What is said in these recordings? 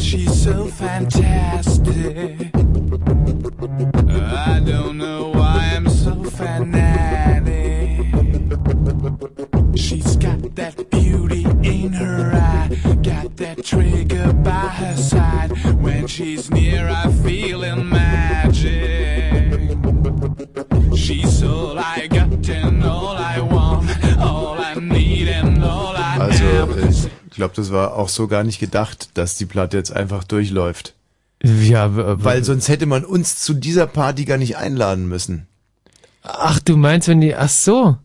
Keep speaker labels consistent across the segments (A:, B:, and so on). A: she's so fantastic. I don't know why I'm so fanatic. She's got that beauty in her eye, got that trigger by her side. When she's near, I feel magic. She's all I got and all I want, all I need and all I
B: Also,
A: am.
B: äh, ich glaube, das war auch so gar nicht gedacht, dass die Platte jetzt einfach durchläuft.
C: Ja, w- w-
B: Weil sonst hätte man uns zu dieser Party gar nicht einladen müssen.
C: Ach, du meinst, wenn die, ach so.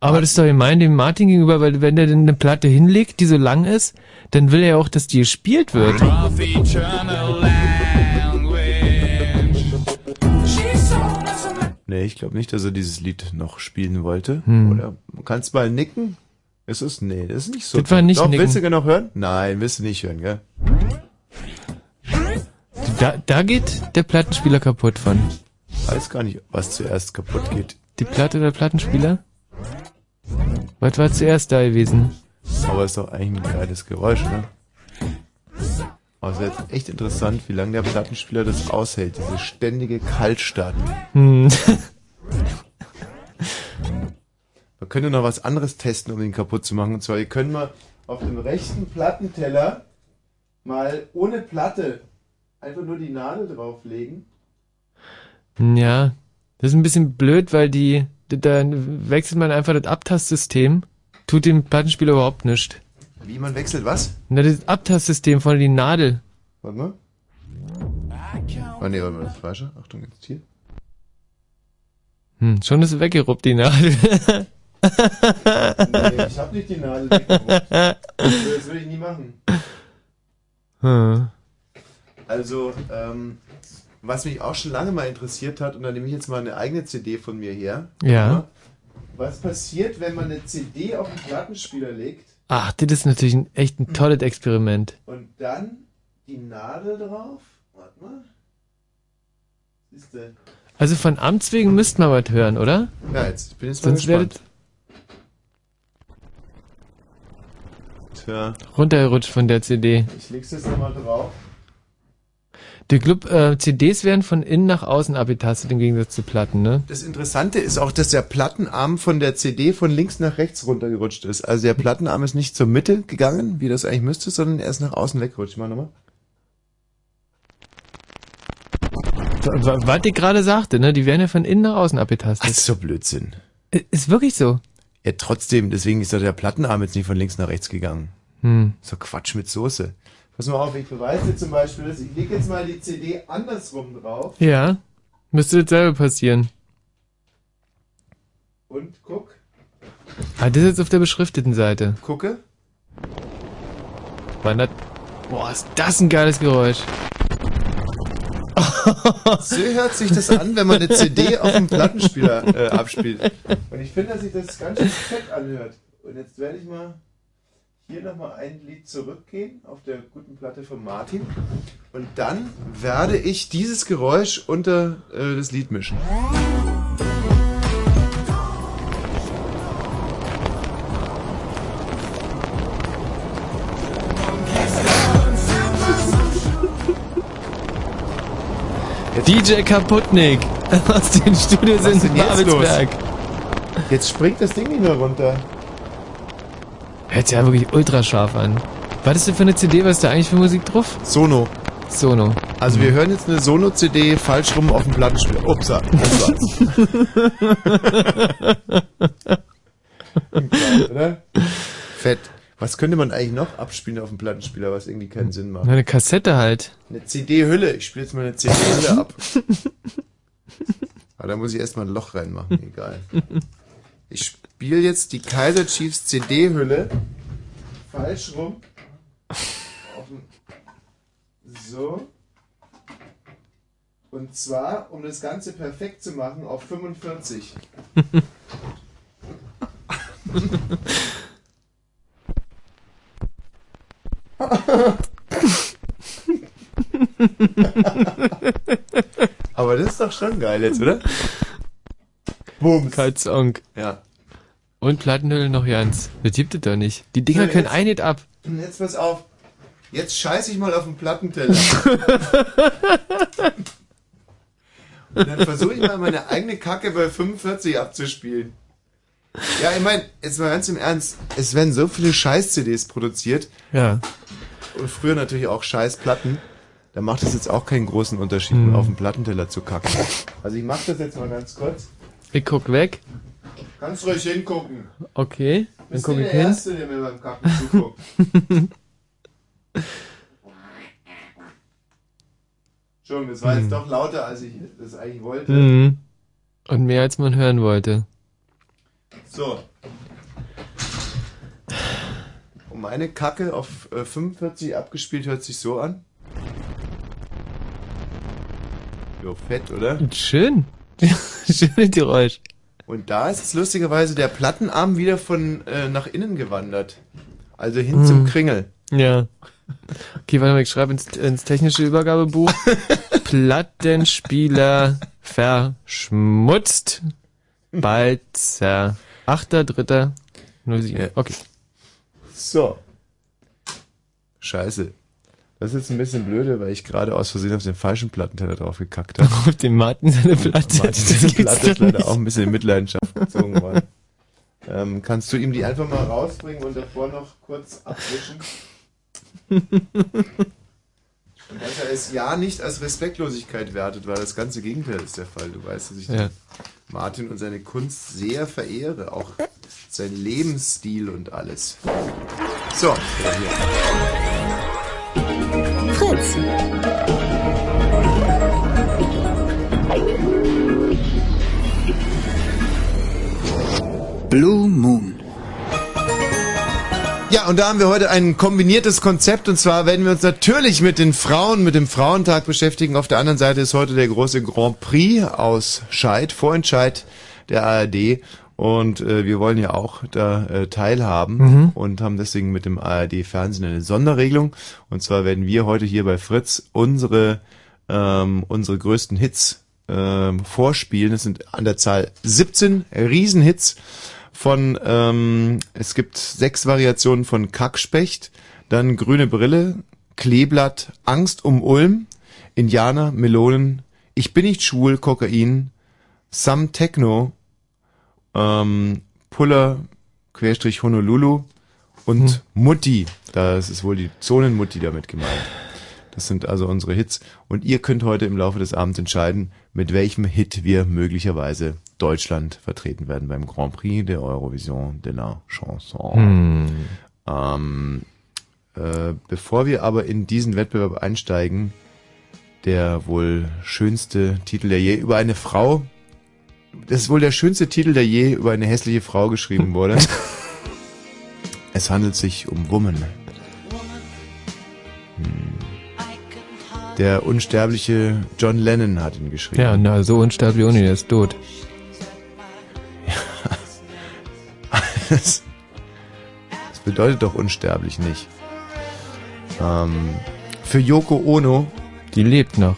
C: Aber das ist doch gemein dem Martin gegenüber, weil wenn der denn eine Platte hinlegt, die so lang ist, dann will er ja auch, dass die gespielt wird.
D: Ah.
A: of eternal language. She's so fascinating.
B: Nee, ich glaube nicht, dass er dieses Lied noch spielen wollte.
C: Hm.
B: Oder kannst mal nicken? Ist es? Nee, das ist nicht so.
C: Das war nicht
B: Doch,
C: nicken.
B: willst du genau hören? Nein, willst du nicht hören, gell?
C: Da, da geht der Plattenspieler kaputt von.
B: Weiß gar nicht, was zuerst kaputt geht.
C: Die Platte oder Plattenspieler? Was war zuerst da gewesen?
B: Aber ist doch eigentlich ein geiles Geräusch, ne? Aber es ist jetzt echt interessant, wie lange der Plattenspieler das aushält, diese ständige Kaltstart.
C: Hm.
B: Wir können noch was anderes testen, um ihn kaputt zu machen. Und zwar, ihr könnt mal auf dem rechten Plattenteller mal ohne Platte einfach nur die Nadel drauflegen.
C: Hm, Ja, das ist ein bisschen blöd, weil die, da wechselt man einfach das Abtastsystem, tut dem Plattenspieler überhaupt nichts.
B: Wie man wechselt was?
C: Na, das Abtastsystem von die Nadel.
B: Warte mal. Oh nee, warte mal, das falsche. Achtung, jetzt hier.
C: Hm, schon ist weggeruppt, die Nadel.
B: Nee, ich hab nicht die Nadel weggeruppt. Das würde ich nie machen.
C: Hm.
B: Also, ähm, was mich auch schon lange mal interessiert hat, und da nehme ich jetzt mal eine eigene CD von mir her.
C: Ja.
B: Was passiert, wenn man eine CD auf den Plattenspieler legt
C: Ach, das ist natürlich ein, echt ein tolles Experiment.
B: und dann die Nadel drauf? Warte mal. Siehst du?
C: Also von Amts wegen müsste man was hören, oder?
B: Ja, jetzt ich bin jetzt mal
C: Sonst
B: gespannt.
C: werdet
B: Tja,
C: runtergerutscht von der CD.
B: ich leg's jetzt nochmal drauf.
C: Die Club, äh, CDs werden von innen nach außen abgetastet im Gegensatz zu Platten, ne?
B: Das Interessante ist auch, dass der Plattenarm von der CD von links nach rechts runtergerutscht ist. Also der Plattenarm ist nicht zur Mitte gegangen, wie das eigentlich müsste, sondern er ist nach außen weggerutscht. Mal nochmal.
C: W- w- Was ich gerade sagte, ne? Die werden ja von innen nach außen abgetastet. Äh,
B: ist so Blödsinn.
C: I- Ist wirklich so.
B: Ja, trotzdem, deswegen ist doch der Plattenarm jetzt nicht von links nach rechts gegangen.
C: Hm.
B: So Quatsch mit Soße. Pass mal auf, ich beweise dir zum Beispiel, dass ich lege jetzt mal die CD andersrum drauf
C: Ja. Müsste das selber passieren.
B: und guck,
C: Ah, das ist jetzt auf der beschrifteten Seite.
B: gucke.
C: Mann, das, boah, ist das ein geiles Geräusch.
B: So hört sich das an, wenn man eine CD auf dem Plattenspieler äh, abspielt. Und ich finde, dass sich das ganz schön fett anhört. Und jetzt werde ich mal hier nochmal ein Lied zurückgehen auf der guten Platte von Martin. Und dann werde ich dieses Geräusch unter äh, das Lied mischen.
C: DJ Kaputnik aus den Studios
B: Was ist
C: in
B: denn jetzt los?
C: Babelsberg.
B: Jetzt springt das Ding nicht mehr runter.
C: Hört sich ja wirklich ultra scharf an. Was ist denn für eine CD? Was ist da eigentlich für Musik drauf?
B: Sono.
C: Sono.
B: Also wir hören jetzt eine Sono-CD falsch rum auf dem Plattenspieler. Upsa. Upsa. Geil, oder? Fett. Was könnte man eigentlich noch abspielen auf dem Plattenspieler, was irgendwie keinen Sinn macht?
C: Eine Kassette halt.
B: Eine CD-Hülle. Ich spiele jetzt mal eine CD-Hülle ab. Aber da muss ich erstmal ein Loch reinmachen. Egal. Ich spiele jetzt die Kaiser Chiefs CD-Hülle falsch rum. Auf dem- So. Und zwar, um das Ganze perfekt zu machen, auf 45. Aber das ist doch schon geil jetzt, oder? Bums.
C: Kaltzong.
B: Ja.
C: Und Plattenhülle noch ganz. Das gibt es doch nicht. Die Dinger können ein Hit ab.
B: Und jetzt pass auf. Jetzt scheiße ich mal auf den Plattenteller. Und dann versuche ich mal meine eigene Kacke bei 45 abzuspielen. Ja, ich meine, jetzt mal ganz im Ernst, es werden so viele Scheiß-CDs produziert
C: Ja.
B: und früher natürlich auch Scheiß-Platten. Da macht es jetzt auch keinen großen Unterschied,
C: Mhm.
B: auf den Plattenteller zu kacken. Also ich mache das jetzt mal ganz kurz.
C: Ich guck weg.
B: Kannst ruhig hingucken.
C: Okay. Dann
B: Bist
C: guck
B: du
C: ich
B: der
C: hin.
B: Erste, der mir beim Kacken zuguckt. Entschuldigung, das war
C: Hm.
B: jetzt doch lauter, als ich das eigentlich wollte.
C: Mhm. Und mehr als man hören wollte.
B: So. Und meine Kacke auf äh, 45 abgespielt hört sich so an. Jo, fett, oder?
C: Schön. Schönes Geräusch.
B: Und da ist es lustigerweise der Plattenarm wieder von äh, nach innen gewandert. Also hin zum
C: Mhm.
B: Kringel.
C: Ja. Okay, warte mal, ich schreibe ins, ins technische Übergabebuch. Plattenspieler verschmutzt. Balzer. 8.3.07. Okay.
B: So. Scheiße. Das ist jetzt ein bisschen blöde, weil ich gerade aus Versehen auf den falschen Plattenteller drauf gekackt habe.
C: Auf dem Martin seine Platte.
B: Martin,
C: Das
B: diese
C: gibt's
B: Platte ist
C: doch
B: leider
C: nicht.
B: auch ein bisschen in Mitleidenschaft gezogen worden. Ähm, kannst du ihm die einfach mal rausbringen und davor noch kurz abwischen? Und dass er es ja nicht als Respektlosigkeit wertet, weil das ganze Gegenteil ist der Fall. Du weißt, dass ich
C: Ja.
B: Martin und seine Kunst sehr verehre, auch sein Lebensstil und alles. So, der hier.
E: Fritz.
F: Blue Moon.
B: Ja, und da haben wir heute ein kombiniertes Konzept und zwar werden wir uns natürlich mit den Frauen, mit dem Frauentag beschäftigen. Auf der anderen Seite ist heute der große Grand Prix aus Scheid, Vorentscheid der ARD und äh, wir wollen ja auch da äh, teilhaben und haben deswegen mit dem ARD Fernsehen eine Sonderregelung und zwar werden wir heute hier bei Fritz unsere ähm, unsere größten Hits ähm, vorspielen. Es sind an der Zahl 17 Riesenhits von, ähm, es gibt sechs Variationen von Kackspecht, dann Grüne Brille, Kleeblatt, Angst um Ulm, Indianer, Melonen, Ich bin nicht schwul, Kokain, Some Techno, ähm, Puller, Querstrich Honolulu und Mutti. Das ist wohl die Zonenmutti damit gemeint. Das sind also unsere Hits. Und ihr könnt heute im Laufe des Abends entscheiden, mit welchem Hit wir möglicherweise Deutschland vertreten werden beim Grand Prix der Eurovision de la Chanson. Ähm, äh, bevor wir aber in diesen Wettbewerb einsteigen, der wohl schönste Titel, der je über eine Frau, das ist wohl der schönste Titel, der je über eine hässliche Frau geschrieben wurde. es handelt sich um Woman. Hm. Der unsterbliche John Lennon hat ihn geschrieben.
C: Ja, na, so unsterblich ohne, der ist tot.
B: das, das bedeutet doch unsterblich nicht. Ähm, für Yoko Ono,
C: Die lebt noch.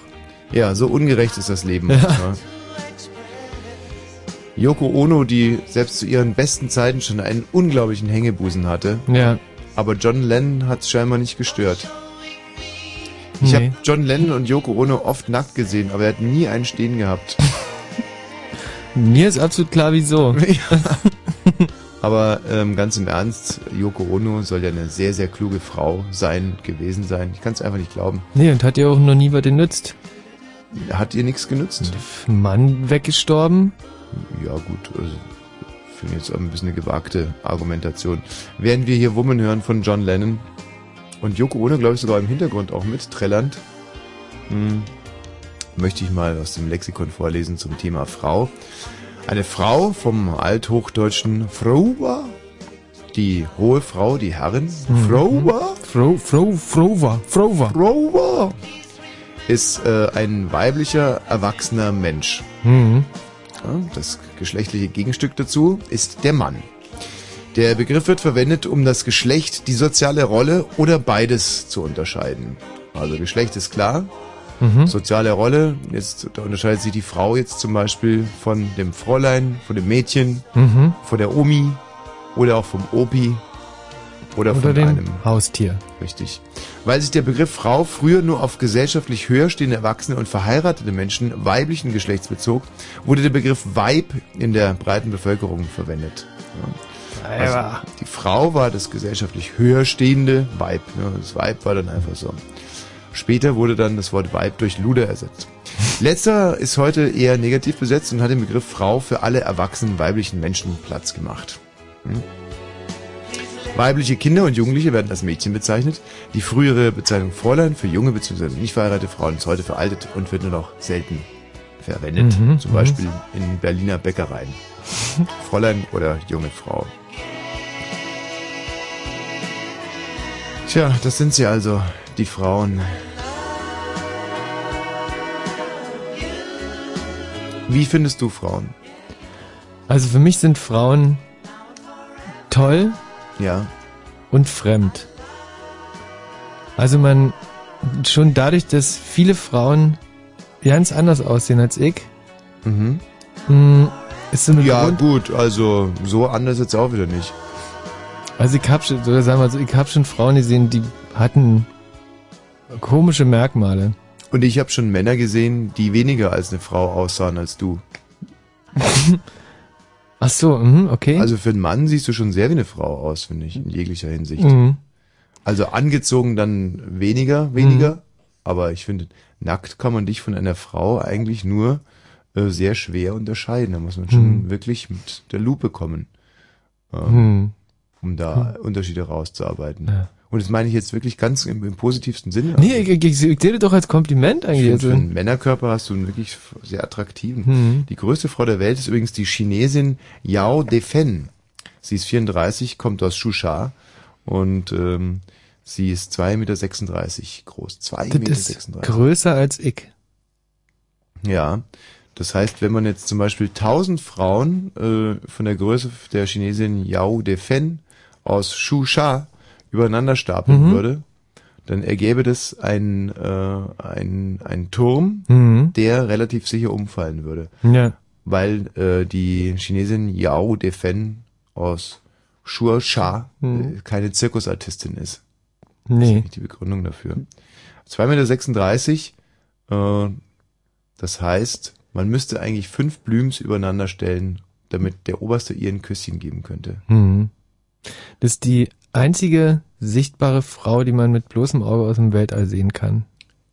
B: ja, so ungerecht ist das Leben. manchmal. Yoko Ono, die selbst zu ihren besten Zeiten schon einen unglaublichen Hängebusen hatte,
C: Ja.
B: aber John Lennon hat es scheinbar nicht gestört. Ich
C: Nee.
B: habe John Lennon und Yoko Ono oft nackt gesehen, aber er hat nie einen stehen gehabt.
C: Mir ist absolut klar, wieso.
B: Aber ähm, ganz im Ernst, Yoko Ono soll ja eine sehr, sehr kluge Frau sein, gewesen sein. Ich kann es einfach nicht glauben.
C: Nee, und hat ihr auch noch nie was genützt.
B: Hat ihr nichts genützt?
C: Mann weggestorben.
B: Ja gut, also finde ich jetzt auch ein bisschen eine gewagte Argumentation. Während wir hier Woman hören von John Lennon und Yoko Ono, glaube ich, sogar im Hintergrund auch mit, trällernd, hm, möchte ich mal aus dem Lexikon vorlesen zum Thema Frau. Eine Frau vom althochdeutschen Frowa, die hohe Frau, die Herrin, Frowa,
C: Mhm. Fro, Fro, Frova, Frova.
B: Frowa, ist äh, ein weiblicher, erwachsener Mensch.
C: Mhm.
B: Ja, Das geschlechtliche Gegenstück dazu ist der Mann. Der Begriff wird verwendet, um das Geschlecht, die soziale Rolle oder beides zu unterscheiden. Also Geschlecht ist klar, soziale Rolle, jetzt, da unterscheidet sich die Frau jetzt zum Beispiel von dem Fräulein, von dem Mädchen,
C: Mhm.
B: von der Omi oder auch vom Opi. Oder
C: Oder
B: von
C: dem
B: einem.
C: Haustier.
B: Richtig. Weil sich der Begriff Frau früher nur auf gesellschaftlich höherstehende Erwachsene und verheiratete Menschen weiblichen Geschlechts bezog, wurde der Begriff Weib in der breiten Bevölkerung verwendet. Ja. Also, die Frau war das gesellschaftlich höherstehende Weib. ne. Das Weib war dann einfach so. Später wurde dann das Wort Weib durch Luder ersetzt. Letzter ist heute eher negativ besetzt und hat den Begriff Frau für alle erwachsenen weiblichen Menschen Platz gemacht. Hm? Weibliche Kinder und Jugendliche werden als Mädchen bezeichnet. Die frühere Bezeichnung Fräulein für junge bzw. nicht verheiratete Frauen ist heute veraltet und wird nur noch selten verwendet.
C: Mhm,
B: Zum
C: mhm.
B: Beispiel in Berliner Bäckereien. Fräulein oder junge Frau. Tja, das sind sie also, die Frauen. Wie findest du Frauen?
C: Also für mich sind Frauen toll
B: Ja.
C: und fremd. Also man, schon dadurch, dass viele Frauen ganz anders aussehen als ich, hm,
B: Mhm.
C: mh, ist so eine
B: Ja,
C: Grund-
B: gut, also so anders jetzt auch wieder nicht.
C: Also ich hab schon, oder sagen wir mal so, ich hab schon Frauen gesehen, die hatten komische Merkmale.
B: Und ich habe schon Männer gesehen, die weniger als eine Frau aussahen als du.
C: Ach so, mhm, okay.
B: Also für einen Mann siehst du schon sehr wie eine Frau aus, finde ich, in jeglicher Hinsicht.
C: Mhm.
B: Also angezogen dann weniger,
C: Mhm.
B: weniger. Aber ich finde, nackt kann man dich von einer Frau eigentlich nur äh, sehr schwer unterscheiden. Da muss man schon
C: Mhm.
B: wirklich mit der Lupe kommen, äh,
C: Mhm.
B: um da Unterschiede rauszuarbeiten.
C: Ja.
B: Und das meine ich jetzt wirklich ganz im, im positivsten Sinne.
C: Nee, ich, ich, ich, ich sehe das doch als Kompliment
B: Ich
C: eigentlich.
B: finde, für
C: Also,
B: einen Männerkörper hast du einen wirklich sehr attraktiven.
C: Mhm.
B: Die größte Frau der Welt ist übrigens die Chinesin Yao Defen. Sie ist 34, kommt aus Shusha und ähm, sie ist 2,36 Meter groß. 2,36 Meter.
C: das ist größer als ich.
B: Ja. Das heißt, wenn man jetzt zum Beispiel 1000 Frauen äh, von der Größe der Chinesin Yao Defen aus Shusha übereinander stapeln
C: Mhm.
B: würde, dann ergäbe das einen äh, ein, ein Turm,
C: Mhm.
B: der relativ sicher umfallen würde
C: Ja.
B: weil äh, die Chinesin Yao Defen aus Shuasha
C: Mhm.
B: äh, keine Zirkusartistin ist. Das ist
C: Nee.
B: nicht die Begründung dafür. 2,36 Meter, äh, das heißt, man müsste eigentlich fünf Blüms übereinander stellen, damit der Oberste ihr ein Küsschen geben könnte.
C: Mhm. Das ist die einzige sichtbare Frau, die man mit bloßem Auge aus dem Weltall sehen kann.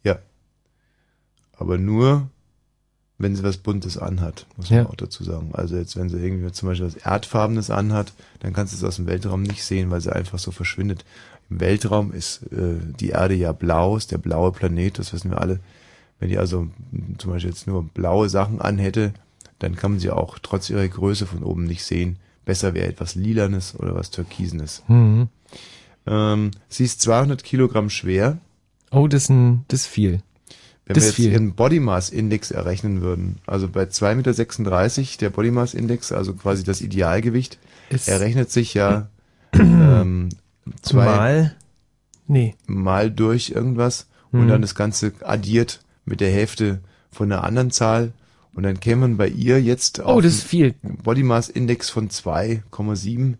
B: Ja. Aber nur, wenn sie was Buntes anhat, muss man
C: Ja.
B: auch dazu sagen. Also jetzt, wenn sie irgendwie zum Beispiel was Erdfarbenes anhat, dann kannst du es aus dem Weltraum nicht sehen, weil sie einfach so verschwindet. Im Weltraum ist äh, die Erde ja blau, ist der blaue Planet, das wissen wir alle. Wenn die also mh, zum Beispiel jetzt nur blaue Sachen anhätte, dann kann man sie auch trotz ihrer Größe von oben nicht sehen. Besser wäre etwas Lilanes oder was Türkisenes.
C: Mhm.
B: Ähm, sie ist 200 Kilogramm schwer.
C: Oh, das ist, ein, das ist viel. Das
B: Wenn wir
C: ist
B: jetzt
C: viel.
B: ihren Body Mass Index errechnen würden, also bei 2,36 Meter der Body Mass Index, also quasi das Idealgewicht,
C: Ist
B: errechnet sich ja ähm, zwei mal.
C: mal. Nee.
B: durch irgendwas
C: Mhm.
B: und dann das Ganze addiert mit der Hälfte von einer anderen Zahl und dann käme man bei ihr jetzt
C: Oh,
B: auf
C: das ist viel.
B: einen Body Mass Index von 2,7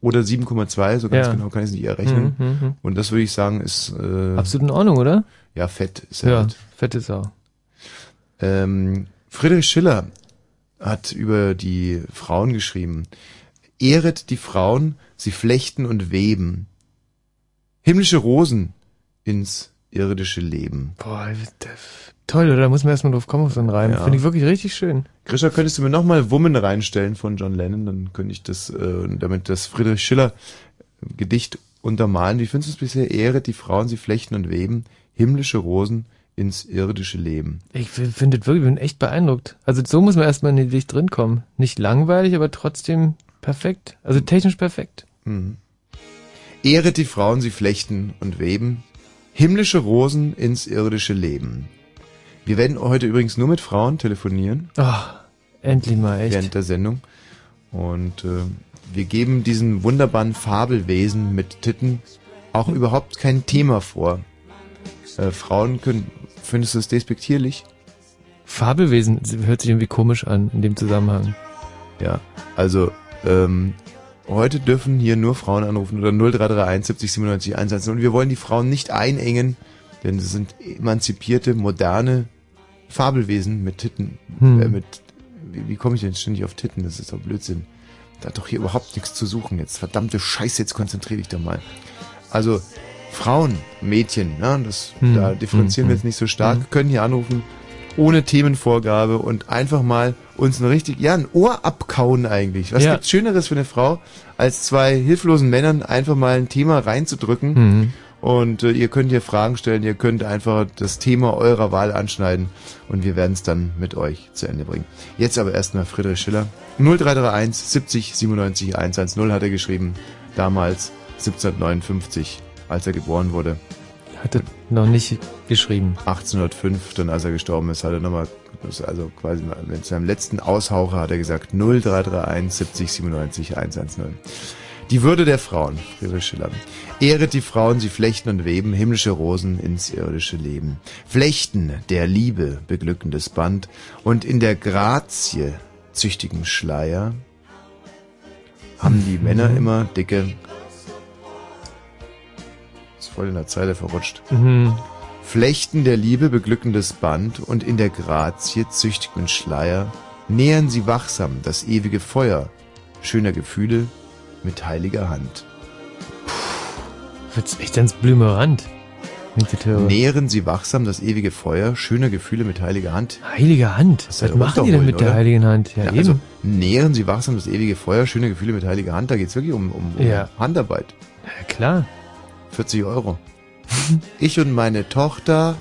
B: oder 7,2, so ganz
C: Ja.
B: genau kann ich es nicht errechnen.
C: Mhm. Mhm.
B: Und das würde ich sagen ist äh,
C: Absolut in Ordnung, oder?
B: ja Fett ist
C: Ja,
B: halt.
C: fette Sau.
B: Ähm, Friedrich Schiller hat über die Frauen geschrieben. Ehret die Frauen, sie flechten und weben. Himmlische Rosen ins irdische Leben.
C: Boah, das- toll, oder? Da muss man erstmal drauf kommen auf so einen Reim.
B: Ja.
C: Finde ich wirklich richtig schön.
B: Grisha, könntest du mir nochmal Woman reinstellen von John Lennon? Dann könnte ich das, äh, damit das Friedrich Schiller äh, Gedicht untermalen. Wie findest du es bisher? Ehret die Frauen, sie flechten und weben. Himmlische Rosen ins irdische Leben.
C: Ich f- finde das wirklich, bin echt beeindruckt. Also so muss man erstmal in den Licht drin kommen. Nicht langweilig, aber trotzdem perfekt. Also technisch perfekt.
B: Mhm. Ehret die Frauen, sie flechten und weben. Himmlische Rosen ins irdische Leben. Wir werden heute übrigens nur mit Frauen telefonieren
C: Ah, endlich mal echt.
B: während der Sendung. Und äh, wir geben diesen wunderbaren Fabelwesen mit Titten auch überhaupt kein Thema vor. Äh, Frauen können, findest du es despektierlich?
C: Fabelwesen hört sich irgendwie komisch an in dem Zusammenhang.
B: Ja, also ähm, Heute dürfen hier nur Frauen anrufen oder 0331 70 97 110. Und wir wollen die Frauen nicht einengen, denn sie sind emanzipierte, moderne Fabelwesen mit Titten.
C: Hm.
B: Äh, mit, wie, wie komme ich denn ständig auf Titten? Das ist doch Blödsinn. Da hat doch hier überhaupt nichts zu suchen jetzt. Verdammte Scheiße, jetzt konzentriere dich doch mal. Also Frauen, Mädchen, ne? das,
C: Hm.
B: da differenzieren wir jetzt nicht so stark, können hier anrufen, ohne Themenvorgabe und einfach mal uns ein richtig, ja, ein Ohr abkauen eigentlich. Was
C: Ja.
B: gibt's Schöneres für eine Frau, als zwei hilflosen Männern einfach mal ein Thema reinzudrücken und äh, ihr könnt hier Fragen stellen, ihr könnt einfach das Thema eurer Wahl anschneiden und wir werden es dann mit euch zu Ende bringen. Jetzt aber erstmal Friedrich Schiller. 0331 70 97 110 hat er geschrieben, damals 1759, als er geboren wurde.
C: Hat er noch nicht geschrieben.
B: 1805, dann als er gestorben ist, hat er nochmal, also quasi mal mit seinem letzten Aushaucher hat er gesagt 0331 70 97 110. Die Würde der Frauen, Friedrich Schiller. Ehret die Frauen, sie flechten und weben himmlische Rosen ins irdische Leben. Flechten der Liebe beglückendes Band und in der Grazie züchtigen Schleier haben die Männer immer dicke. Ist voll in der Zeile verrutscht.
C: Mhm.
B: Flechten der Liebe beglückendes Band und in der Grazie züchtigen Schleier nähern sie wachsam das ewige Feuer schöner Gefühle mit heiliger Hand.
C: Wird's echt ans Blümerand. Wenn ich das höre.
B: Nähren sie wachsam das ewige Feuer schöner Gefühle mit heiliger Hand.
C: Heilige Hand.
B: Das
C: Was,
B: ist ja der
C: machen die denn
B: Unterholen,
C: mit der
B: oder?
C: heiligen Hand? Ja,
B: Ja,
C: eben.
B: also nähren sie wachsam das ewige Feuer schöner Gefühle mit heiliger Hand. Da geht's wirklich um, um, um
C: Ja.
B: Handarbeit.
C: ja, klar.
B: 40 Euro. ich und meine Tochter.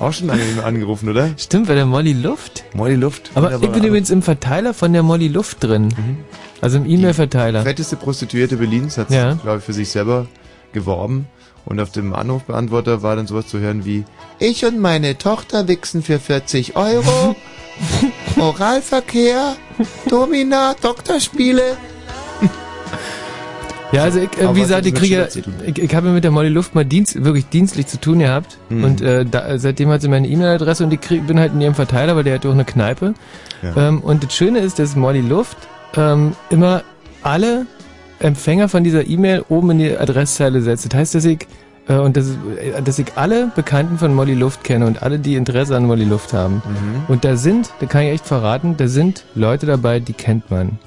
B: Auch schon angenehm angerufen, oder?
C: Stimmt, bei der Molly Luft.
B: Molly Luft.
C: Aber ich
B: wunderbare
C: bin übrigens im Verteiler von der Molly Luft drin.
B: Mhm.
C: Also im E-Mail-Verteiler.
B: fetteste Prostituierte Berlins hat
C: Ja.
B: glaube ich, für sich selber geworben. Und auf dem Anrufbeantworter war dann sowas zu hören wie Ich und meine Tochter wichsen für 40 Euro, Oralverkehr, Domina, Doktorspiele.
C: Ja, also ich, äh,
B: Aber
C: wie
B: was hat
C: gesagt, ich
B: das
C: kriege ja,
B: mit Schiller zu tun?
C: ich, ich habe ja mit der Molly Luft mal dienst, wirklich dienstlich zu tun gehabt.
B: Mhm.
C: Und äh, da, seitdem hat sie meine E-Mail-Adresse und ich krieg, bin halt in ihrem Verteiler, weil der hat ja auch eine Kneipe.
B: Ja.
C: Ähm, und das Schöne ist, dass Molly Luft ähm, immer alle Empfänger von dieser E-Mail oben in die Adresszeile setzt. Das heißt, dass ich äh, und das, äh, dass ich alle Bekannten von Molly Luft kenne und alle, die Interesse an Molly Luft haben.
B: Mhm.
C: Und da sind, da kann ich echt verraten, da sind Leute dabei, die kennt man.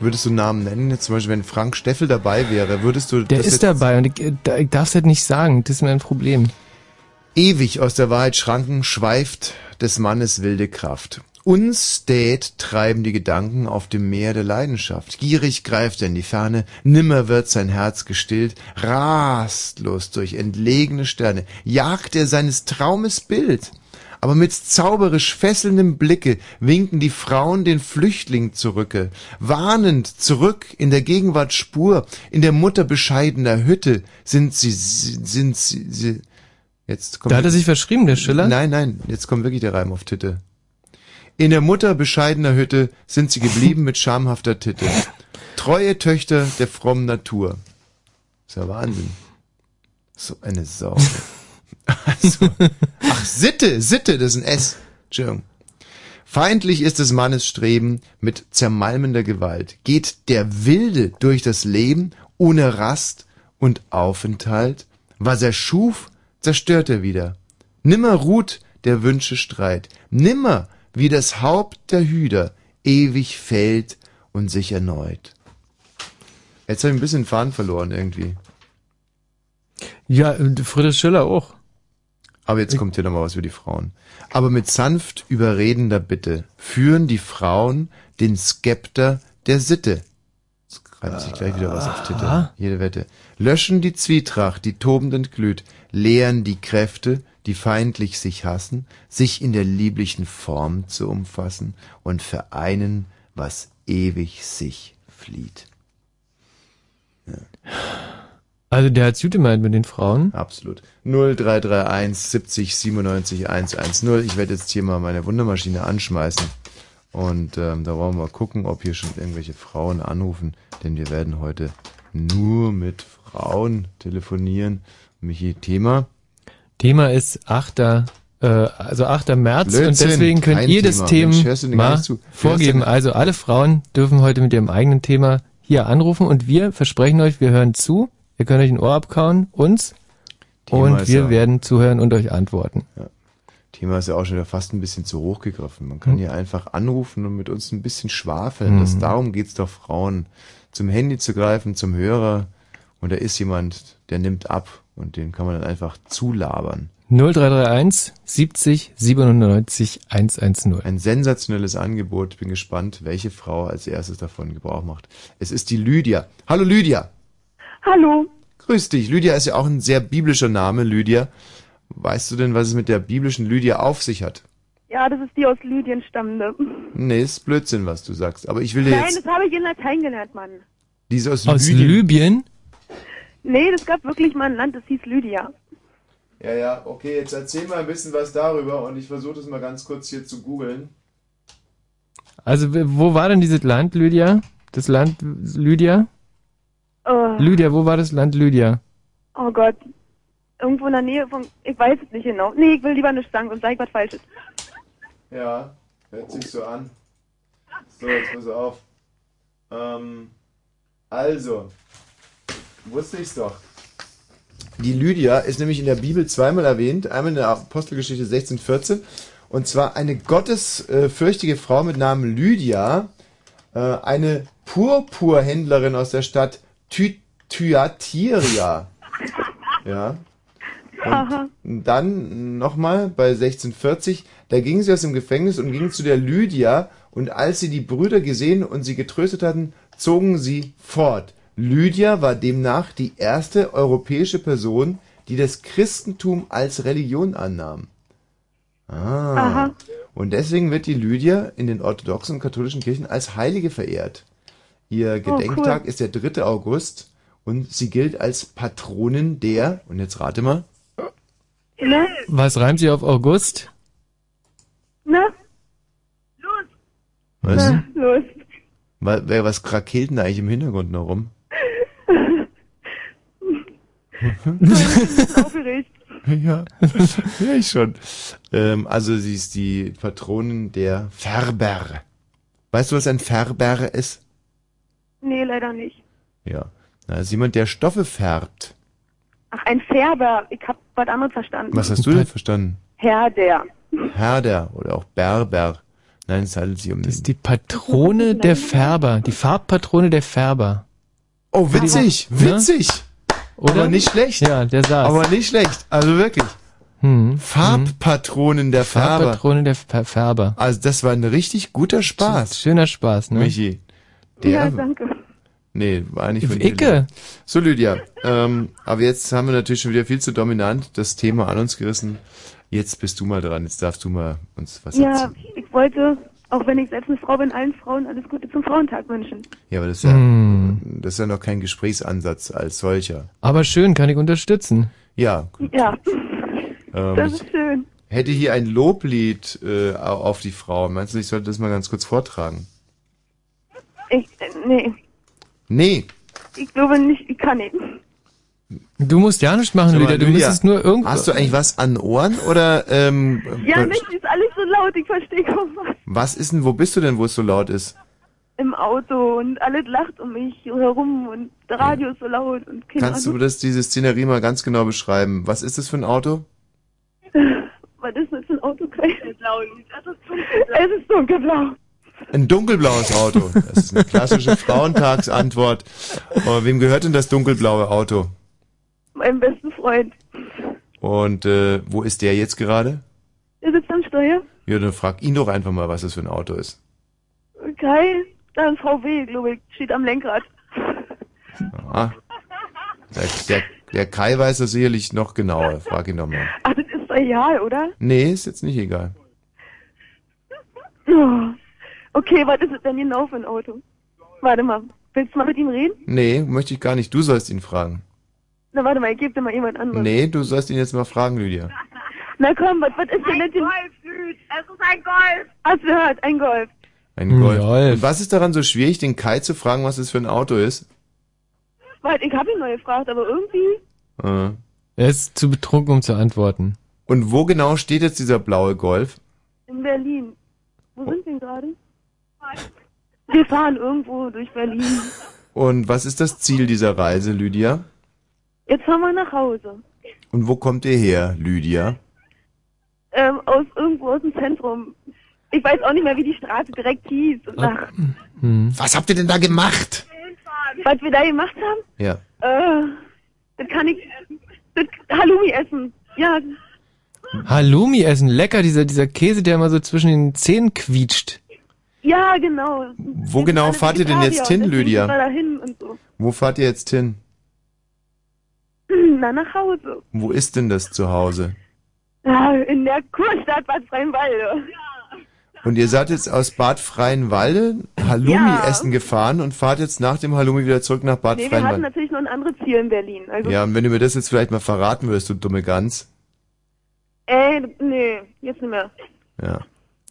B: Würdest du einen Namen nennen? Jetzt zum Beispiel, wenn Frank Steffel dabei wäre, würdest du
C: Der
B: das
C: ist
B: jetzt
C: dabei und ich, äh, da- ich darf es halt nicht sagen. Das ist mein Problem.
B: ewig aus der Wahrheit Schranken schweift des Mannes wilde Kraft. Unstät treiben die Gedanken auf dem Meer der Leidenschaft. Gierig greift er in die Ferne, nimmer wird sein Herz gestillt. Rastlos durch entlegene Sterne jagt er seines Traumes Bild. Aber mit zauberisch fesselndem Blicke winken die Frauen den Flüchtling zurücke, warnend zurück in der Gegenwart Spur, in der Mutter bescheidener Hütte sind sie, sind sie, sie jetzt kommt
C: Da hat er sich verschrieben, der Schiller.
B: Nein, nein, jetzt kommt wirklich der Reim auf Titte. In der Mutter bescheidener Hütte sind sie geblieben mit schamhafter Titte. Treue Töchter der frommen Natur. Ist ja Wahnsinn. So eine Sau. also, ach, Sitte, Sitte, das ist ein S. Entschuldigung. Feindlich ist des Mannes Streben mit zermalmender Gewalt. Geht der Wilde durch das Leben ohne Rast und Aufenthalt. Was er schuf, zerstört er wieder. Nimmer ruht der Wünsche Streit. Nimmer wie das Haupt der Hüder ewig fällt und sich erneut. Jetzt habe ich ein bisschen den Faden verloren irgendwie.
C: Ja, äh, Friedrich Schiller auch.
B: Aber jetzt kommt hier nochmal was über die Frauen. Aber mit sanft überredender Bitte führen die Frauen den Skepter der Sitte. Jetzt reimt sich gleich wieder was auf Titel.
C: Ah.
B: Jede Wette. Löschen die Zwietracht, die tobend entglüht, leeren die Kräfte, die feindlich sich hassen, sich in der lieblichen Form zu umfassen und vereinen, was ewig sich flieht.
C: Also der hat's gut gemeint mit den Frauen.
B: Absolut. 0331 70 97 110. Ich werde jetzt hier mal meine Wundermaschine anschmeißen. Und ähm, da wollen wir mal gucken, ob hier schon irgendwelche Frauen anrufen. Denn wir werden heute nur mit Frauen telefonieren. Michi, Thema?
C: Thema ist 8. äh, also 8. März und
B: Blödsinn,
C: deswegen könnt
B: kein
C: ihr das
B: Thema. Mensch,
C: Thema
B: hörst du denn gar
C: mal
B: nicht zu? Hörst
C: vorgeben.
B: du-
C: Also alle Frauen dürfen heute mit ihrem eigenen Thema hier anrufen und wir versprechen euch, wir hören zu, ihr könnt euch ein Ohr abkauen, uns
B: Thema
C: und
B: ist
C: wir
B: ja-
C: werden zuhören und euch antworten.
B: Thema ist ja auch schon wieder fast ein bisschen zu hoch gegriffen. Man kann
C: Hm.
B: hier einfach anrufen und mit uns ein bisschen schwafeln. Das,
C: Mhm.
B: darum geht's doch Frauen. Zum Handy zu greifen, zum Hörer. Und da ist jemand, der nimmt ab und den kann man dann einfach zulabern.
C: 0331 70 97 110.
B: Ein sensationelles Angebot. Bin gespannt, welche Frau als erstes davon Gebrauch macht. Es ist die Lydia. Hallo Lydia.
G: Hallo.
B: Grüß dich. Lydia ist ja auch ein sehr biblischer Name, Lydia. Weißt du denn, was es mit der biblischen Lydia auf sich hat?
G: Ja, das ist die aus Lydien stammende.
B: Nee, ist Blödsinn, was du sagst. Aber ich will dir
G: Nein, das
B: jetzt
G: habe ich in Latein gelernt, Mann.
B: diese aus,
C: Aus
B: Lydien.
C: Libyen?
G: Nee, das gab wirklich mal ein Land, das hieß Lydia.
B: Ja, ja, okay, jetzt erzähl mal ein bisschen was darüber und ich versuche das mal ganz kurz hier zu googeln.
C: Also wo war denn dieses Land, Lydia? Das Land Lydia?
G: Oh,
C: Lydia, wo war das Land Lydia?
G: oh Gott. Irgendwo in der Nähe von. Ich weiß es nicht genau. Nee, ich will lieber nicht sagen, sonst sage ich was Falsches.
B: Ja, hört sich so an. So, jetzt pass auf. Ähm, also, wusste ich's doch. Die Lydia ist nämlich in der Bibel zweimal erwähnt, einmal in der Apostelgeschichte 1614 und zwar eine gottesfürchtige Frau mit Namen Lydia, äh, eine Purpurhändlerin aus der Stadt Ty Thyatira. Ja.
G: Haha.
B: Und dann nochmal bei 1640, da ging sie aus dem Gefängnis und ging zu der Lydia und als sie die Brüder gesehen und sie getröstet hatten, zogen sie fort. Lydia war demnach die erste europäische Person, die das Christentum als Religion annahm. Ah.
G: Aha.
B: Und deswegen wird die Lydia in den orthodoxen und katholischen Kirchen als Heilige verehrt. Ihr
G: Oh, cool.
B: Gedenktag ist der 3. August und sie gilt als Patronin der, und jetzt rate mal,
G: Ne?
C: Was reimt sich auf August?
G: Ne?
B: was?
G: Na, los.
B: Wa- wer- Was krakelt denn da eigentlich im Hintergrund noch rum?
G: Ich bin aufgeregt.
B: Ja, ja ich schon. Ähm, also sie ist die Patronin der Färber. Weißt du, was ein Färber ist?
G: Nee, leider nicht.
B: Ja. Das ist jemand, der Stoffe färbt.
G: Ach, ein Färber. Ich hab was anderes verstanden.
B: Was hast du denn verstanden?
G: Herr der.
B: Herder oder auch Berber. Nein, es handelt sich um
C: Das ist die Patrone der Färber, die Farbpatrone der Färber.
B: Oh, witzig,
C: Ja.
B: witzig.
C: Ne? Oder?
B: Aber nicht schlecht.
C: Ja, der saß.
B: Aber nicht schlecht. Also wirklich.
C: hm.
B: Farbpatronen der Färber.
C: Farbpatrone der Fär- Färber.
B: Also das war ein richtig guter Spaß,
C: Schöner Spaß, ne?
B: Michi.
G: Ja,
B: Der,
G: danke.
B: Nee, war nicht von
C: Icke.
B: Lydia. So, Lydia, ähm, aber jetzt haben wir natürlich schon wieder viel zu dominant das Thema an uns gerissen. Jetzt bist du mal dran, jetzt darfst du mal uns was
G: Ja,
B: erzählen.
G: ich wollte, auch wenn ich selbst eine Frau bin, allen Frauen alles Gute zum Frauentag wünschen.
B: Ja, aber das ist ja,
C: Hm.
B: das ist ja noch kein Gesprächsansatz als solcher.
C: Aber schön, kann ich unterstützen.
B: Ja,
G: Ja,
B: ähm,
G: das
B: ich
G: ist schön.
B: hätte hier ein Loblied äh, auf die Frau. Meinst du, ich sollte das mal ganz kurz vortragen?
G: Ich, äh, nee,
B: Nee,
G: ich glaube nicht, ich kann nicht.
C: Du musst ja nichts machen,
B: Sag mal,
C: Lydia. Du
B: Lydia,
C: müsstest nur irgendwo.
B: hast du eigentlich was an Ohren oder ähm,
G: Ja, nicht, ist alles so laut, ich verstehe kaum was.
B: was ist denn, wo bist du denn, wo es so laut ist?
G: Im Auto und alles lacht um mich herum und das Radio ist so laut und keine
B: Kannst du
G: Ahnung.
B: das, diese Szenerie mal ganz genau beschreiben? Was ist das für ein Auto?
G: Was ist das für ein Auto? Es ist dunkelblau.
B: Ein dunkelblaues Auto. Das ist eine klassische Frauentagsantwort. Aber wem gehört denn das dunkelblaue Auto?
G: Mein besten Freund.
B: Und äh, wo ist der jetzt gerade?
G: Er sitzt am Steuer.
B: Ja, dann frag ihn doch einfach mal, was das für ein Auto ist.
G: Kai, da ist VW, glaube ich, steht am Lenkrad.
B: Ah. Der, der, der Kai weiß das sicherlich noch genauer. Frag ihn doch mal.
G: Ach, Ah, das ist doch egal, oder?
B: Nee, ist jetzt nicht egal.
G: Oh. Okay, was ist es denn genau für ein Auto? Warte mal, willst du mal mit ihm reden?
B: Nee, möchte ich gar nicht. Du sollst ihn fragen.
G: Na, warte mal, ich gebe dir mal jemand anderes.
B: Nee, du sollst ihn jetzt mal fragen, Lydia.
G: Na komm, was, was ist denn mit dem...
H: Golf, Süd. Es ist ein Golf.
G: Hast du gehört, ein Golf.
B: Ein Golf.
C: Golf.
B: Und was ist daran so schwierig, den Kai zu fragen, was das für ein Auto ist?
G: Warte, ich habe ihn mal gefragt, aber irgendwie...
B: Äh.
C: Er ist zu betrunken, um zu antworten.
B: Und wo genau steht jetzt dieser blaue Golf?
G: In Berlin.
B: Oh.
G: Wo sind wir denn gerade? Wir fahren irgendwo durch Berlin.
B: Und was ist das Ziel dieser Reise, Lydia?
G: Jetzt fahren wir nach Hause.
B: Und wo kommt ihr her, Lydia?
G: Ähm, aus irgendwo aus dem Zentrum. Ich weiß auch nicht mehr, wie die Straße direkt hieß. Und nach,
C: Hm.
B: Was habt ihr denn da gemacht?
G: was wir da gemacht haben?
B: Ja.
G: Äh, das kann ich. Das, Halloumi essen. Ja,
C: Halloumi essen, lecker, dieser, dieser Käse, der immer so zwischen den Zähnen quietscht.
G: ja, genau.
B: Wo genau fahrt ihr denn jetzt hin, Lydia?
G: Da hin und so.
B: Wo fahrt ihr jetzt hin?
G: Na, nach Hause.
B: Wo ist denn das zu Hause?
G: Ja, in der Kurstadt Bad Freienwalde.
B: Und ihr seid jetzt aus Bad Freienwalde Halloumi
G: Ja.
B: essen gefahren und fahrt jetzt nach dem Halloumi wieder zurück nach Bad
G: nee, wir hatten
B: Freienwalde.
G: natürlich noch ein anderes Ziel in Berlin. Also,
B: Ja, und wenn du mir das jetzt vielleicht mal verraten würdest, du dumme Gans.
G: ey, äh, nee, jetzt nicht mehr.
B: Ja.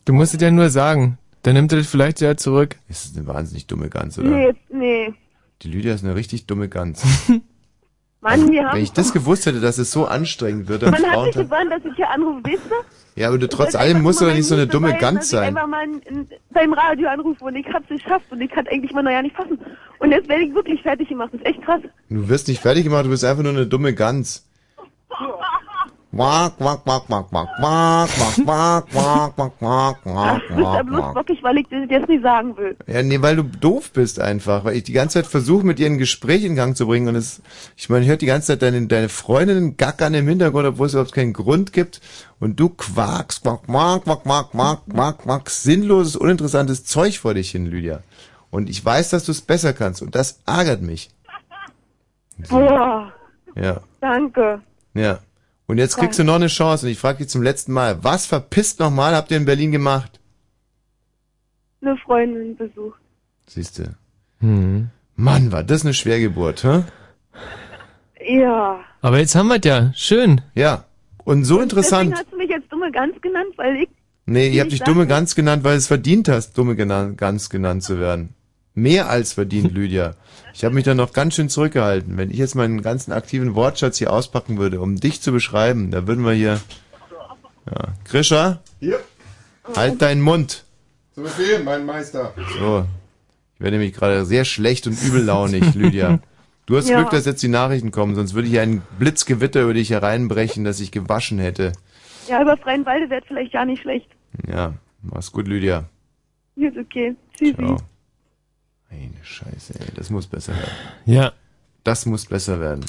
C: Du musst es ja nur sagen. Dann nimmt er das vielleicht ja zurück.
B: Das ist eine wahnsinnig dumme Gans, oder?
G: Nee, jetzt, nee.
B: Die Lydia ist eine richtig dumme Gans.
G: Mann, wir haben.
B: Wenn ich das gewusst hätte, dass es so anstrengend wird, dann
G: Man hat nicht
B: Frauentag.
G: gewarnt, dass ich hier anrufe, weißt du?
B: Ja, aber du trotz
G: Das ist
B: allem
G: einfach
B: musst du
G: immer
B: doch nicht so
G: mein
B: eine dumme
G: Lied dabei,
B: Gans
G: Dass ich
B: sein.
G: einfach mal in, in, beim Radio anrufe und ich hab's geschafft und ich kann eigentlich mal naja nicht fassen. Und jetzt werde ich wirklich fertig gemacht. Das ist echt krass.
B: Du wirst nicht fertig gemacht, du bist einfach nur eine dumme Gans. Quack, quack, quack, quack, quack, quack, quack, quack, quack, quack,
G: Ach,
B: quack,
G: das ist ja
B: quack,
G: bloß
B: quack.
G: wirklich, weil ich das jetzt nicht sagen will.
B: Ja, nee, weil du doof bist einfach, weil ich die ganze Zeit versuche, mit ihr ein Gespräch in Gang zu bringen und es, ich meine, ich höre die ganze Zeit deine, deine Freundinnen gackern im Hintergrund, obwohl es überhaupt keinen Grund gibt und du quakst, quack, quack, quack, quack, quack, quack, quack, sinnloses, uninteressantes Zeug vor dich hin, Lydia. Und ich weiß, dass du es besser kannst und das ärgert mich.
G: Boah,
B: Ja,
G: danke.
B: ja. Und jetzt kriegst du noch eine Chance und ich frage dich zum letzten Mal, was verpisst nochmal habt ihr in Berlin gemacht?
G: Eine Freundin besucht.
B: Siehste. Mann, war das eine Schwergeburt, hä?
G: Ja.
C: Aber jetzt haben wir es ja. Schön.
B: Ja. Und so interessant.
G: Deswegen hast du mich jetzt dumme Gans genannt, weil ich.
B: Nee, ich
G: Wie
B: habe
G: ich
B: dich
G: sagte-
B: dumme Gans genannt, weil du es verdient hast, dumme Gena- Gans genannt zu werden. Mehr als verdient, Lydia. Ich habe mich da noch ganz schön zurückgehalten. Wenn ich jetzt meinen ganzen aktiven Wortschatz hier auspacken würde, um dich zu beschreiben, da würden wir hier... Ja. Krischer?
I: Ja.
B: Halt deinen Mund.
I: Zu Befehl, mein Meister.
B: So. Ich werde nämlich gerade sehr schlecht und übellaunig, Lydia. Du hast
I: Ja.
B: Glück, dass jetzt die Nachrichten kommen, sonst würde hier ein Blitzgewitter über dich hereinbrechen, das ich gewaschen hätte.
G: Ja, über Freienwalde wäre vielleicht gar nicht schlecht.
B: Ja, mach's gut, Lydia.
G: Ist okay. Tschüssi.
B: Ciao. Eine Scheiße, ey. Das muss besser werden.
C: Ja.
B: Das muss besser werden.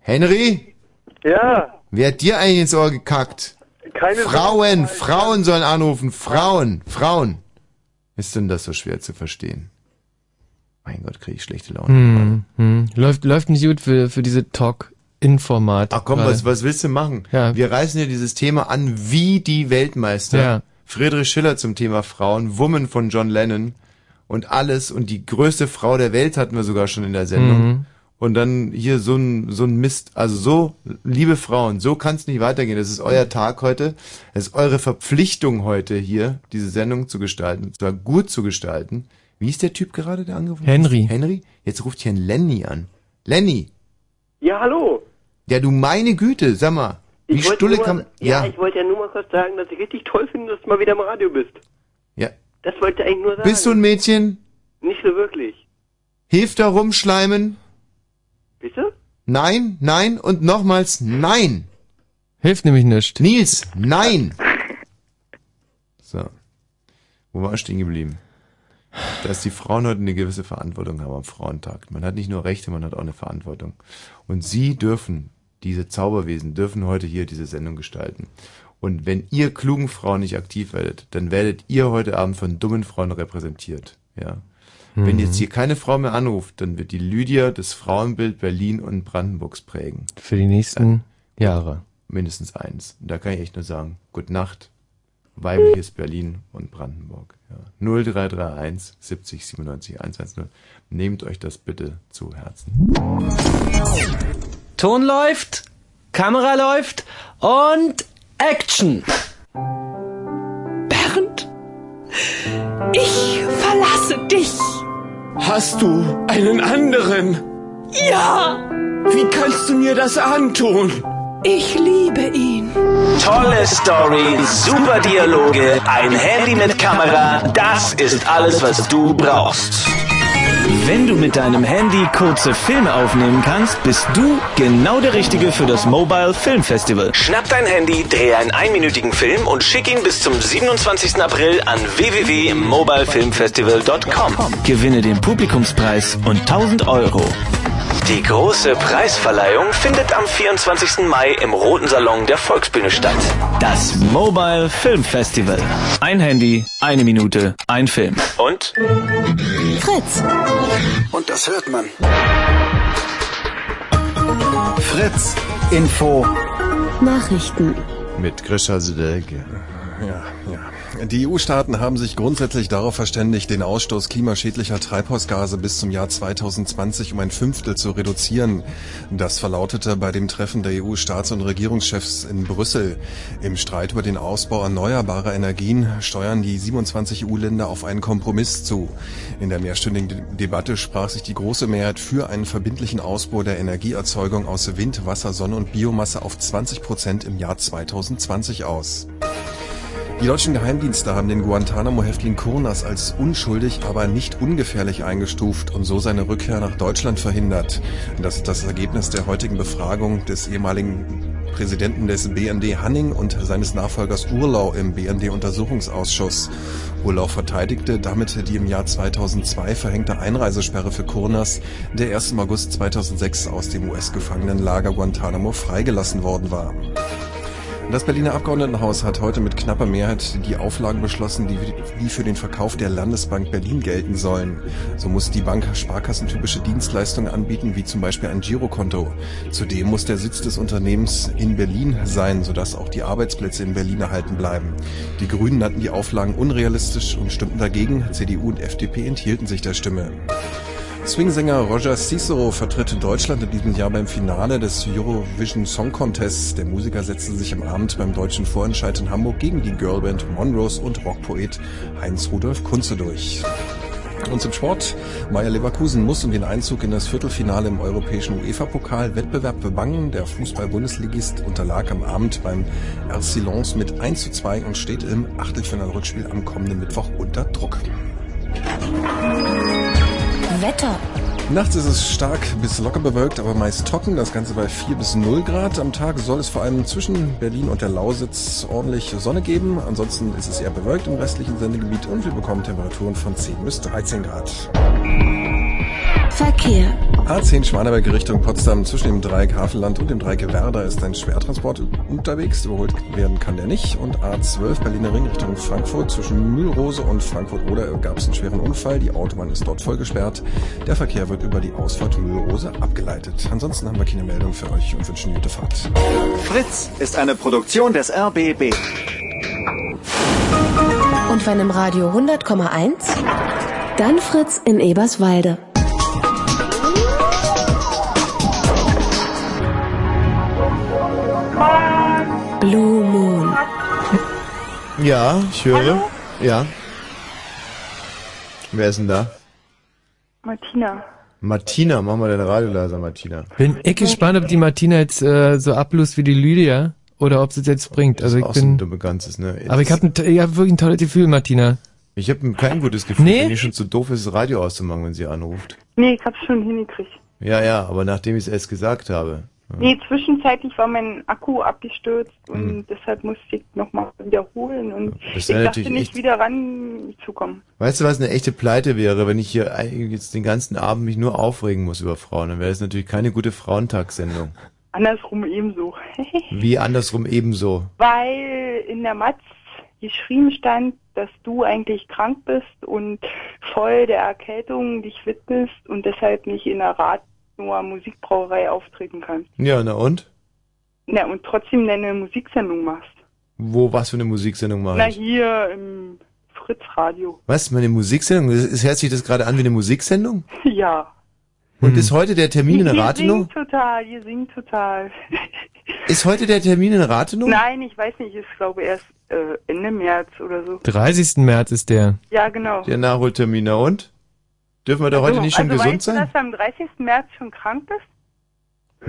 B: Henry?
J: Ja.
B: Wer hat dir eigentlich ins Ohr gekackt?
J: Keine
B: Frauen, Frauen sollen anrufen. Frauen, Frauen. Ist denn das so schwer zu verstehen? Mein Gott, kriege ich schlechte Laune.
C: Hm, hm. Läuft, läuft nicht gut für, für diese Talk-In-Format. Ach
B: Komm, was, was willst du machen? Wir reißen hier dieses Thema an wie die Weltmeister.
C: Ja.
B: Friedrich Schiller zum Thema Frauen, Woman von John Lennon und alles und die größte Frau der Welt hatten wir sogar schon in der Sendung.
C: Mhm.
B: Und dann hier so ein, so ein Mist. Also so, liebe Frauen, so kann es nicht weitergehen. Das ist euer Tag heute. Es ist eure Verpflichtung heute hier, diese Sendung zu gestalten. Und zwar gut zu gestalten. Wie ist der Typ gerade, der angerufen hat?
C: Henry.
B: Henry? Jetzt ruft hier ein Lenny an. Lenny!
J: Ja, hallo.
B: Ja, du meine Güte, sag mal. Wie
J: wollte
B: stulle
J: nur
B: kann...
J: mal, ja, ich wollte ja nur mal kurz sagen, dass ich richtig toll finde, dass du mal wieder im Radio bist.
B: Ja.
J: Das wollte ich eigentlich nur sagen.
B: Bist du ein Mädchen?
J: Nicht so wirklich.
B: Hilft da rumschleimen?
J: Bitte?
B: Nein, nein und nochmals nein.
C: Hilft nämlich nicht.
B: Nils, nein. So. Wo war ich stehen geblieben? Dass die Frauen heute eine gewisse Verantwortung haben am Frauentag. Man hat nicht nur Rechte, man hat auch eine Verantwortung. Und sie dürfen, diese Zauberwesen, dürfen heute hier diese Sendung gestalten. Und wenn ihr klugen Frauen nicht aktiv werdet, dann werdet ihr heute Abend von dummen Frauen repräsentiert. Ja. Wenn
C: Mhm.
B: jetzt hier keine Frau mehr anruft, dann wird die Lydia das Frauenbild Berlin und Brandenburgs prägen.
C: Für die nächsten Jahre.
B: Mindestens eins. Und da kann ich echt nur sagen, Gute Nacht, weibliches Berlin und Brandenburg. Ja. 0331 70 97 110. Nehmt euch das bitte zu Herzen.
K: Ton läuft, Kamera läuft und Action.
L: Bernd, ich verlasse dich.
M: Hast du einen anderen?
L: Ja,
M: Wie kannst du mir das antun?
N: Ich liebe ihn.
O: Tolle Story, super Dialoge, ein Handy mit Kamera, das ist alles, was du brauchst.
P: Wenn du mit deinem Handy kurze Filme aufnehmen kannst, bist du genau der Richtige für das Mobile Film Festival.
O: Schnapp dein Handy, drehe einen einminütigen Film und schick ihn bis zum 27. April an www.mobilefilmfestival.com.
P: Gewinne den Publikumspreis und 1000 Euro.
O: Die große Preisverleihung findet am 24. Mai im Roten Salon der Volksbühne statt.
P: Das Mobile Film Festival. Ein Handy, eine Minute, ein Film.
O: Und?
Q: Fritz.
R: Und das hört man. Fritz. Info.
Q: Nachrichten.
S: Mit Grisha Sedelke. Ja, ja. Die EU-Staaten haben sich grundsätzlich darauf verständigt, den Ausstoß klimaschädlicher Treibhausgase bis zum Jahr 2020 um ein Fünftel zu reduzieren. Das verlautete bei dem Treffen der EU-Staats- und Regierungschefs in Brüssel. Im Streit über den Ausbau erneuerbarer Energien steuern die 27 EU-Länder auf einen Kompromiss zu. In der mehrstündigen De Debatte sprach sich die große Mehrheit für einen verbindlichen Ausbau der Energieerzeugung aus Wind, Wasser, Sonne und Biomasse auf 20 Prozent im Jahr 2020 aus. Die deutschen Geheimdienste haben den Guantanamo-Häftling Kurnas als unschuldig, aber nicht ungefährlich eingestuft und so seine Rückkehr nach Deutschland verhindert. Das ist das Ergebnis der heutigen Befragung des ehemaligen Präsidenten des BND Hanning und seines Nachfolgers Urlau im BND-Untersuchungsausschuss. Urlau verteidigte damit die im Jahr 2002 verhängte Einreisesperre für Kurnas, der erst im August 2006 aus dem US-Gefangenenlager Guantanamo freigelassen worden war. Das Berliner Abgeordnetenhaus hat heute mit knapper Mehrheit die Auflagen beschlossen, die, die für den Verkauf der Landesbank Berlin gelten sollen. So muss die Bank sparkassentypische Dienstleistungen anbieten, wie zum Beispiel ein Girokonto. Zudem muss der Sitz des Unternehmens in Berlin sein, sodass auch die Arbeitsplätze in Berlin erhalten bleiben. Die Grünen nannten die Auflagen unrealistisch und stimmten dagegen. CDU und FDP enthielten sich der Stimme. Swingsänger Roger Cicero vertritt Deutschland in diesem Jahr beim Finale des Eurovision Song Contests. Der Musiker setzte sich am Abend beim deutschen Vorentscheid in Hamburg gegen die Girlband Monrose und Rockpoet Heinz Rudolf Kunze durch. Und zum Sport. Bayer Leverkusen muss um den Einzug in das Viertelfinale im europäischen UEFA-Pokal Wettbewerb bebangen. Der Fußball-Bundesligist unterlag am Abend beim RC Lens mit 1 zu 2 und steht im Achtelfinalrückspiel am kommenden Mittwoch unter Druck.
Q: Wetter.
S: Nachts ist es stark bis locker bewölkt, aber meist trocken. Das Ganze bei 4 bis 0 Grad. Am Tag soll es vor allem zwischen Berlin und der Lausitz ordentlich Sonne geben. Ansonsten ist es eher bewölkt im restlichen Sendegebiet und wir bekommen Temperaturen von 10 bis 13 Grad.
Q: Verkehr.
S: A10 Schwaneberg Richtung Potsdam zwischen dem Dreieck Havelland und dem Dreieck Werder ist ein Schwertransport unterwegs. Überholt werden kann der nicht. Und A12 Berliner Ring Richtung Frankfurt zwischen Mühlrose und Frankfurt-Oder gab es einen schweren Unfall. Die Autobahn ist dort voll gesperrt. Der Verkehr wird über die Ausfahrt Mühlrose abgeleitet. Ansonsten haben wir keine Meldung für euch und wünschen gute Fahrt.
O: Fritz ist eine Produktion des RBB.
Q: Und wenn im Radio 100,1, dann Fritz in Eberswalde. Blue Moon.
B: Ja, ich höre. Ja. Wer ist denn da?
T: Martina.
B: Martina, mach mal dein Radio leiser, Martina.
C: Bin ich gespannt, ob die Martina jetzt äh, so ablust wie die Lydia oder ob sie es jetzt bringt. Also ich
B: Auch so ein
C: bin.
B: dummes Ganzes, ne?
C: Aber ich habe hab wirklich ein tolles Gefühl, Martina.
B: Ich habe kein gutes Gefühl,
C: Nee?
B: wenn die schon zu doof ist, das Radio auszumachen, wenn sie anruft.
T: Nee, ich hab's schon hingekriegt.
B: Ja, ja, aber nachdem ich es erst gesagt habe.
T: Nee, zwischenzeitlich war mein Akku abgestürzt und
B: Hm.
T: deshalb musste ich nochmal wiederholen und ich
B: Das wäre
T: dachte
B: natürlich
T: nicht
B: echt-
T: wieder ranzukommen.
B: Weißt du, was eine echte Pleite wäre, wenn ich hier eigentlich jetzt den ganzen Abend mich nur aufregen muss über Frauen? Dann wäre es natürlich keine gute Frauentagssendung.
T: Andersrum ebenso.
B: Wie andersrum ebenso.
T: Weil in der Matz geschrieben stand, dass du eigentlich krank bist und voll der Erkältung dich widmest und deshalb nicht in der Radnoer Musikbrauerei auftreten kannst.
B: Ja, na und?
T: Na, und trotzdem deine Musiksendung machst.
B: Wo, was für eine Musiksendung
T: Na,
B: mache ich?
T: hier im Fritz-Radio.
B: Was, meine Musiksendung? Das ist, hört sich das gerade an wie eine Musiksendung?
T: Ja.
B: Und ist heute der Termin in
T: Ihr
B: Rathenow?
T: singt total, ihr singt total.
B: Ist heute der Termin in Rathenow?
T: Nein, ich weiß nicht, ich glaube erst äh, Ende März oder so.
C: 30. März ist der.
T: Ja, genau.
B: Der Nachholtermin, na und? Dürfen wir da heute
T: So,
B: nicht schon
T: also
B: gesund
T: weißt
B: sein?
T: Du, dass du am 30. März schon krank bist?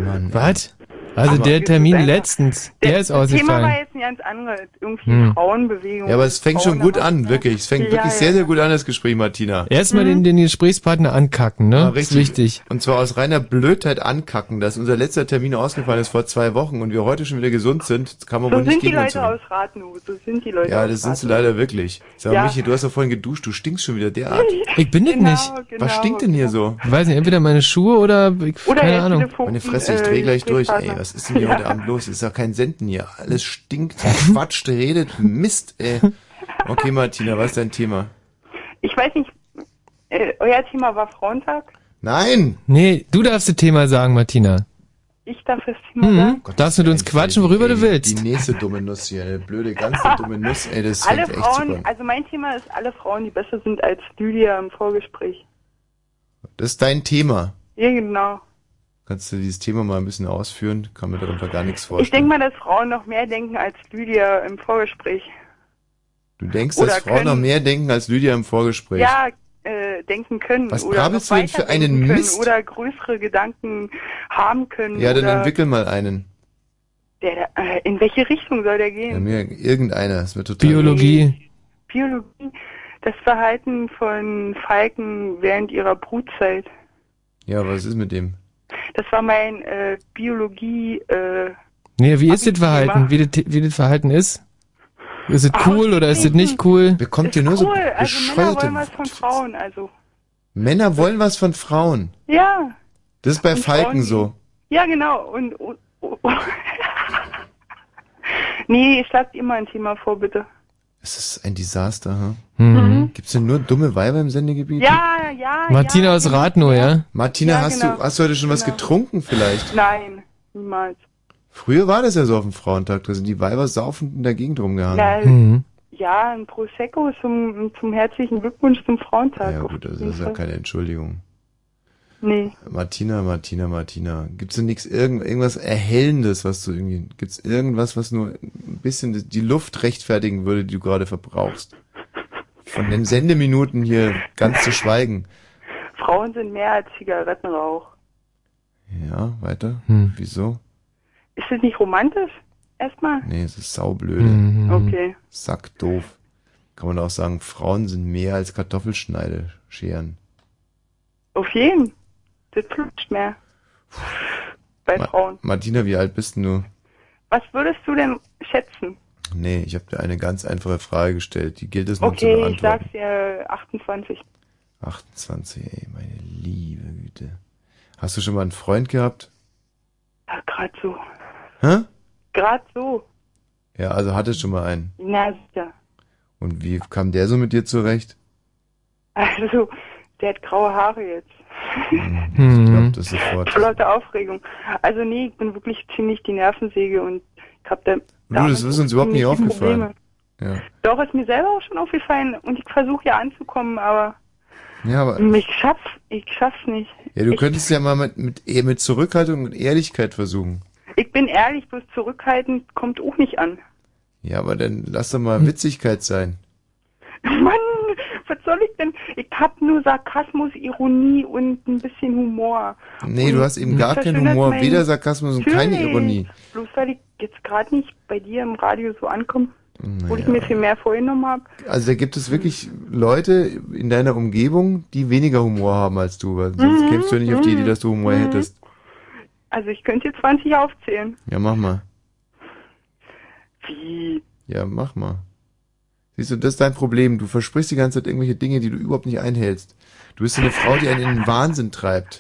C: Mann. Was? Also der Termin letztens, der, ist
T: Das Thema war
C: ausgefallen.
T: jetzt ein ganz anderes. Irgendwie
C: Hm.
T: Frauenbewegung.
B: Ja, aber es fängt schon gut an, wirklich. Es fängt
T: Ja,
B: wirklich
T: ja. Mhm.
B: sehr, sehr gut an, das Gespräch, Martina.
C: Erstmal
B: Mhm.
C: den, den Gesprächspartner ankacken, ne?
B: Ah, richtig. wichtig. Und zwar aus reiner Blödheit ankacken, dass unser letzter Termin ausgefallen ist vor zwei Wochen und wir heute schon wieder gesund sind, kann man
T: So
B: wohl nicht
T: sind die
B: gegen uns
T: Leute
B: haben.
T: aus Rathenow. So sind die Leute
B: Ja,
T: aus
B: das sind sie
T: Rathenow.
B: leider wirklich. Sag mal,
T: Ja.
B: Michi, du hast ja vorhin geduscht, du stinkst schon wieder derart.
C: Ich bin das
T: Genau,
C: nicht.
T: genau, Was stinkt
B: denn hier so?
C: Ich weiß nicht, entweder meine Schuhe oder, ich,
T: Oder
C: keine
T: der
C: Ahnung.
T: Telefon-
B: Meine Fresse, ich
T: äh,
B: dreh gleich durch. Ey,
T: Gesprächspartner.
B: was ist denn hier heute
T: Ja.
B: Abend los? Ist ja kein Senden hier. Alles stinkt, quatscht, redet, Mist, ey. Okay, Martina, was ist dein Thema?
T: Ich weiß nicht, äh, euer Thema war Frauentag.
B: Nein!
C: Nee, du darfst das Thema sagen, Martina.
T: Ich darf das Thema
C: Mhm.
B: Oh
T: sagen.
C: Darfst du mit uns quatschen, worüber du willst?
B: Die nächste dumme Nuss hier, eine blöde, ganze dumme Nuss, ey, das
T: alle
B: fängt echt super
T: Frauen,
B: an.
T: also mein Thema ist alle Frauen, die besser sind als Lydia im Vorgespräch.
B: Das ist dein Thema.
T: Ja, genau.
B: Kannst du dieses Thema mal ein bisschen ausführen? Kann mir darunter gar nichts
T: Ich
B: vorstellen.
T: denke mal, dass Frauen noch mehr denken als Lydia im Vorgespräch.
B: Du denkst,
T: Oder
B: dass Frauen
T: können-
B: noch mehr denken als Lydia im Vorgespräch.
T: Ja, äh, denken können.
B: Was
T: oder
B: brabbelst
T: noch
B: du denn für einen
T: weiterdenken können
B: Mist?
T: Oder größere Gedanken haben können.
B: Ja, dann
T: oder
B: entwickel mal einen.
T: der, äh, In welche Richtung soll der gehen?
B: Ja, mir irgendeiner. Ist mir total
C: Biologie.
T: Biologie, das Verhalten von Falken während ihrer Brutzeit.
B: Ja, was ist mit dem?
T: Das war mein äh, Biologie. Äh,
C: Nee, wie ist das Verhalten? Wie das, wie das Verhalten ist? Ist es cool oder ist es nicht cool?
B: Bekommt ihr
T: cool,
B: nur so
T: also Männer wollen
B: bescheuerte...
T: was von Frauen, also.
B: Männer wollen was von Frauen.
T: Ja,
B: Das ist bei
T: Und
B: Falken
T: Frauen-
B: so.
T: ja, genau. Und. und und- nee, schlagt immer ein Thema vor, bitte.
B: Es ist ein Desaster, huh?
C: Mhm.
B: Gibt's denn nur dumme Weiber im Sendegebiet?
T: Ja, ja,
C: Martina aus Rathenow, ja?
B: Martina,
T: Ja,
B: hast,
T: genau.
B: du, hast du heute schon was
T: Genau.
B: getrunken
T: ja.
B: vielleicht?
T: Nein, niemals.
B: Früher war das ja so auf dem Frauentag, da sind die Weiber saufend in der Gegend
T: Na,
B: rumgehangen.
C: Mhm.
T: Ja, ein Prosecco zum, zum herzlichen Glückwunsch zum Frauentag.
B: Ja gut, also das ist ja keine Entschuldigung.
T: Nee.
B: Martina, Martina, Martina. Gibt's denn nichts, irgend, irgendwas Erhellendes, was du irgendwie, gibt's irgendwas, was nur ein bisschen die Luft rechtfertigen würde, die du gerade verbrauchst? Von den Sendeminuten hier ganz zu schweigen.
T: Frauen sind mehr als Zigarettenrauch.
B: Ja, weiter? Wieso?
T: Ist das nicht romantisch? Erstmal?
B: Nee, es ist saublöde.
T: Okay.
B: Sack doof. Kann man auch sagen, Frauen sind mehr als Kartoffelschneide, Scheren.
T: Auf jeden. Das flutscht mehr. Bei Frauen.
B: Martina, wie alt bist denn du?
T: Was würdest du denn schätzen?
B: Nee, ich habe dir eine ganz einfache Frage gestellt. Die gilt es nur zu
T: Okay, ich
B: beantworten.
T: sag's dir 28.
B: 28, ey, meine liebe Güte. Hast du schon mal einen Freund gehabt?
T: Ja, Äh, grad so.
B: Hä?
T: Grad so.
B: Ja, also hattest schon mal einen.
T: Na sicher.
B: Und wie kam der so mit dir zurecht?
T: Also, der hat graue Haare jetzt.
B: Ich glaube das sofort.
T: Vor lauter Aufregung. Also nee, ich bin wirklich ziemlich die Nervensäge und ich hab da...
B: Du, das ist uns überhaupt nicht
T: ziemlich die
B: aufgefallen.
T: Probleme.
B: Ja.
T: Doch, ist mir selber auch schon aufgefallen und ich versuche ja anzukommen, aber
B: ja, aber
T: ich schaff, ich schaff's nicht.
B: ja, du könntest ja mal mit, mit, eh- mit Zurückhaltung und Ehrlichkeit versuchen.
T: Ich bin ehrlich, bloß zurückhaltend kommt auch nicht an.
B: Ja, aber dann lass doch mal Witzigkeit sein.
T: Mann, was soll ich denn? Ich hab nur Sarkasmus, Ironie und ein bisschen Humor.
B: Nee, du hast eben gar keinen
T: verschönert
B: Humor,
T: mein-
B: weder Sarkasmus und keine
T: Natürlich.
B: Ironie.
T: Bloß weil ich jetzt gerade nicht bei dir im Radio so ankomme, wo ich
B: Naja.
T: mir viel mehr vorgenommen habe.
B: Also da gibt es wirklich Leute in deiner Umgebung, die weniger Humor haben als du, weil sonst
T: Mhm,
B: kämst du nicht auf die Idee,
T: mhm,
B: dass du Humor
T: mhm.
B: hättest.
T: Also ich könnte hier 20 aufzählen.
B: Ja, mach mal.
T: Wie?
B: Ja, mach mal. Siehst du, das ist dein Problem. Du versprichst die ganze Zeit irgendwelche Dinge, die du überhaupt nicht einhältst. Du bist so eine Frau, die einen in den Wahnsinn treibt.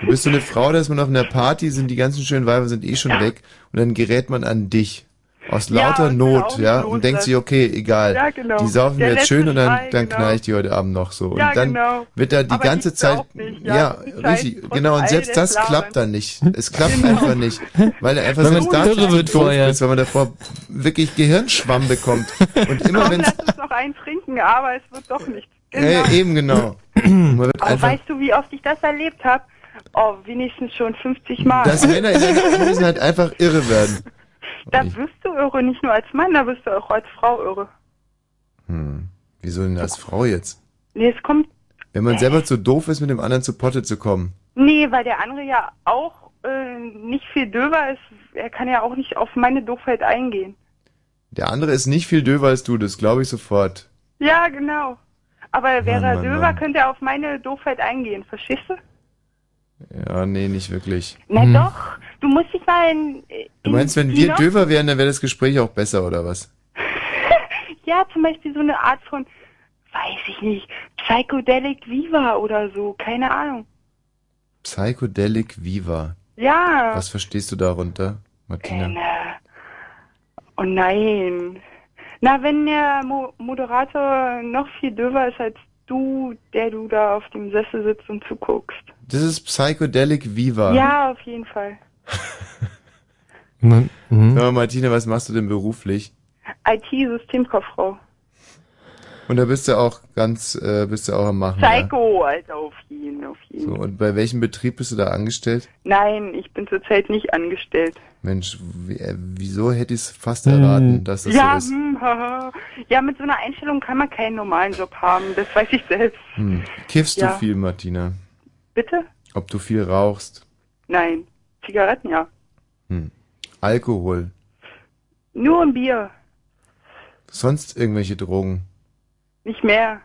B: Du bist so eine Frau, dass man auf einer Party sind, die ganzen schönen Weiber sind eh schon weg und dann gerät man an dich. Aus lauter
S: genau,
B: Not, ja, und denkt sich, okay, egal.
S: Ja, genau.
B: Die saufen
S: Der
B: wir jetzt
S: letzte
B: schön und dann,
S: Schrei,
B: dann
S: genau.
B: knall ich die heute Abend noch so. Und
S: Ja,
B: dann
S: genau.
B: wird da die
S: Aber
B: ganze
S: die
B: Zeit,
S: glaubt nicht,
B: ja,
S: ja, die Zeit
B: richtig,
S: trotz
B: genau, und
S: all
B: selbst
S: des
B: das klappt dann nicht. Es
T: Genau.
B: klappt einfach nicht, weil er einfach
C: Wenn man
B: so
C: irre
B: darstellend
C: wird
B: doof
C: vorher.
B: ist, weil man davor wirklich Gehirnschwamm bekommt. Und immer
T: Komm,
B: wenn
T: lass uns noch einen trinken, aber es wird doch nichts.
B: Ja, eben genau. Man wird
T: Aber
B: einfach,
T: weißt du, wie oft ich das erlebt habe? Oh, wenigstens schon 50 Mal.
B: dass Männer in der Anwesenheit einfach irre werden.
T: Da wirst du irre, nicht nur als Mann, da wirst du auch als Frau irre.
B: Hm. Wieso denn als Frau jetzt?
T: Nee, es kommt,
B: Wenn man selber zu doof ist, mit dem anderen zu Potte zu kommen.
T: nee, weil der andere ja auch äh, nicht viel döver ist, er kann ja auch nicht auf meine Doofheit eingehen.
B: Der andere ist nicht viel döver als du, das glaube ich sofort.
T: Ja, genau. Aber wäre
B: Mann,
T: er
B: Mann,
T: döver,
B: Mann.
T: könnte er auf meine Doofheit eingehen, verstehst du?
B: Ja, nee, nicht wirklich. Hm.
T: Na doch, du musst dich mal in,
B: Du meinst, wenn
T: die
B: wir
T: noch-
B: döver wären, dann wäre das Gespräch auch besser, oder was?
T: Ja, zum Beispiel so eine Art von, weiß ich nicht, Psychedelic Viva oder so, keine Ahnung.
B: Psychedelic Viva.
T: Ja.
B: Was verstehst du darunter, Martina?
T: Oh nein. Na, wenn der Mo Moderator noch viel döver ist als du, der du da auf dem Sessel sitzt und zuguckst.
B: Das ist Psychedelic Viva.
T: Ja, auf jeden Fall.
C: Man,
B: So, Martina, was machst du denn beruflich?
T: IT-Systemkauffrau.
B: Und da bist du auch ganz, äh, bist du auch am Machen. ja?
T: Psycho, also auf jeden, auf jeden.
B: So, und bei welchem Betrieb bist du da angestellt?
T: Nein, ich bin zurzeit nicht angestellt.
B: Mensch, wie, äh, wieso hätte ich es fast erraten, dass das
T: ja,
B: so ist?
T: hm, haha. ja, mit so einer Einstellung kann man keinen normalen Job haben, das weiß ich selbst.
B: Hm. Kiffst
T: Ja.
B: du viel, Martina?
T: Bitte?
B: Ob du viel rauchst?
T: Nein. Zigaretten, ja.
B: Hm. Alkohol?
T: Nur ein Bier,
B: Sonst irgendwelche Drogen?
T: nicht mehr.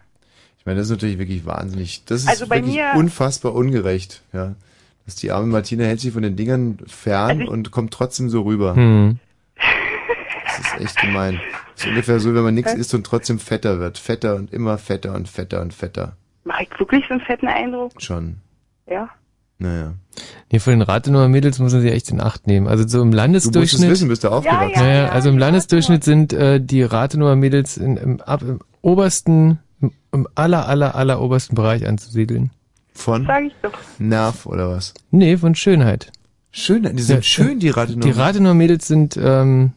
B: Ich meine, das ist natürlich wirklich wahnsinnig. Das ist
T: Also bei
B: wirklich
T: mir-
B: unfassbar ungerecht, ja. Dass die arme Martina hält sich von den Dingern
T: Also
B: fern und kommt trotzdem so rüber.
C: Hm.
B: Das ist echt gemein. Das ist ungefähr so, wenn man nichts
T: Hä?
B: isst und trotzdem fetter wird. Fetter und immer fetter und fetter und fetter.
T: Mach ich wirklich so einen fetten Eindruck?
B: Schon.
T: Ja.
B: Naja.
C: Nee, vor den Ratenummer Mädels muss man sich echt in Acht nehmen. Also so im
B: Du musst
C: Landesdurchschnitt.
B: es wissen, bist du aufgewachsen.
C: Ja, ja, also im Landesdurchschnitt sind äh, die Ratenummer Mädels in, im, ab, im obersten, im, im aller, aller, aller obersten Bereich anzusiedeln.
B: Von?
T: Sag ich doch.
B: Nerv oder was?
C: Nee, von Schönheit.
B: Schönheit, die sind schön, die Ratenummer.
C: Die Ratenummer Mädels sind, ähm,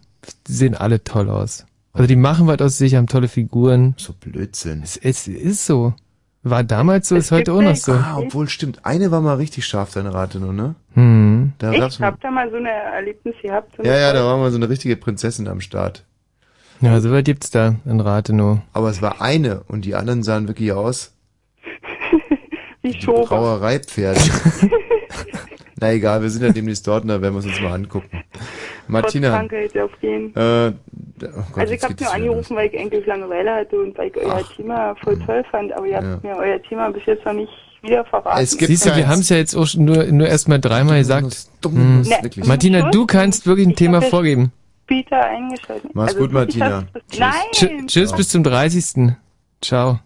C: die sehen alle toll aus. Also die machen was aus sich, haben tolle Figuren.
B: So Blödsinn.
C: Es, es ist so. War damals so, ist heute auch noch so.
B: Ah, obwohl stimmt. Eine war mal richtig scharf, deine Rate nur, ne?
C: Hm.
B: Da gab's
T: ich
B: mal,
T: hab da mal so ein Erlebnis gehabt. so
B: ja,
T: eine-
B: ja, da war mal so eine richtige Prinzessin am Start.
C: Ja, so weit gibt's da in Rathenow.
B: Aber es war eine und die anderen sahen wirklich aus
T: Wie
B: die Brauereipferde. Na egal, wir sind ja demnächst dort und da werden wir es uns mal angucken. Martina,
T: Gott, Krankheit, auf jeden.
B: äh, oh Gott,
T: also ich
B: jetzt
T: hab nur
B: geht es wieder los.
T: angerufen, weil ich eigentlich Langeweile hatte und weil ich euer Thema voll toll fand, aber ihr habt mir euer Thema bis jetzt noch nicht wieder verraten.
C: Siehst du, wir haben es ja jetzt auch schon nur, nur erst mal dreimal gesagt. Hm.
T: dumm,
U: Ne,
T: das ist wirklich-
C: Martina, du kannst wirklich ein Thema
T: jetzt-
C: vorgeben.
T: Peter eingeschaltet.
C: Mach's
U: Also
C: gut,
T: das ist nicht
C: Martina.
T: das- Nein!
C: Tsch- Tschüss, bis zum 30. Ciao.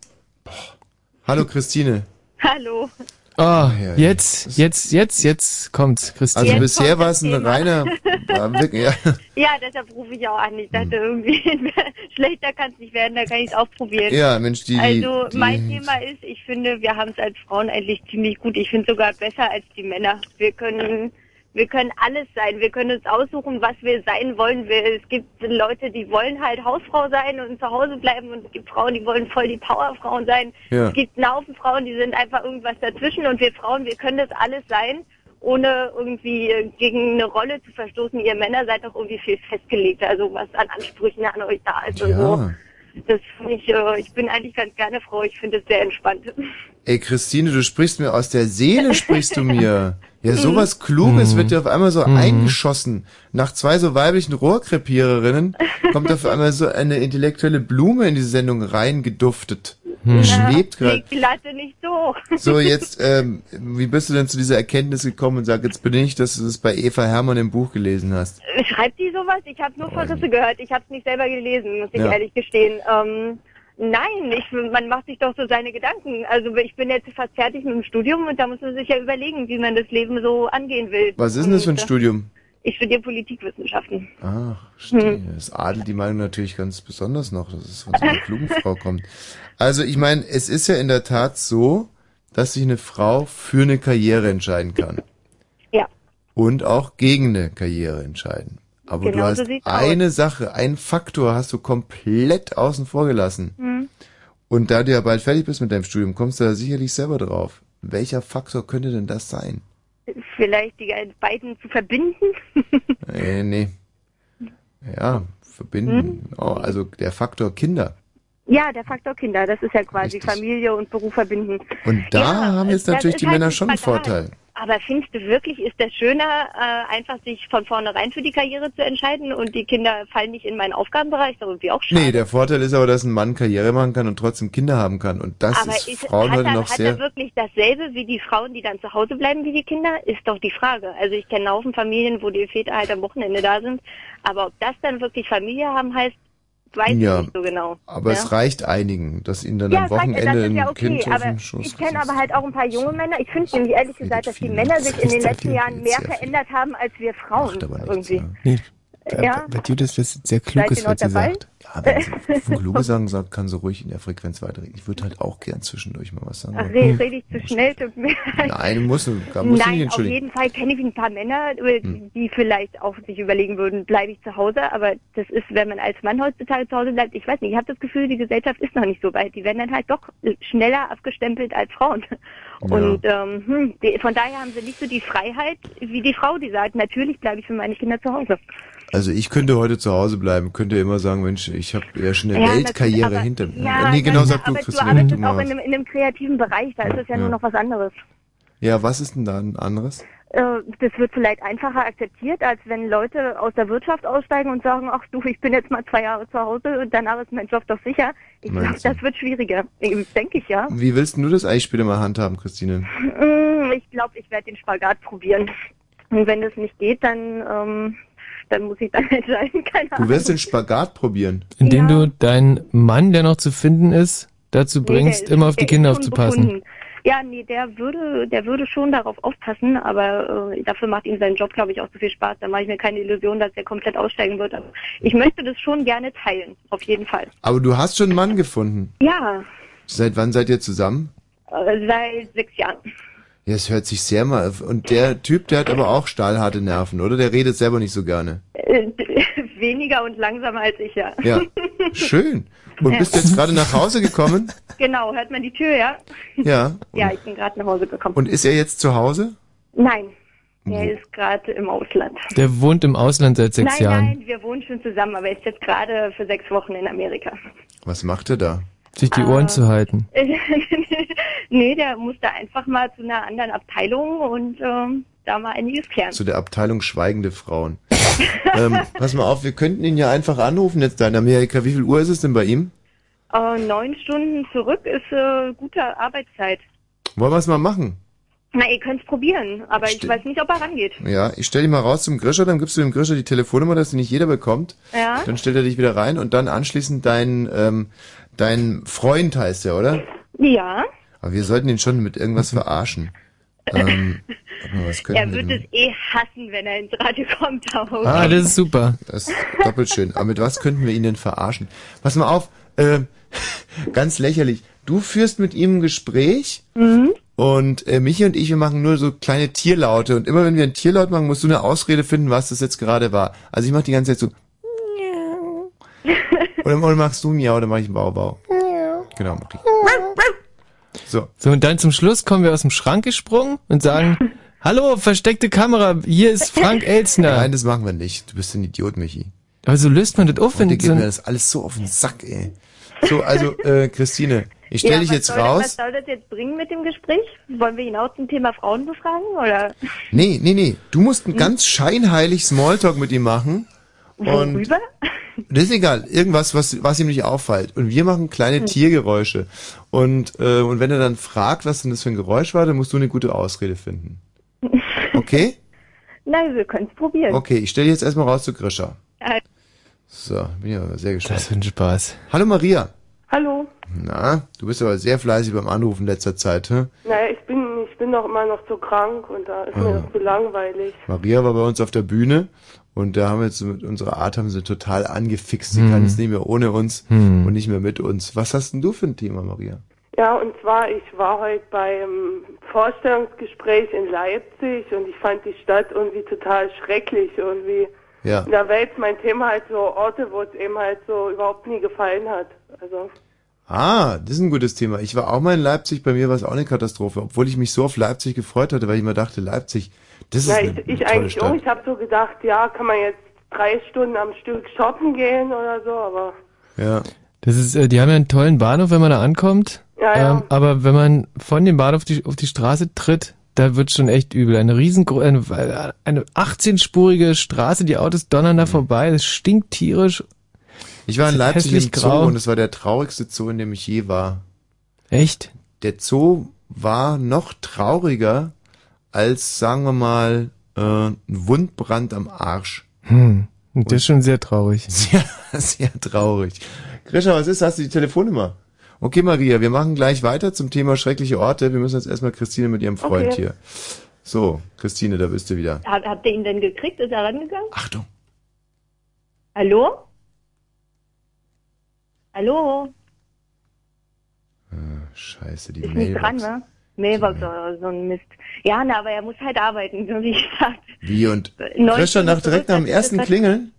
B: Hallo Christine.
U: Hallo.
C: Oh,
B: ja.
C: jetzt, jetzt, jetzt, jetzt kommt's, Christine.
B: Also bisher war es ein reiner, war wirklich, ja,
U: Ja, deshalb rufe ich auch an. Ich dachte
B: Hm.
U: irgendwie, schlechter kann es nicht werden, da kann ich es auch probieren.
B: Ja, Mensch, die- die-
U: Also
B: die-
U: mein Thema ist, ich finde, wir haben es als Frauen eigentlich ziemlich gut. Ich finde sogar besser als die Männer. Wir können wir können alles sein. Wir können uns aussuchen, was wir sein wollen. Wir, es gibt Leute, die wollen halt Hausfrau sein und zu Hause bleiben. Und es gibt Frauen, die wollen voll die Powerfrauen sein.
V: Ja.
U: Es gibt einen Haufen Frauen, die sind einfach irgendwas dazwischen. Und wir Frauen, wir können das alles sein, ohne irgendwie äh, gegen eine Rolle zu verstoßen. Ihr Männer seid doch irgendwie viel festgelegter. Also was an Ansprüchen an euch da ist und so.
B: ja.
U: Das finde ich, äh, ich bin eigentlich ganz gerne Frau. Ich finde es sehr entspannt.
B: Ey, Christine, du sprichst mir aus der Seele, sprichst du mir. Ja, sowas
T: Mhm.
B: Kluges wird dir auf einmal so eingeschossen. Nach zwei so weiblichen Rohrkrepiererinnen kommt auf einmal so eine intellektuelle Blume in diese Sendung reingeduftet.
D: Mhm.
B: Die Schwebt gerade.
U: Leg die Latte nicht so hoch.
B: So, jetzt, ähm, wie bist du denn zu dieser Erkenntnis gekommen und sag, jetzt bin ich, dass du das bei Eva Hermann im Buch gelesen hast?
U: Schreibt die sowas? Ich habe nur Verrisse gehört. Ich habe es nicht selber gelesen, muss ich
B: Oh, Ja.
U: ehrlich gestehen. Ähm, nein, ich, man macht sich doch so seine Gedanken. Also ich bin jetzt fast fertig mit dem Studium und da muss man sich ja überlegen, wie man das Leben so angehen will.
B: Was ist denn das für ein
U: Und, äh,
B: Studium?
U: Ich studiere Politikwissenschaften.
B: Ach, verstehe. Das adelt die Meinung natürlich ganz besonders noch, dass es von so einer klugen Frau kommt. Also ich meine, es ist ja in der Tat so, dass sich eine Frau für eine Karriere entscheiden kann.
U: Ja.
B: Und auch gegen eine Karriere entscheiden. Aber du
U: Genau so
B: hast
U: sieht's
B: eine Sache, einen Faktor hast du komplett außen vor gelassen.
U: Hm.
B: Und da du ja bald fertig bist mit deinem Studium, kommst du da sicherlich selber drauf. Welcher Faktor könnte denn das sein?
U: Vielleicht die beiden zu verbinden? Äh,
B: Nee, nee. Ja,
U: Hm?
B: verbinden. Oh, also der Faktor Kinder.
U: Ja, der Faktor Kinder, das ist ja quasi Familie und Beruf verbinden.
B: Und da haben jetzt
U: das
B: natürlich
U: ist
B: die
U: halt
B: Männer
U: ein
B: schon einen
U: Spagat.
B: Vorteil.
U: Aber findest du wirklich, ist das schöner, äh, einfach sich von vornherein für die Karriere zu entscheiden und die Kinder fallen nicht in meinen Aufgabenbereich, das ist irgendwie auch schade.
B: Nee, der Vorteil ist aber, dass ein Mann Karriere machen kann und trotzdem Kinder haben kann. Und das
U: Aber
B: ist
U: ist,
B: Frauen
U: hat,
B: heute
U: er,
B: noch
U: hat
B: sehr...
U: er wirklich dasselbe wie die Frauen, die dann zu Hause bleiben wie die Kinder? Ist doch die Frage. Also ich kenne einen Haufen Familien, wo die Väter halt am Wochenende da sind. Aber ob das dann wirklich Familie haben heißt, weiß
B: Ja,
U: ich nicht so genau.
B: Aber
U: ja?
B: es reicht einigen, dass ihnen dann
U: ja,
B: am
U: es reicht, das
B: Wochenende
U: ist ja
B: ein
U: okay,
B: Kind auf
U: aber
B: den Schoß
U: ich kenne aber halt auch ein paar junge Männer. Ich finde nämlich ehrlich gesagt, dass die Männer sich in den letzten Jahren mehr verändert haben als wir Frauen irgendwie.
C: Nee,
U: Äh,
B: Äh,
U: Ja.
C: was Judith das sehr
U: klug Seid ihr ist, noch was sie dabei? sagt.
B: Ja, wenn sie von kluge Sachen sagt, kann sie ruhig in der Frequenz weiterreden. Ich würde halt auch gern zwischendurch mal was sagen.
U: Ach,
B: aber-
U: rede rede ich zu schnell, tut mir leid.
B: Nein, muss, da muss ich
U: Nein,
B: nicht
U: auf
B: entschuldigen.
U: jeden Fall kenne ich ein paar Männer, äh,
B: Hm.
U: die vielleicht auch sich überlegen würden, bleibe ich zu Hause. Aber das ist, wenn man als Mann heutzutage zu Hause bleibt, ich weiß nicht, ich habe das Gefühl, die Gesellschaft ist noch nicht so weit. Die werden dann halt doch schneller abgestempelt als Frauen.
B: Ja.
U: Und ähm, hm, die, von daher haben sie nicht so die Freiheit wie die Frau, die sagt, natürlich bleibe ich für meine Kinder zu Hause.
B: Also ich könnte heute zu Hause bleiben, könnte immer sagen, Mensch, ich habe ja schon eine
U: Ja,
B: Weltkarriere
U: natürlich, aber-
B: hinter mir.
U: Ja,
B: nee, genau,
U: na,
B: sag du,
U: aber du
B: Christian, damit
U: arbeitest
B: du
U: auch
B: mal
U: in einem, in einem kreativen Bereich, da ist es ja, nur
B: Ja.
U: noch was anderes.
B: Ja, was ist denn da ein anderes?
U: Äh, Das wird vielleicht einfacher akzeptiert, als wenn Leute aus der Wirtschaft aussteigen und sagen, ach du, ich bin jetzt mal zwei Jahre zu Hause und danach ist mein Job doch sicher. Ich glaube,
B: Meinst du?
U: das wird schwieriger. Ähm, Denke ich ja.
B: Wie willst denn du das eigentlich später mal handhaben, Christine?
U: Mm, Ich glaube, ich werde den Spagat probieren. Und wenn das nicht geht, dann, ähm, dann muss ich dann entscheiden. Keine
B: Du
U: Ahnung.
B: wirst den Spagat probieren.
C: Indem du deinen Mann, der noch zu finden ist, dazu
U: Nee, der
C: bringst,
U: ist-
C: immer auf die
U: der
C: Kinder
U: ist schon
C: aufzupassen.
U: befunden. Ja, nee, der würde, der würde schon darauf aufpassen, aber äh, dafür macht ihm sein Job, glaube ich, auch zu viel Spaß. Da mache ich mir keine Illusion, dass er komplett aussteigen wird. Aber ich möchte das schon gerne teilen, auf jeden Fall.
B: Aber du hast schon einen Mann gefunden.
U: Ja,
B: Seit wann seid ihr zusammen?
U: äh, seit sechs Jahren.
B: Ja, es hört sich sehr mal. Und der Typ, der hat aber auch stahlharte Nerven, oder? Der redet selber nicht so gerne.
U: Äh, weniger und langsamer als ich, ja.
B: Ja. Schön. Und
U: Ja.
B: bist jetzt gerade nach Hause gekommen?
U: Genau, hört man die Tür, ja?
B: Ja.
U: Ja, ich bin gerade nach Hause gekommen.
B: Und ist er jetzt zu Hause?
U: Nein, er ist gerade im Ausland.
C: Der wohnt im Ausland seit sechs
U: nein,
C: Jahren.
U: nein, wir wohnen schon zusammen, aber er ist jetzt gerade für sechs Wochen in Amerika.
B: Was macht er da?
C: Sich die
U: Äh.
C: Ohren zu halten.
U: nee, der musste einfach mal zu einer anderen Abteilung und ähm, da mal einiges klären.
B: Zu der Abteilung schweigende Frauen. ähm, pass mal auf, wir könnten ihn ja einfach anrufen jetzt da in Amerika. Wie viel Uhr ist es denn bei ihm?
U: Äh, neun Stunden zurück ist äh, gute Arbeitszeit.
B: Wollen wir es mal machen?
U: Na, ihr könnt's probieren, aber ich
B: Stimmt.
U: weiß nicht, ob er rangeht.
B: Ja, ich stelle dich mal raus zum Grischer, dann gibst du dem Grischer die Telefonnummer, dass die nicht jeder bekommt.
U: Ja.
B: Dann stellt er dich wieder rein und dann anschließend dein, ähm, dein Freund heißt er, oder?
U: Ja,
B: Aber wir sollten ihn schon mit irgendwas verarschen. Ähm, warte mal, was
U: er
B: könnten wir
U: wird es
B: denn?
U: eh hassen, wenn er ins Radio kommt. aber
B: Ah,
U: okay.
B: das ist super. Das ist doppelt schön. Aber mit was könnten wir ihn denn verarschen? Pass mal auf, ähm, ganz lächerlich. Du führst mit ihm ein Gespräch
U: Mhm.
B: und äh, Michi und ich, wir machen nur so kleine Tierlaute. Und immer wenn wir einen Tierlaut machen, musst du eine Ausrede finden, was das jetzt gerade war. Also ich mache die ganze Zeit so. Oder, oder machst du Miau, dann mache ich Bau Bau. Genau, mach ich. So.
C: und dann zum Schluss kommen wir aus dem Schrank gesprungen und sagen, hallo, versteckte Kamera, hier ist Frank Elsner.
B: Nein, das machen wir nicht. Du bist ein Idiot, Michi.
C: Aber so Also löst man das auf, wenn
B: Heute
C: so
B: geht
C: ein-
B: mir das alles so auf den Sack, ey. So, also, äh, Christine, ich stelle
U: Ja,
B: dich
U: was
B: jetzt
U: soll, Was
B: raus.
U: soll das jetzt bringen mit dem Gespräch? Wollen wir ihn auch zum Thema Frauen befragen? Oder
B: Nee, nee, nee. Du musst
U: Hm.
B: einen ganz scheinheilig Smalltalk mit ihm machen. Und
U: worüber?
B: das ist egal. Irgendwas, was, was ihm nicht auffällt. Und wir machen kleine
U: Hm.
B: Tiergeräusche. Und, äh, und wenn er dann fragt, was denn das für ein Geräusch war, dann musst du eine gute Ausrede finden. Okay?
U: Nein, wir können's probieren.
B: Okay, ich stelle jetzt erstmal raus zu Grisha.
U: Äh,
B: So, bin ja sehr gespannt. Das
C: wird ein Spaß.
B: Hallo Maria.
J: Hallo.
B: Na, du bist aber sehr fleißig beim Anrufen in letzter Zeit, hm?
J: Naja, ich bin, ich bin doch immer noch so krank und da ist mir
B: Ah.
J: das zu langweilig.
B: Maria war bei uns auf der Bühne und da haben wir jetzt mit unserer Art haben sie total angefixt. Sie
C: Hm.
B: kann es nicht mehr ohne uns
C: Hm.
B: und nicht mehr mit uns. Was hast denn du für ein Thema, Maria?
J: Ja, und zwar, ich war heute beim Vorstellungsgespräch in Leipzig und ich fand die Stadt irgendwie total schrecklich irgendwie.
B: Ja.
J: Da wäre jetzt mein Thema halt so Orte, wo es eben halt so überhaupt nie gefallen hat. Also,
B: Ah, das ist ein gutes Thema. Ich war auch mal in Leipzig, bei mir war es auch eine Katastrophe, obwohl ich mich so auf Leipzig gefreut hatte, weil ich immer dachte, Leipzig, das ist
J: ja, ich,
B: eine, eine
J: ich
B: tolle
J: eigentlich auch.
B: Stadt.
J: Ich habe so gedacht, ja, kann man jetzt drei Stunden am Stück shoppen gehen oder so, aber
B: Ja.
C: Das ist, äh, die haben ja einen tollen Bahnhof, wenn man da ankommt.
J: Ja, ja.
C: Ähm, aber wenn man von dem Bahnhof die, auf die Straße tritt, Da wird schon echt übel. Eine riesengro eine, eine 18-spurige Straße, die Autos donnern
B: Mhm.
C: da vorbei, es stinkt tierisch.
B: Ich war
C: Es
B: in
C: ist
B: Leipzig
C: hässlich
B: im Zoo
C: grau.
B: und es war der traurigste Zoo, in dem ich je war.
C: Echt?
B: Der Zoo war noch trauriger als, sagen wir mal, äh, ein Wundbrand am Arsch.
C: Hm, das ist schon sehr traurig.
B: Sehr, sehr traurig. Grisha, was ist? Hast du die Telefonnummer? Okay, Maria, wir machen gleich weiter zum Thema schreckliche Orte. Wir müssen jetzt erstmal Christine mit ihrem Freund
U: Okay.
B: hier. So, Christine, da bist du wieder.
U: Hab, habt ihr ihn denn gekriegt? Ist er rangegangen?
B: Achtung.
U: Hallo? Hallo?
B: Scheiße, die
U: Ist nicht dran,
B: Mailbox.
U: ne? Mailbox oder so ein Mist. Ja, na, aber er muss halt arbeiten, so wie gesagt.
B: Wie und
U: Neun
B: Grisha nach
U: Stunden
B: direkt nach dem
U: zurück,
B: ersten
U: hat-
B: Klingeln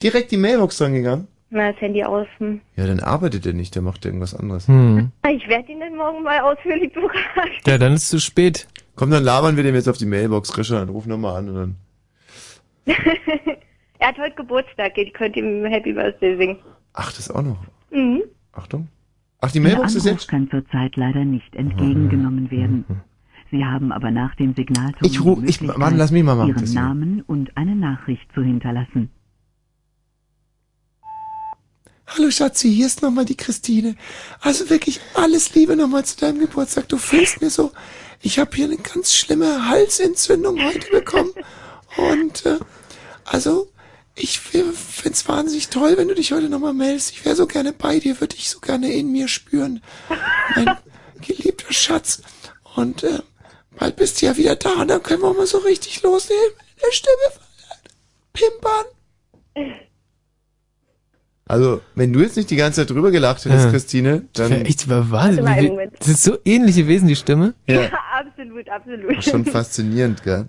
B: direkt die Mailbox rangegangen.
U: Na, das Handy aus. Hm.
B: Ja, dann arbeitet er nicht, der macht irgendwas anderes.
U: Ich werde ihn dann morgen mal ausführlich befragen.
C: Hm. Ja, dann ist es zu spät.
B: Komm, dann labern wir dem jetzt auf die Mailbox, Grisha, dann ruf nochmal an und dann.
U: Er hat heute Geburtstag, ihr könnt ihm Happy Birthday singen.
B: Ach, das auch noch.
U: Mhm.
B: Achtung. Ach, die Mailbox
V: Ihr
B: ist
V: Anruf
B: jetzt.
V: kann zurzeit leider nicht entgegengenommen werden. Sie haben aber nach dem Signalton
B: Ich ru-
V: die
B: ich-
V: Möglichkeit,
B: Mann, lass mich mal machen,
V: Ihren
B: das hier.
V: Namen und eine Nachricht zu hinterlassen.
B: Hallo Schatzi, hier ist nochmal die Christine. Also wirklich alles Liebe nochmal zu deinem Geburtstag. Du fehlst mir so. Ich habe hier eine ganz schlimme Halsentzündung heute bekommen. Und äh, also, ich finde es wahnsinnig toll, wenn du dich heute nochmal meldest. Ich wäre so gerne bei dir, würde ich so gerne in mir spüren. Mein geliebter Schatz. Und äh, bald bist du ja wieder da und dann können wir auch mal so richtig loslegen mit der Stimme. Pimpern. Also, wenn du jetzt nicht die ganze Zeit drüber gelacht hättest,
C: Ja.
B: Christine,
C: Das
B: dann...
C: wär echt war Wahnsinn. Wie,
U: Warte mal einen
C: wie,
U: Moment.
C: das ist so ähnlich gewesen, die Stimme.
B: Ja.
U: absolut, absolut.
B: Schon faszinierend, gell?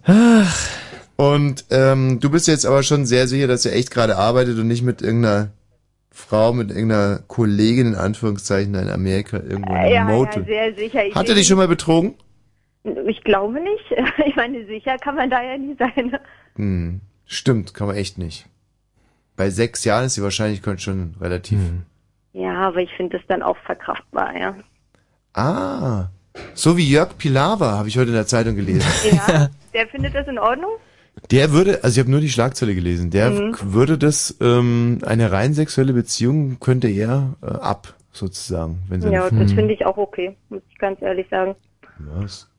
B: Und ähm, du bist jetzt aber schon sehr sicher, dass er echt gerade arbeitet und nicht mit irgendeiner Frau, mit irgendeiner Kollegin in Anführungszeichen da in Amerika irgendwo in
U: Ja,
B: einem
U: ja,
B: Motel.
U: sehr sicher. Ich
B: Hat er dich schon mal betrogen?
U: Ich glaube nicht. Ich meine, sicher kann man da ja nie sein.
B: Hm. Stimmt, kann man echt nicht. Bei sechs Jahren ist die Wahrscheinlichkeit schon relativ...
C: Hm.
U: Ja, aber ich finde das dann auch verkraftbar, ja.
B: Ah, so wie Jörg Pilawa, habe ich heute in der Zeitung gelesen.
U: Ja, der findet das in Ordnung?
B: Der würde, also ich habe nur die Schlagzeile gelesen, der
U: Mhm.
B: k- würde das, ähm, eine rein sexuelle Beziehung könnte er äh, ab, sozusagen. Wenn seine
U: Ja,
B: Frau-
U: das finde ich auch okay, muss ich ganz ehrlich sagen.
B: Was?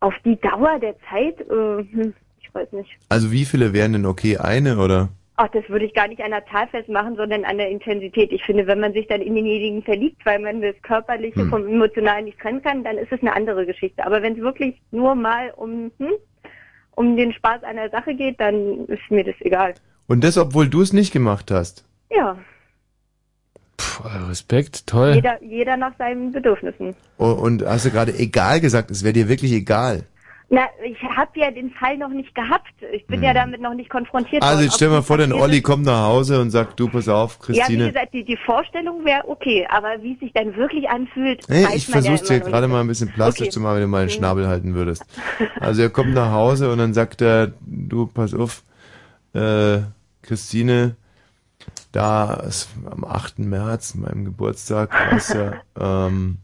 U: Auf die Dauer der Zeit, äh, hm, ich weiß nicht.
B: Also wie viele wären denn okay? Eine oder?
U: Ach, das würde ich gar nicht an der Zahl festmachen, sondern an der Intensität. Ich finde, wenn man sich dann in denjenigen verliebt, weil man das Körperliche
B: Hm.
U: vom Emotionalen nicht trennen kann, dann ist es eine andere Geschichte. Aber wenn es wirklich nur mal um, hm, um den Spaß einer Sache geht, dann ist mir das egal.
B: Und das, obwohl du es nicht gemacht hast.
U: Ja,
C: Puh, also Respekt, toll.
U: jeder, jeder nach seinen Bedürfnissen.
B: O- Und hast du gerade egal gesagt, es wäre dir wirklich egal.
U: Na, ich habe ja den Fall noch nicht gehabt. Ich bin
B: Hm.
U: ja damit noch nicht konfrontiert
B: Also
U: worden.
B: jetzt stell
U: Ob
B: mal
U: das
B: vor, dein
U: passiert
B: Olli
U: ist-
B: kommt nach Hause und sagt, du pass auf,
U: Ja,
B: Christine.
U: wie gesagt, die, die Vorstellung wäre okay, aber wie es sich dann wirklich anfühlt,
B: Nee,
U: weiß
B: ich
U: man
B: versuch's
U: ja
B: dir
U: immer
B: gerade
U: noch
B: mal ein bisschen plastisch
U: Okay.
B: zu machen, wenn du mal den
U: Mhm.
B: Schnabel halten würdest. Also er kommt nach Hause und dann sagt er, du, pass auf, äh, Christine, da ist am 8. März, meinem Geburtstag, weißt du, ähm,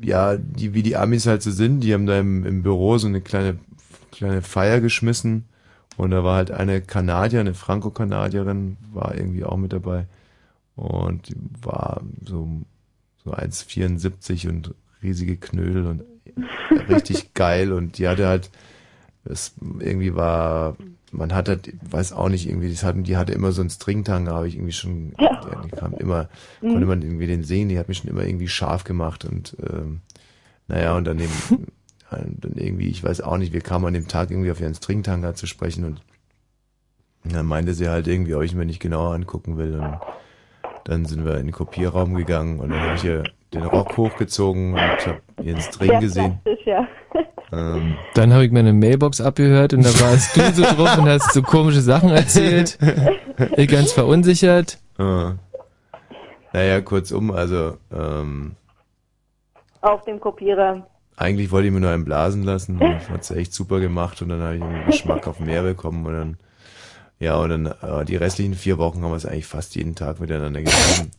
B: ja, die, wie die Amis halt so sind, die haben da im, im Büro so eine kleine, kleine Feier geschmissen und da war halt eine Kanadier, eine Franco-Kanadierin, war irgendwie auch mit dabei und die war so, so 1,74 und riesige Knödel und richtig geil und die hatte halt, es irgendwie war, man hat halt, weiß auch nicht, irgendwie, das hatten, die hatte immer so einen Stringtanga, habe ich irgendwie schon, die kam immer,
I: Mhm.
B: konnte man irgendwie den sehen, die hat mich schon immer irgendwie scharf gemacht und ähm, naja, und dann, eben, äh, dann irgendwie, ich weiß auch nicht, wir kamen an dem Tag irgendwie auf ihren Stringtanga zu sprechen und dann meinte sie halt irgendwie, ob ich mir nicht genauer angucken will. Und dann sind wir in den Kopierraum gegangen und dann habe ich ihr den Rock hochgezogen und ich habe ihren String
U: Sehr
B: gesehen.
U: plastisch, ja.
B: Ähm,
C: Dann habe ich meine Mailbox abgehört und da warst du so drauf und hast so komische Sachen erzählt. Ich ganz verunsichert.
B: äh, naja, kurzum, also ähm,
U: Auf dem Kopierer.
B: eigentlich wollte ich mir nur einen blasen lassen. und Das hat sie echt super gemacht und dann habe ich einen Geschmack auf mehr bekommen und dann ja, und dann äh, die restlichen vier Wochen haben wir es eigentlich fast jeden Tag miteinander gegessen.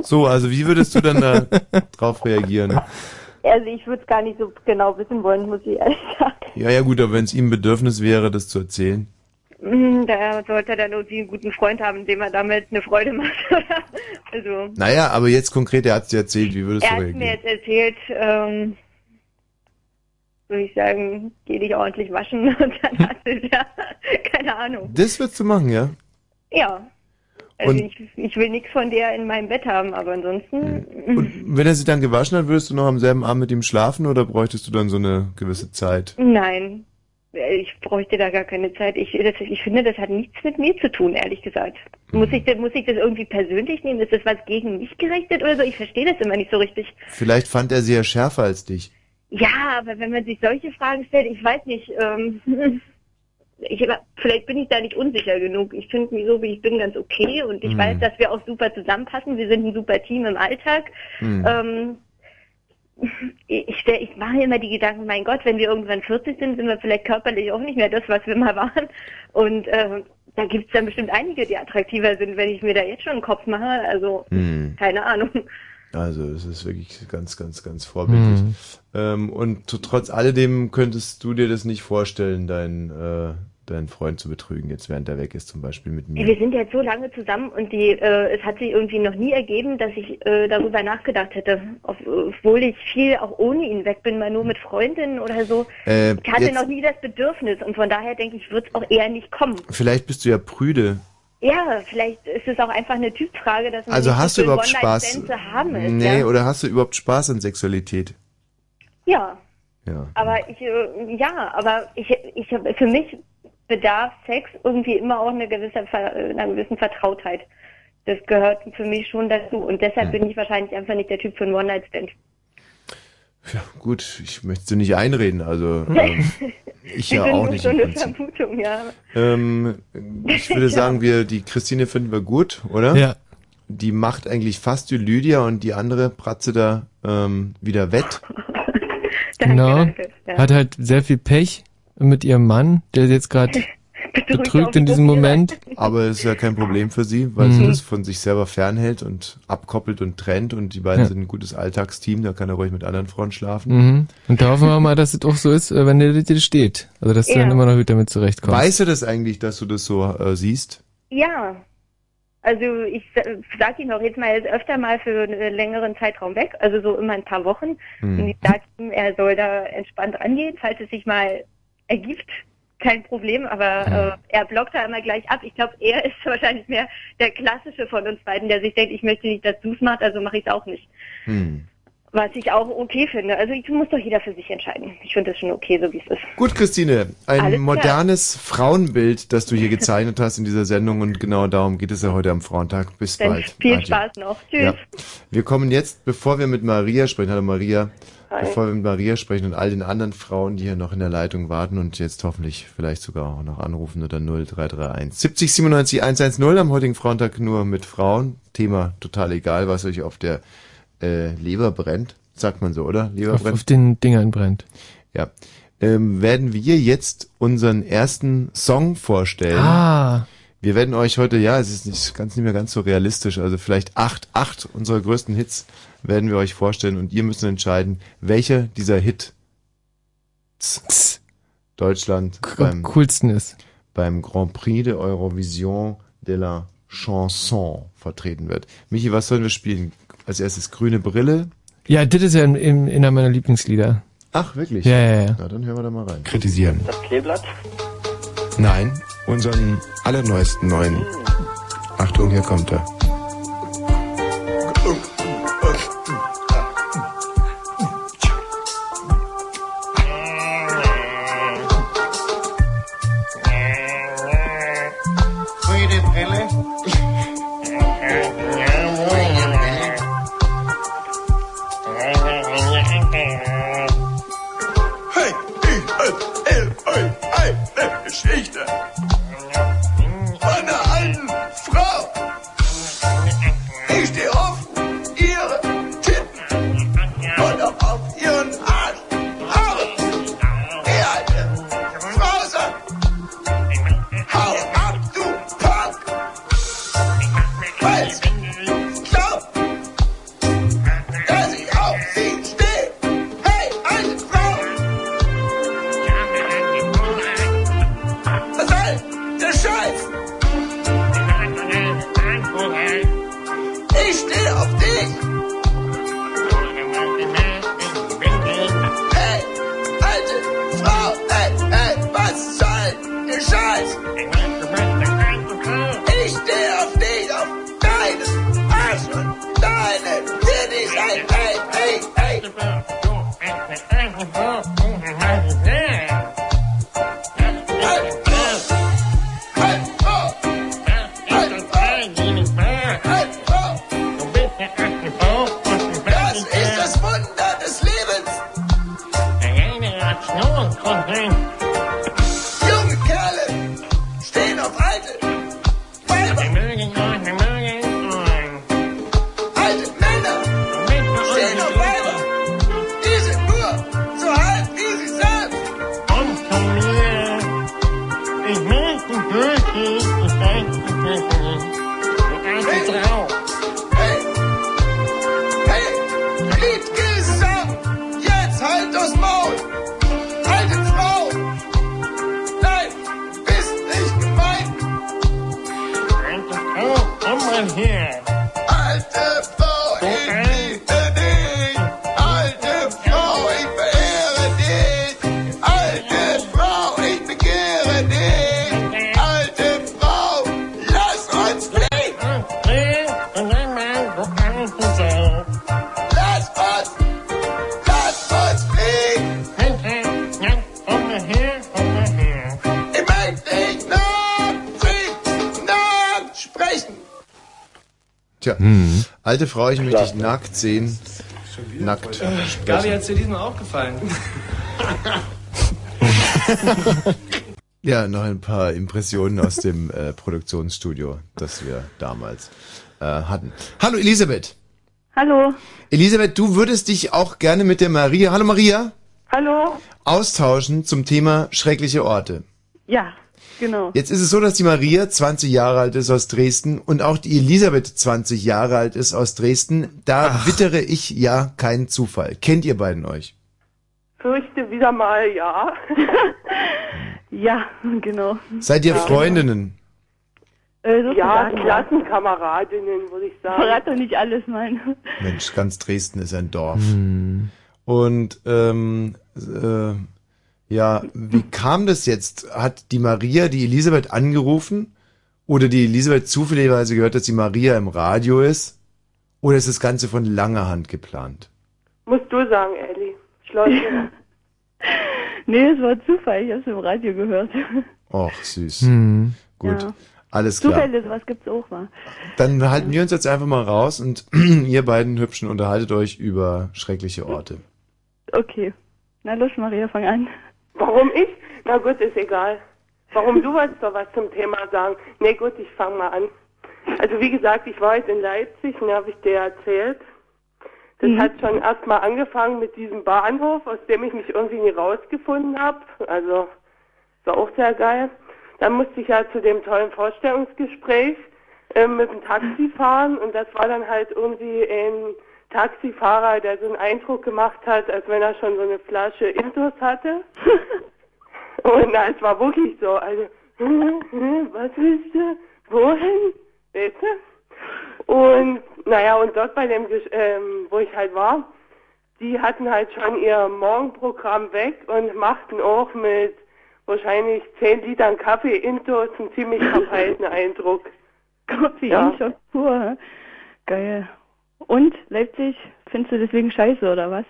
B: So, also wie würdest du dann da drauf reagieren?
U: Also ich würde es gar nicht so genau wissen wollen, muss ich ehrlich sagen.
B: Ja, ja gut, aber wenn es ihm ein Bedürfnis wäre, das zu erzählen.
U: Mm, Da sollte er dann irgendwie einen guten Freund haben, dem er damit eine Freude macht. oder? also
B: Naja, aber jetzt konkret, er hat es dir erzählt, wie würdest
U: er
B: du
U: hat mir
B: reagieren?
U: jetzt erzählt, ähm, würde ich sagen, geh dich ordentlich waschen und dann hast du es ja, keine Ahnung.
B: Das würdest du machen, ja?
U: Ja. Also
B: Und-
U: ich, ich will nichts von der in meinem Bett haben, aber ansonsten
B: Mhm. Wenn er sich dann gewaschen hat, würdest du noch am selben Abend mit ihm schlafen oder bräuchtest du dann so eine gewisse Zeit?
U: nein. Ich bräuchte da gar keine Zeit. Ich, das, ich finde, das hat nichts mit mir zu tun, ehrlich gesagt. Muss
B: Mhm.
U: ich, das- muss ich das irgendwie persönlich nehmen? Ist das was gegen mich gerichtet oder so? Ich verstehe das immer nicht so richtig.
B: Vielleicht fand er sie ja schärfer als dich.
U: Ja, aber wenn man sich solche Fragen stellt, ich weiß nicht, ähm, ich, vielleicht bin ich da nicht unsicher genug. Ich finde mich so, wie ich bin, ganz okay und ich
G: Mhm.
U: weiß, dass wir auch super zusammenpassen. Wir sind ein super Team im Alltag.
G: Mhm.
B: Hm.
U: Ähm, ich, ich stell- ich mache mir immer die Gedanken, mein Gott, wenn wir irgendwann 40 sind, sind wir vielleicht körperlich auch nicht mehr das, was wir mal waren. Und ähm, da gibt's dann bestimmt einige, die attraktiver sind, wenn ich mir da jetzt schon einen Kopf mache. Also,
B: Mhm.
U: keine Ahnung.
B: Also es ist wirklich ganz, ganz, ganz vorbildlich.
C: Mhm.
B: Ähm, und tr- trotz alledem könntest du dir das nicht vorstellen, deinen, äh, deinen Freund zu betrügen, jetzt während er weg ist, zum Beispiel mit
U: Ey, Wir
B: mir.
U: sind jetzt so lange zusammen und die, äh, es hat sich irgendwie noch nie ergeben, dass ich äh, darüber nachgedacht hätte. Ob- Obwohl ich viel auch ohne ihn weg bin, mal nur mit Freundinnen oder so.
B: Äh,
U: Ich hatte
B: jetzt-
U: noch nie das Bedürfnis und von daher denke ich, wird es auch eher nicht kommen.
B: Vielleicht bist du ja prüde.
U: Ja, vielleicht ist es auch einfach eine Typfrage, dass man
B: Also
U: nicht
B: hast
U: so
B: du überhaupt
U: viel
B: Spaß?
U: One-Night-Stand zu haben ist.
B: nee,
U: ja?
B: oder hast du überhaupt Spaß an Sexualität?
U: ja,
B: Ja.
U: aber ich, äh, ja, aber ich, ich hab, für mich bedarf Sex irgendwie immer auch eine gewisse, Ver- einer gewissen Vertrautheit. Das gehört für mich schon dazu und deshalb
B: Hm.
U: bin ich wahrscheinlich einfach nicht der Typ für einen One-Night-Stand.
B: Gut, ich möchte dir nicht einreden, also ähm, ich ja
U: Das ist
B: auch
U: nur
B: nicht.
U: So
B: im
U: eine
B: Prinzip.
U: Vermutung, ja.
B: Ähm, ich würde
U: Ja.
B: sagen, wir, die Christine finden wir gut, oder?
C: Ja.
B: Die macht eigentlich fast die Lydia und die andere Pratze da ähm, wieder wett.
C: Genau.
U: danke, ja.
C: Hat halt sehr viel Pech mit ihrem Mann, der sie jetzt gerade betrügt in diesem Moment.
B: Aber es ist ja kein Problem für sie, weil sie
C: Mhm.
B: das von sich selber fernhält und abkoppelt und trennt und die beiden
C: Ja.
B: sind ein gutes Alltagsteam, da kann er ruhig mit anderen Frauen schlafen.
C: Mhm. Und da hoffen wir mal, dass es auch so ist, äh, wenn der dir steht. Also, dass du
U: Ja.
C: dann immer noch gut damit zurechtkommst.
B: Weißt du das eigentlich, dass du das so äh, siehst?
U: Ja. Also ich sa- sag ihm auch jetzt mal jetzt öfter mal für einen längeren Zeitraum weg, also so immer ein paar Wochen.
B: Hm.
V: Äh,
U: Und ich sag ihm, er soll da entspannt rangehen, falls es sich mal ergibt, kein Problem, aber äh, er blockt da immer gleich ab. Ich glaube, er ist wahrscheinlich mehr der klassische von uns beiden, der sich denkt, ich möchte nicht, dass du es machst, also mache ich es auch nicht.
B: Hm.
U: Was ich auch okay finde. Also ich muss doch jeder für sich entscheiden. Ich finde das schon okay, so wie es ist.
B: Gut, Christine, ein
U: Alles klar.
B: modernes Frauenbild, das du hier gezeichnet hast in dieser Sendung und genau darum geht es ja heute am Frauentag. Bis
U: Dann
B: bald.
U: viel
B: Adieu.
U: Spaß noch. Tschüss.
B: Ja. Wir kommen jetzt, bevor wir mit Maria sprechen, hallo Maria, bevor wir mit Maria sprechen und all den anderen Frauen, die hier noch in der Leitung warten und jetzt hoffentlich vielleicht sogar auch noch anrufen oder 0331 70 97 110 am heutigen Frauentag nur mit Frauen. Thema total egal, was euch auf der äh, Leber brennt, sagt man so, oder? Leber
C: auf,
B: brennt.
C: auf den Dingern brennt.
B: Ja. Ähm, werden wir jetzt unseren ersten Song vorstellen.
C: Ah.
B: Wir werden euch heute, ja, es ist nicht, ganz, nicht mehr ganz so realistisch, also vielleicht acht, acht unserer größten Hits werden wir euch vorstellen und ihr müsst entscheiden, welcher dieser Hit Deutschland beim,
C: coolsten ist.
B: Beim Grand Prix de Eurovision de la Chanson vertreten wird. Michi, was sollen wir spielen? Als erstes grüne Brille.
C: Ja, das ist ja in, in, einer meiner Lieblingslieder.
B: Ach, wirklich?
C: Ja, ja, ja.
B: Na, dann hören wir da mal rein. Kritisieren.
R: Das Kleeblatt?
W: Nein, unseren allerneuesten neuen. Achtung, hier kommt er.
D: Grüne Brille. Hey, I, L, I, I, eine Geschichte von einer alten Frau. Ich stehe auf ihre Titten oder auf ihren Arsch. Haare. Die alte Frau sagt, Hau ab, du Punk! Falls, glaub, Preis. Ich stehe auf dich, auf deines Arsch und deine Titties. Ey, ey, ey, ey. Das ist das Wunder des Lebens. Junge Kerle stehen auf alte Weiber. Alte Männer stehen auf Weiber. Die sind nur so alt wie sie selbst. Hey, hey, Lied gesungen. Jetzt halt das Maul. Alte Frau. Nein, bist nicht gemeint. Alte Frau, ich liebe dich. Alte Frau, ich verehre dich. Alte Frau, ich begehre dich. Alte Frau, lass uns fliegen. Lass uns, lass uns fliegen. Ich möchte nicht nackt, nackt sprechen.
B: Tja, alte Frau, ich möchte dich nackt sehen. Nackt.
C: Äh, Gabi hat es dir diesmal auch gefallen.
B: Ja, noch ein paar Impressionen aus dem äh, Produktionsstudio, das wir damals äh, hatten. Hallo Elisabeth.
G: Hallo.
B: Elisabeth, du würdest dich auch gerne mit der Maria, hallo Maria,
G: Hallo?
B: austauschen zum Thema schreckliche Orte.
G: Ja, genau.
B: Jetzt ist es so, dass die Maria 20 Jahre alt ist aus Dresden und auch die Elisabeth 20 Jahre alt ist aus Dresden. Da wittere ich ja keinen Zufall. Kennt ihr beiden euch?
J: Fürchte wieder mal, ja.
G: ja, genau. Äh,
B: Seid ihr Freundinnen?
J: ja,
G: sozusagen, ja.
J: Klassenkameradinnen, würde ich sagen.
G: Verrat doch nicht alles, mein.
B: Mensch, ganz Dresden ist ein Dorf. Und ähm, äh, ja, wie kam das jetzt? Hat die Maria die Elisabeth angerufen? Oder die Elisabeth zufälligerweise gehört, dass die Maria im Radio ist? Oder ist das Ganze von langer Hand geplant?
J: Musst du sagen, Elli. Schleusel.
G: Nee, es war Zufall, ich hab's im Radio gehört.
B: Och, süß.
C: Hm.
B: Gut,
G: Ja.
B: alles klar.
G: Zufälle, sowas gibt's auch, wa?
B: Dann halten wir uns jetzt einfach mal raus und ihr beiden Hübschen unterhaltet euch über schreckliche Orte.
G: Okay. Na los, Maria, fang an.
J: Warum ich? Na gut, ist egal. Warum du wolltest doch was zum Thema sagen? Nee, gut, ich fange mal an. Also wie gesagt, ich war heute in Leipzig und da habe ich dir erzählt. Das
G: Mhm.
J: hat schon erstmal angefangen mit diesem Bahnhof, aus dem ich mich irgendwie nie rausgefunden habe. Also war auch sehr geil. Dann musste ich ja zu dem tollen Vorstellungsgespräch ähm, mit dem Taxi fahren und das war dann halt irgendwie ein Taxifahrer, der so einen Eindruck gemacht hat, als wenn er schon so eine Flasche Intus hatte. Und na, es war wirklich so. Also, hm, hm, was willst du? Wohin? Weißt du? Und naja, und dort bei dem, Gesch- ähm, wo ich halt war, die hatten halt schon ihr Morgenprogramm weg und machten auch mit wahrscheinlich 10 Litern Kaffee Intus einen ziemlich verpeilten Eindruck.
G: Koffein,
J: Ja.
G: schon pur. hä? Geil. Und, Leipzig, findest du deswegen scheiße, oder was?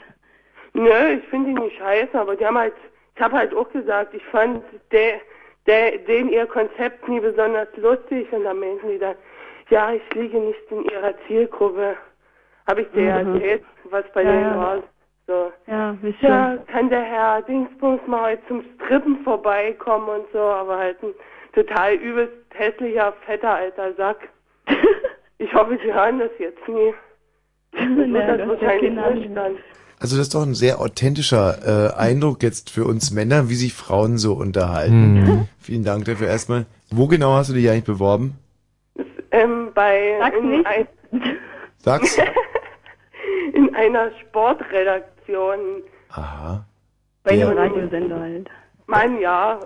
J: Nö, ich finde die nicht scheiße, aber die haben halt, ich habe halt auch gesagt, ich fand der, der, den ihr Konzept nie besonders lustig und dann meinten die dann, ja, ich liege nicht in ihrer Zielgruppe. Habe ich dir
G: Mhm.
J: erzählt, was bei
G: Ja,
J: denen
G: ja.
J: war. So.
G: Ja, wisst ihr.
J: Ja, kann der Herr Dingsbums mal heute zum Strippen vorbeikommen und so, aber halt ein total übelst hässlicher, fetter alter Sack. Ich hoffe, sie hören das jetzt nie. Das wird
G: Nein,
J: das
G: du hast ja genau
J: wahrscheinlich
G: keine Ahnung.
J: nicht dann.
B: Also das ist doch ein sehr authentischer äh, Eindruck jetzt für uns Männer, wie sich Frauen so unterhalten.
J: Mhm.
B: Vielen Dank dafür erstmal. Wo genau hast du dich eigentlich beworben?
J: Ähm, bei in, Ein,
B: Sag's.
J: in einer Sportredaktion.
B: Aha.
G: Bei
B: Der- äh,
G: einem Radiosender halt.
J: Mann, ja,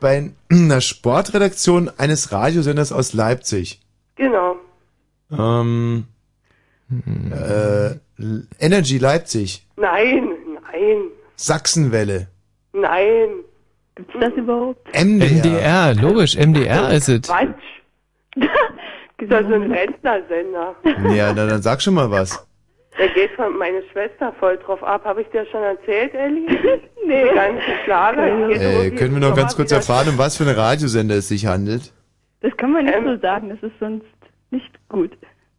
B: Bei einer Sportredaktion eines Radiosenders aus Leipzig.
J: genau.
B: Ähm, äh, Energy Leipzig.
J: Nein, nein,
B: Sachsenwelle.
J: nein. Mhm.
G: Gibt's das überhaupt?
C: MDR, logisch, MDR ist es.
J: Quatsch. das ist ja so ein Rentnersender.
B: Ja, na, dann sag schon mal was.
J: Der geht von meine Schwester voll drauf ab. Habe ich dir schon erzählt, Elli? nee. Die ganze Klage. Es geht
B: Äh,
J: irgendwie
B: können wir noch
J: immer
B: ganz kurz
J: wieder-
B: erfahren, um was für eine Radiosender es sich handelt?
G: Das kann man nicht
U: Ähm,
G: so sagen, das ist sonst nicht gut.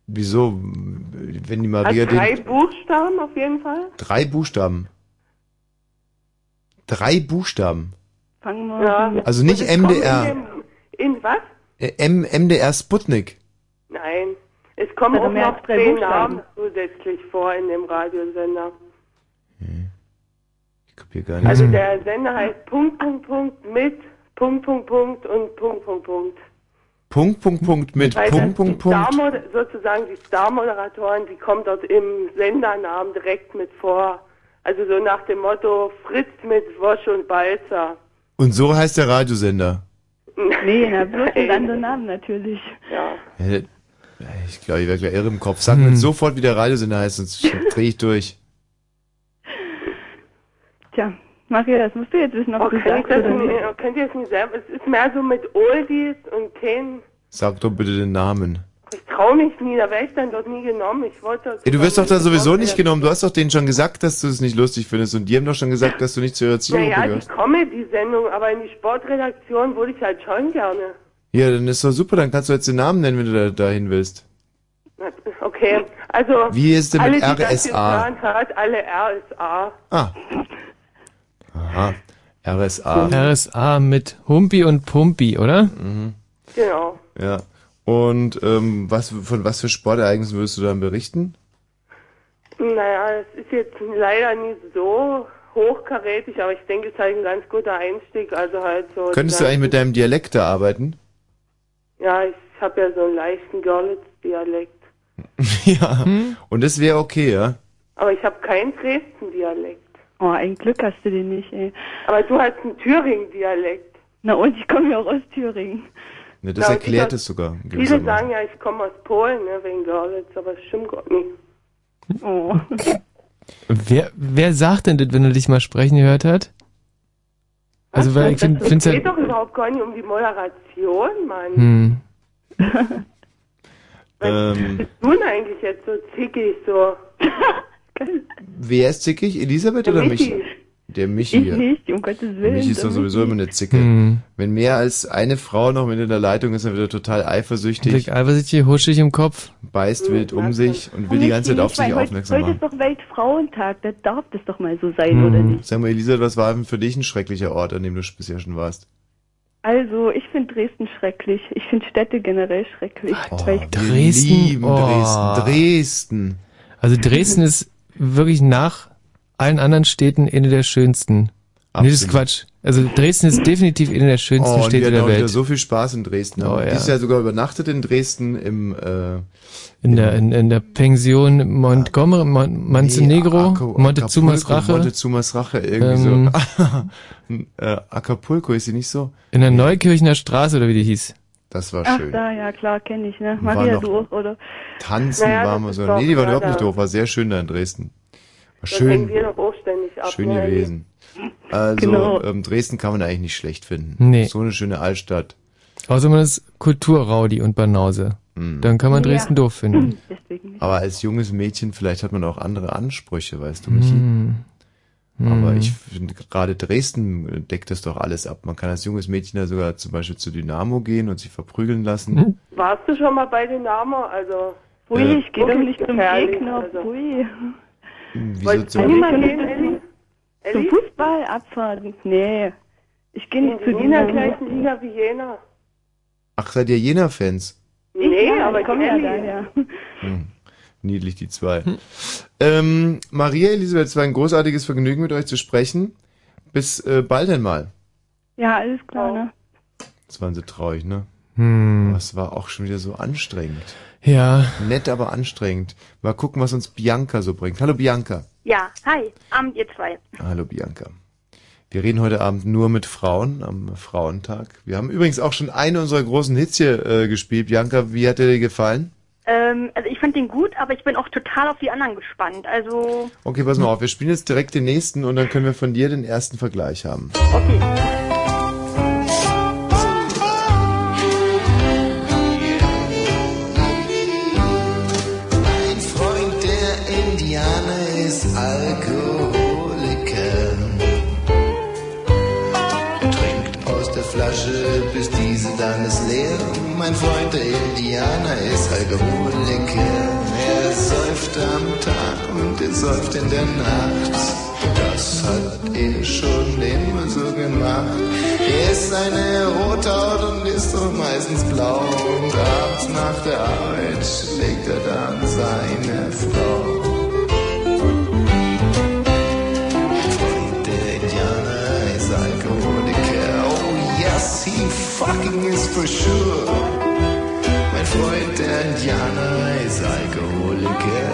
B: Wieso, wenn die
J: Hat
B: Maria
J: Also drei
B: den...
J: Buchstaben auf jeden Fall.
B: Drei Buchstaben. Drei Buchstaben.
G: Fangen wir
J: Ja.
B: Also nicht
J: Und es kommt
B: MDR.
J: In, dem, in was?
B: Äh, M MDR Sputnik.
J: Nein. Es kommen
G: Also
J: auch
G: mehr
J: noch
G: als drei
J: drei
G: Buchstaben.
J: Namen zusätzlich vor in dem Radiosender.
B: Mhm. Kapier gar nicht. Hm.
J: Also der Sender heißt Punkt, Punkt, Punkt mit Punkt, Punkt, Punkt und Punkt, Punkt, Punkt.
B: Punkt, Punkt, Punkt mit
J: Weil
B: Punkt, Punkt,
J: die
B: Punkt.
J: Star sozusagen die Star-Moderatorin, die kommt dort im Sendernamen direkt mit vor. Also so nach dem Motto Fritz mit Wosch und Balzer.
B: Und so heißt der Radiosender.
G: Nee, na bloß mit anderen Namen natürlich.
J: Ja.
B: Äh, Ich glaube, ich werde gleich irre im Kopf. Sag
C: Hm.
B: mir jetzt sofort, wie der Radiosender heißt, sonst drehe ich durch.
G: Tja, Maria, das musst du jetzt wissen, ob
J: Oh,
G: du
J: kann ich
G: sagst
J: das
G: oder nicht.
J: mir, könnt ihr das nicht selber? Es ist mehr so mit Oldies und Themen.
B: Sag doch bitte den Namen.
J: Ich traue mich nie, da werde ich dann dort nie genommen. Ich wollte
B: Ey, du wirst doch da sowieso nicht genommen. Du hast doch denen schon gesagt, dass du es nicht lustig findest. Und die haben doch schon gesagt, dass du nicht zu ihrer Zielgruppe
J: Naja, die
B: gehörst.
J: Comedy-Sendung, aber in die Sportredaktion würde ich halt schon gerne.
B: Ja, dann ist doch super. Dann kannst du jetzt den Namen nennen, wenn du da dahin willst.
J: Okay, also.
B: Wie ist denn
J: alle,
B: mit
J: die das
B: RSA?
J: getan Hat, alle RSA.
B: Ah. Aha. RSA.
C: RSA mit Humpi und Pumpi, oder?
J: Genau.
B: Ja. Und ähm, was von was für Sportereignissen würdest du dann berichten?
J: Naja, es ist jetzt leider nicht so hochkarätig, aber ich denke, es ist halt ein ganz guter Einstieg. Also halt so.
B: Könntest du eigentlich mit deinem Dialekt da arbeiten?
J: Ja, ich habe ja so einen leichten Görlitz-Dialekt.
B: ja.
J: Mhm.
B: Und das wäre okay, ja?
J: Aber ich habe keinen Dresden-Dialekt.
G: Oh, ein Glück hast du den nicht, ey.
J: Aber du hast einen Thüringen-Dialekt.
G: Na und, ich komme ja auch aus Thüringen.
B: Ne, das
J: Na,
B: erklärt
J: viele-
B: es sogar. in
J: Viele
B: gewisser Weise.
J: sagen ja, ich komme aus Polen, ne, wegen Görlitz, aber es stimmt gar nicht.
G: Oh.
C: Wer, wer sagt denn das, wenn er dich mal sprechen gehört hat? Also, weil ich finde,
J: Es
C: find's
J: geht
C: halt,
J: doch überhaupt gar nicht um die Moderation, Mann.
C: hm.
B: Ähm,
J: Du denn eigentlich jetzt so zickig, so.
B: wer ist zickig? Elisabeth
J: Der
B: oder
J: Michi.
B: Michi? Der Michi. ja.
G: um Gottes
B: Michi ist doch sowieso immer eine Zicke.
C: Hm.
B: Wenn mehr als eine Frau noch mit in der Leitung ist, dann wird er total eifersüchtig,
C: Blick eifersüchtig, huschig im Kopf.
B: beißt wild um sich und will die ganze Zeit auf sich aufmerksam
G: heute,
B: machen. Hm.
G: heute ist doch Weltfrauentag, da darf das doch mal so sein, oder
C: Hm.
G: nicht?
B: Sag mal, Elisabeth, was war denn für dich ein schrecklicher Ort, an dem du bisher schon warst?
G: Also, ich finde Dresden schrecklich. Ich finde Städte generell schrecklich. weil ich
C: Dresden.
B: lieben
C: oh.
B: Dresden. Dresden.
C: Also Dresden ist wirklich nach allen anderen Städten eine der schönsten. Nee, das ist Quatsch. Also Dresden ist definitiv eine der schönsten
B: Oh, und wir
C: Städte
B: hatten
C: der
B: auch wieder
C: Welt.
B: so viel Spaß in Dresden.
C: Oh, ja.
B: Dieses Jahr sogar übernachtet in Dresden im äh,
C: in, der, in, in der Pension Montgomery, Mon Montenegro,
B: Aco-
C: Montezumas Rache.
B: Acapulco, Montezumas Rache, irgendwie
C: Ähm,
B: so. äh, Acapulco ist sie nicht so.
C: In der Neukirchner Straße oder wie die hieß.
B: Das war
G: Ach
B: schön.
G: da, ja klar, kenne ich, ne?
B: War
G: Maria,
B: noch-
G: du auch, oder?
B: Tanzen
G: Naja,
B: war mal
G: das
B: so.
G: ist doch
B: Nee, die war überhaupt
G: gerade-
B: nicht doof. War sehr schön da in Dresden. War
J: Das hängen wir
B: schön,
J: doch auch ständig ab.
B: schön
J: ne?
B: gewesen. Also
J: Genau.
B: ähm, Dresden kann man eigentlich nicht schlecht finden.
C: Nee.
B: So eine schöne Altstadt.
C: Außer man ist Kulturraudi und Banause. Dann kann man
B: Ja.
C: Dresden doof finden.
B: Mhm. Aber als junges Mädchen, vielleicht hat man auch andere Ansprüche, weißt du, Michi.
C: Hm.
B: Aber
C: Hm.
B: ich finde, gerade Dresden deckt das doch alles ab. Man kann als junges Mädchen da sogar zum Beispiel zu Dynamo gehen und sich verprügeln lassen.
C: Mhm.
J: Warst du schon mal bei Dynamo? Also.
B: Ui,
J: wirklich
B: ich
G: geh doch nicht zum
J: gefährlich,
G: Gegner,
J: Also.
B: Wieso
G: Wolltest
B: zum
G: du
J: Niemand
G: nicht
J: gehen, Elli?
G: Zum
J: Elli?
G: Fußball abfahren? Nee. Ich gehe
J: In
G: nicht zu
J: Jena
G: Dynamo.
J: gleichen Liga wie Jena.
B: Ach, seid ihr Jena-Fans?
G: Ich-
J: Nee,
G: ja,
J: aber
G: ich komme ja
J: Elli.
G: daher.
B: Hm. Niedlich, die zwei. Ähm, Maria Elisabeth, es war ein großartiges Vergnügen, mit euch zu sprechen. Bis äh, bald einmal.
G: Ja, alles klar, ne?
B: Das waren sie traurig, ne?
C: Hm.
B: Aber es war auch schon wieder so anstrengend.
C: Ja.
B: Nett, aber anstrengend. Mal gucken, was uns Bianca so bringt. Hallo Bianca.
U: Ja, hi, Abend ihr zwei.
B: Hallo Bianca. Wir reden heute Abend nur mit Frauen am Frauentag. Wir haben übrigens auch schon einen unserer großen Hits hier äh, gespielt. Bianca, wie hat der dir gefallen?
U: Ähm, also ich fand den gut, aber ich bin auch total auf die anderen gespannt. Also
B: Okay, pass mal auf, wir spielen jetzt direkt den nächsten und dann können wir von dir den ersten Vergleich haben.
I: bis diese dann ist leer. Mein Freund der Indianer ist Alkoholiker. Er säuft am Tag und er säuft in der Nacht. Das hat er schon immer so gemacht. Er ist eine Rothaut und ist doch meistens blau. Und abends nach der Arbeit schlägt er dann seine Frau. Freund der Indianer ist Alkoholiker. Oh yes, he fucking is for sure. Mein Freund der Indianer ist Alkoholiker.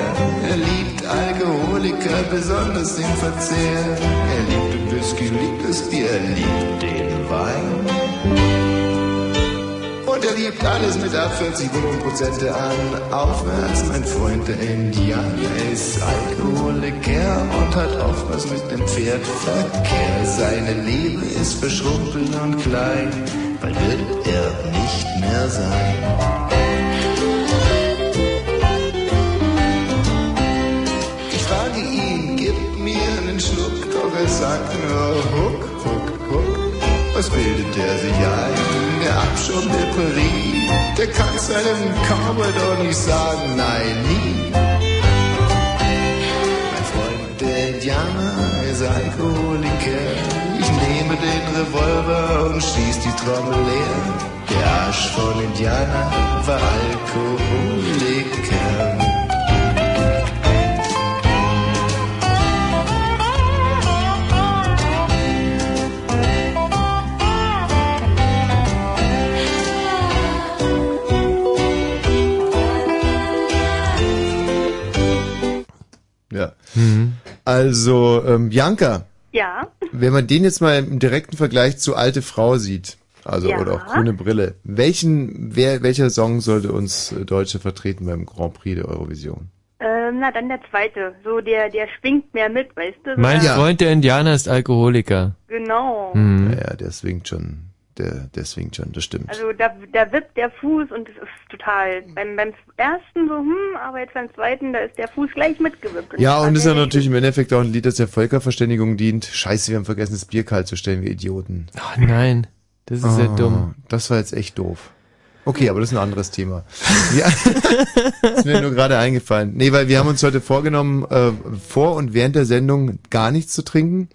I: Er liebt Alkoholiker, besonders den Verzehr. Er liebt den Whisky, liebt das Bier, er liebt den Wein. Und er liebt alles mit ab 40 Millionen Prozente an. Aufwärts, mein Freund, der Indianer ist Alkoholiker und hat auch was mit dem Pferd Verkehr. Seine Liebe ist verschrumpelt und klein, bald wird er nicht mehr sein. Ich frage ihn, gib mir einen Schluck, doch er sagt nur Huck, Huck, Huck. Was bildet der sich ein? Der Abschirm der Prärie, der kann seinem Cowboy doch nicht sagen, nein, nie. Mein Freund, der Indianer, ist Alkoholiker. Ich nehme den Revolver und schieß die Trommel leer. Der Arsch von Indianer war Alkoholiker.
B: Ja.
C: Mhm.
B: Also, ähm, Janka,
U: Ja,
B: wenn man den jetzt mal im direkten Vergleich zu Alte Frau sieht, also
U: Ja.
B: oder auch Grüne Brille, welchen, wer, welcher Song sollte uns äh, Deutsche vertreten beim Grand Prix der Eurovision?
U: ähm, na dann der zweite. So, der, der schwingt mehr mit, weißt du? So,
C: Mein
U: der-
C: Freund, der Indianer, ist Alkoholiker.
U: Genau.
B: Hm.
C: Mhm.
B: Ja, der swingt schon. Der, der swingt schon, das stimmt.
U: Also da, da wippt der Fuß und es ist total. Beim, beim ersten so, hm, aber jetzt beim zweiten, da ist der Fuß gleich mitgewippt. Also,
B: Ja, und
U: das
B: ist ja natürlich im Endeffekt auch ein Lied, das der Völkerverständigung dient. Scheiße, wir haben vergessen, das Bier kalt zu stellen, wir Idioten.
C: Ach nein, das ist ja dumm.
B: Ah, Das war jetzt echt doof. Okay, aber das ist ein anderes Thema. Ja, ist mir nur gerade eingefallen. Nee, weil wir haben uns heute vorgenommen, äh, vor und während der Sendung gar nichts zu trinken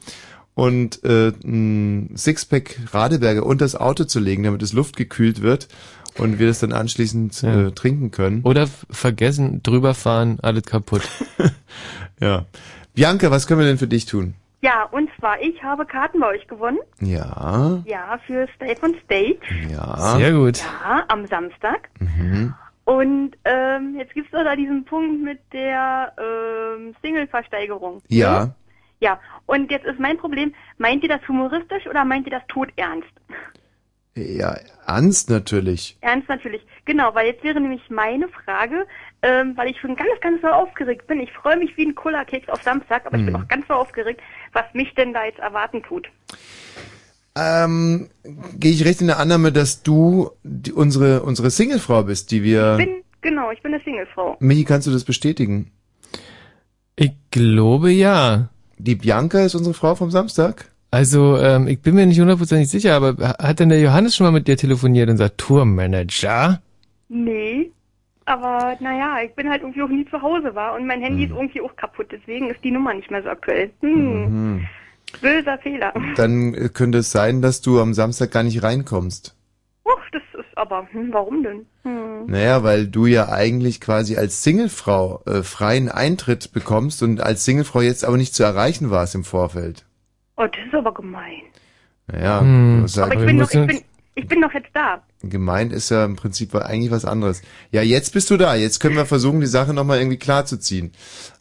B: und äh, ein Sixpack Radeberger unter das Auto zu legen, damit es luftgekühlt wird und wir das dann anschließend äh, trinken können.
C: Oder f- vergessen, drüberfahren, alles kaputt.
B: ja. Bianca, was können wir denn für dich tun?
U: Ja, und zwar, ich habe Karten bei euch gewonnen.
B: Ja,
U: Ja, für Stay on Stage.
B: ja.
C: Sehr gut.
U: Ja, am Samstag.
B: Mhm.
U: Und ähm, jetzt gibt's doch da diesen Punkt mit der ähm, Single-Versteigerung.
B: Ja.
U: Ja, und jetzt ist mein Problem, meint ihr das humoristisch oder meint ihr das todernst?
B: Ja, ernst natürlich.
U: Ernst natürlich. Genau, weil jetzt wäre nämlich meine Frage, ähm, weil ich schon ganz, ganz doll aufgeregt bin. Ich freue mich wie ein Cola-Keks auf Samstag, aber ich bin
B: Mhm.
U: auch ganz doll aufgeregt, was mich denn da jetzt erwarten tut.
B: Ähm, gehe ich recht in der Annahme, dass du die, unsere, unsere Singlefrau bist, die wir...
U: Bin, genau, ich bin eine Singlefrau.
B: Michi, kannst du das bestätigen?
C: Ich glaube ja.
B: Die Bianca ist unsere Frau vom Samstag?
C: Ah. Also, ähm, ich bin mir nicht hundertprozentig sicher, aber ha- hat denn der Johannes schon mal mit dir telefoniert, unser Tourmanager?
U: Nee, aber naja, ich bin halt irgendwie auch nie zu Hause war und mein Handy ist irgendwie auch kaputt, deswegen ist die Nummer nicht mehr so also aktuell. Hm,
B: Mhm.
U: böser Fehler.
B: Dann äh, könnte es sein, dass du am Samstag gar nicht reinkommst.
U: Uch, das ist aber, hm, warum denn? Hm.
B: Naja, weil du ja eigentlich quasi als Singlefrau äh, freien Eintritt bekommst und als Singlefrau jetzt aber nicht zu erreichen warst im Vorfeld.
U: Oh, das ist aber gemein.
B: Naja,
C: Hm.
B: muss sagen,
U: Aber ich bin, doch, ich, bin, ich bin doch jetzt da.
B: gemeint ist ja im Prinzip eigentlich was anderes. Ja, jetzt bist du da. Jetzt können wir versuchen, die Sache nochmal irgendwie klarzuziehen.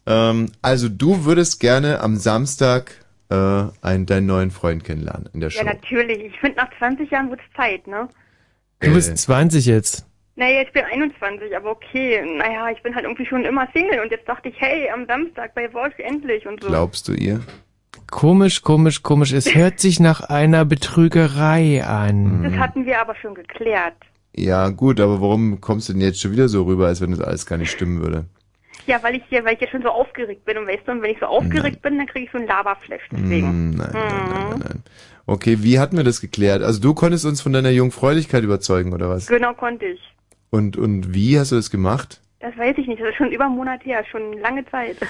B: Ähm, also du würdest gerne am Samstag äh, einen, deinen neuen Freund kennenlernen in der Show.
U: Ja, natürlich. Ich finde, nach 20 Jahren wird's Zeit, ne?
C: Du
B: Äh,
C: bist 20 jetzt.
U: Naja, ich bin 21, aber okay. Naja, ich bin halt irgendwie schon immer Single und jetzt dachte ich, hey, am Samstag bei Wolf endlich und so.
B: Glaubst du ihr?
C: Komisch, komisch, komisch. Es hört sich nach einer Betrügerei
B: Mhm.
C: an.
U: Das hatten wir aber schon geklärt.
B: Ja, gut, aber warum kommst du denn jetzt schon wieder so rüber, als wenn das alles gar nicht stimmen würde?
U: Ja, weil ich hier, weil ich ja schon so aufgeregt bin und weißt du, und wenn ich so aufgeregt bin, dann kriege ich so ein Laberflash. Mhm.
B: Hm, nein, nein, nein, nein, nein. Okay, wie hatten wir das geklärt? Also du konntest uns von deiner Jungfräulichkeit überzeugen, oder was?
U: Genau konnte ich.
B: Und, und wie hast du das gemacht?
U: Das weiß ich nicht. Das ist schon über einen Monat her, schon lange Zeit.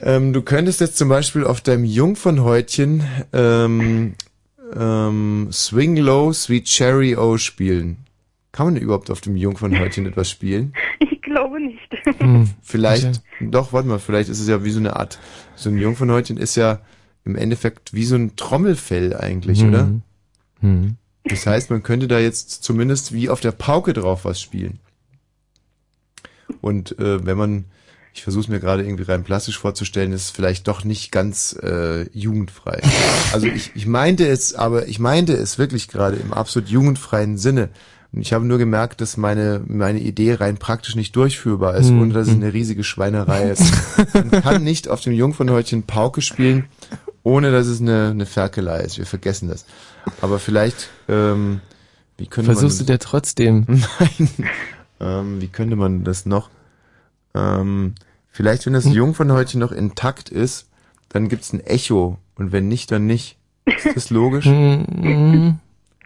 B: Ähm, du könntest jetzt zum Beispiel auf deinem Jungfernhäutchen ähm, ähm, Swing Low Sweet Cherry O spielen. Kann man überhaupt auf dem Jungfernhäutchen etwas spielen?
U: Ich glaube nicht.
C: Hm.
B: Vielleicht, doch, warte mal, vielleicht ist es ja wie so eine Art, so ein Jungfernhäutchen ist ja im Endeffekt wie so ein Trommelfell eigentlich,
C: Mhm.
B: oder?
C: Hm.
B: Das heißt, man könnte da jetzt zumindest wie auf der Pauke drauf was spielen. Und äh, wenn man, ich versuche es mir gerade irgendwie rein plastisch vorzustellen, ist es vielleicht doch nicht ganz äh, jugendfrei. Also ich, ich meinte es, aber ich meinte es wirklich gerade im absolut jugendfreien Sinne. Und ich habe nur gemerkt, dass meine, meine Idee rein praktisch nicht durchführbar ist,
C: Mhm.
B: ohne dass es eine riesige Schweinerei ist. Man kann nicht auf dem Jungfernhäutchen Pauke spielen, ohne dass es eine, eine Ferkelei ist. Wir vergessen das. Aber vielleicht, ähm, wie könnte
C: Versuchst du
B: man,
C: der trotzdem?
B: Nein. ähm, wie könnte man das noch? Ähm, vielleicht, wenn das Jungfernhäutchen noch intakt ist, dann gibt's ein Echo. Und wenn nicht, dann nicht. Ist das logisch?
U: Na, mir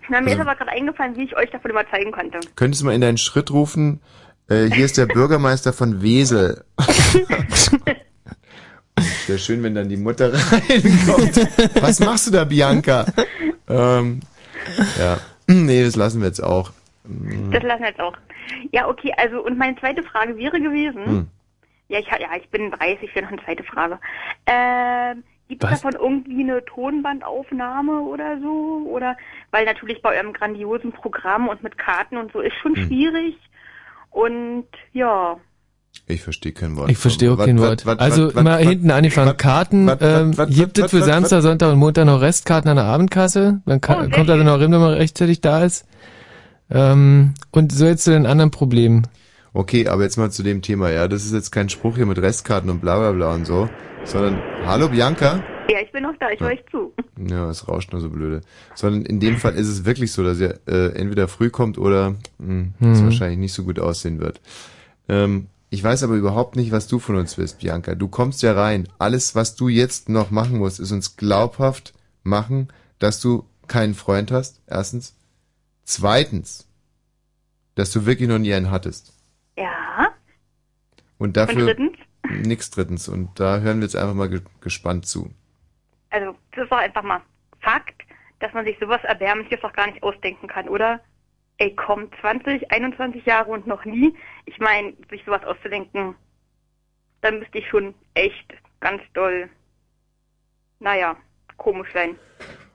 U: ist
B: Also-
U: aber gerade eingefallen, wie ich euch davon immer zeigen konnte.
B: Könntest du mal in deinen Schritt rufen, äh, hier ist der Bürgermeister von Wesel. Wäre schön, wenn dann die Mutter reinkommt. Was machst du da, Bianca? Ähm, ja. Nee, das lassen wir jetzt auch. Mhm.
U: Das lassen wir jetzt auch. Ja, okay, also, und meine zweite Frage wäre gewesen,
B: Hm.
U: ja, ich, ha- ja, ich bin 30, wäre noch eine zweite Frage. Ähm, Gibt es
B: Was?
U: davon irgendwie eine Tonbandaufnahme oder so? Oder weil natürlich bei eurem grandiosen Programm und mit Karten und so ist schon
B: Hm.
U: schwierig. Und ja,
B: Ich verstehe kein Wort.
C: Ich verstehe auch kein Wort. also immer hinten angefangen. Karten ähm, gibt es für
B: was,
C: Samstag, Sonntag und Montag noch Restkarten an der Abendkasse. Dann
U: Oh,
C: ka- kommt also noch Rinder, wenn man rechtzeitig da ist. Ähm, und so jetzt zu den anderen Problemen.
B: Okay, aber jetzt mal zu dem Thema, ja. Das ist jetzt kein Spruch hier mit Restkarten und bla bla bla und so, sondern Hallo Bianca.
U: ja, ich bin noch da, ich höre euch zu.
B: Ja, es rauscht nur so blöde. Sondern in dem Fall ist es wirklich so, dass er äh, entweder früh kommt oder mh, es
C: Mhm.
B: wahrscheinlich nicht so gut aussehen wird. Ähm, ich weiß aber überhaupt nicht, was du von uns willst, Bianca. Du kommst ja rein. Alles, was du jetzt noch machen musst, ist uns glaubhaft machen, dass du keinen Freund hast. Erstens. Zweitens, dass du wirklich noch nie einen hattest.
U: Ja,
B: Und dafür
U: drittens?
B: nix drittens. Und da hören wir jetzt einfach mal ge gespannt zu.
U: also das ist doch einfach mal Fakt, dass man sich sowas Erbärmliches doch gar nicht ausdenken kann, oder? Ey, komm, 20, 21 Jahre und noch nie. Ich meine, sich sowas auszudenken, dann müsste ich schon echt ganz doll, naja, komisch sein.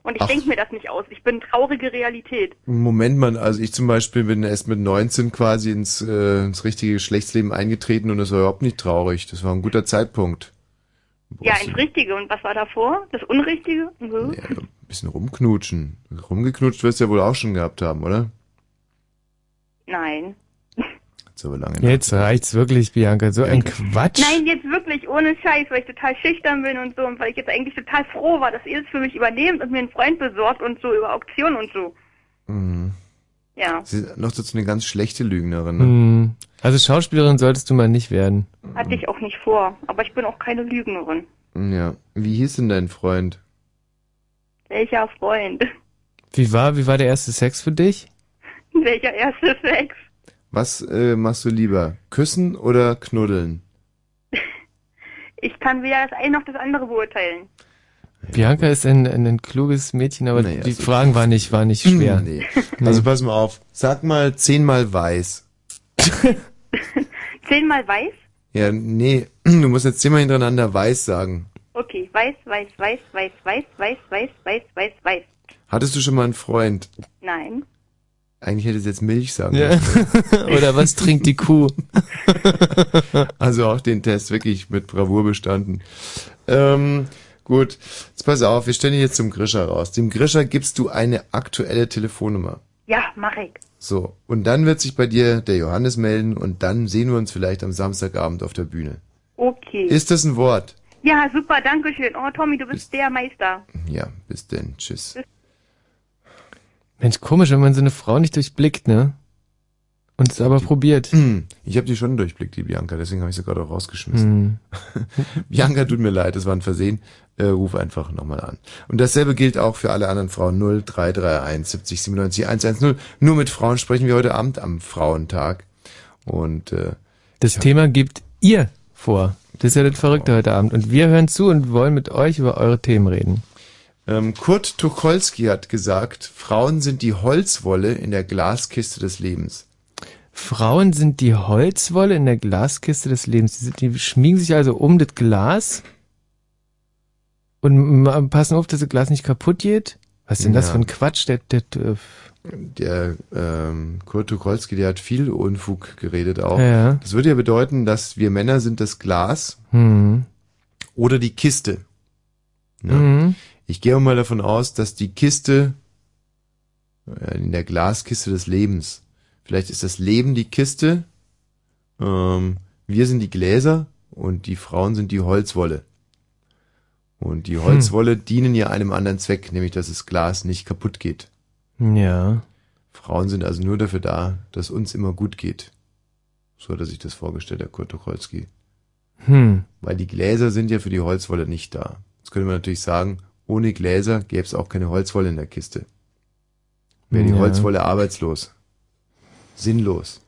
U: Und ich
B: Ach.
U: denke mir das nicht aus. Ich bin traurige Realität.
B: Moment mal, also ich zum Beispiel bin erst mit 19 quasi ins, äh, ins richtige Geschlechtsleben eingetreten und das war überhaupt nicht traurig. Das war ein guter Zeitpunkt.
U: Ja, ins Richtige. Und was war davor? Das Unrichtige? Mhm.
B: Ein bisschen rumknutschen. Rumgeknutscht wirst du ja wohl auch schon gehabt haben, oder?
U: Nein.
B: Jetzt aber lange.
C: Jetzt reicht's wirklich, Bianca. So ein Quatsch.
U: Nein, jetzt wirklich, ohne Scheiß, weil ich total schüchtern bin und so und weil ich jetzt eigentlich total froh war, dass ihr das für mich übernehmt und mir einen Freund besorgt und so über Auktion und so.
B: Mhm.
U: Ja.
B: Sie ist noch dazu eine ganz schlechte Lügnerin. Ne?
C: Hm. Also Schauspielerin solltest du mal nicht werden.
U: Hatte ich auch nicht vor, aber ich bin auch keine Lügnerin.
B: Ja. Wie hieß denn dein Freund?
U: Welcher Freund?
C: Wie war, wie war der erste Sex für dich?
U: Welcher erste Sex?
B: Was äh, machst du lieber? Küssen oder knuddeln?
U: Ich kann weder das eine noch das andere beurteilen.
C: Bianca ist ein, ein, ein kluges Mädchen, aber die
B: also-
C: Fragen waren nicht, waren nicht schwer.
B: Nee. Also pass mal auf. Sag mal zehnmal weiß.
U: Zehnmal weiß?
B: Ja, nee, du musst jetzt zehnmal hintereinander weiß sagen.
U: Okay, weiß, weiß, weiß, weiß, weiß, weiß, weiß, weiß, weiß, weiß.
B: Hattest du schon mal einen Freund?
U: Nein.
B: Eigentlich hätte es jetzt Milch sagen
C: Ja. Oder was trinkt die Kuh?
B: also auch den Test wirklich mit Bravour bestanden. Ähm, gut, jetzt pass auf, wir stellen dich jetzt zum Grischer raus. Dem Grischer gibst du eine aktuelle Telefonnummer.
U: Ja, mach ich.
B: So, und dann wird sich bei dir der Johannes melden und dann sehen wir uns vielleicht am Samstagabend auf der Bühne.
U: Okay.
B: Ist das ein Wort?
U: ja, super, danke schön. Oh, Tommy, du bist der Meister.
B: Ja, bis denn. Tschüss.
C: Mensch, komisch, wenn man so eine Frau nicht durchblickt, ne? Und es aber probiert.
B: Hm, Ich habe die schon durchblickt, die Bianca, deswegen habe ich sie gerade auch
C: Hm.
B: rausgeschmissen. Bianca, tut mir leid, das war ein Versehen. Äh, ruf einfach nochmal an. Und dasselbe gilt auch für alle anderen Frauen 0331 70 97 110. Nur mit Frauen sprechen wir heute Abend am Frauentag. Und äh,
C: Das Thema gebt ihr vor. Das ist ja das Verrückte heute Abend. Und wir hören zu und wollen mit euch über eure Themen reden.
B: Ähm, Kurt Tucholsky hat gesagt, Frauen sind die Holzwolle in der Glaskiste des Lebens.
C: Frauen sind die Holzwolle in der Glaskiste des Lebens. Die, sind, die schmiegen sich also um das Glas und ma- passen auf, dass das Glas nicht kaputt geht. Was ist denn das
B: Ja.
C: für ein Quatsch? Der, der, äh,
B: Der ähm, Kurt Tucholsky, der hat viel Unfug geredet auch.
C: Ja.
B: Das würde ja bedeuten, dass wir Männer sind das Glas
C: hm.
B: oder die Kiste. Ja.
C: Mhm.
B: Ich gehe mal davon aus, dass die Kiste äh, in der Glaskiste des Lebens. Vielleicht ist das Leben die Kiste, ähm, wir sind die Gläser und die Frauen sind die Holzwolle. Und
C: Hm.
B: die Holzwolle dienen ja einem anderen Zweck, nämlich dass das Glas nicht kaputt geht.
C: Ja.
B: Frauen sind also nur dafür da, dass uns immer gut geht. So hat er sich das vorgestellt, der Kurt Tucholsky.
C: Hm.
B: Weil die Gläser sind ja für die Holzwolle nicht da. Jetzt könnte man natürlich sagen, ohne Gläser gäbe es auch keine Holzwolle in der Kiste. Wäre die
C: Ja.
B: Holzwolle arbeitslos. Sinnlos.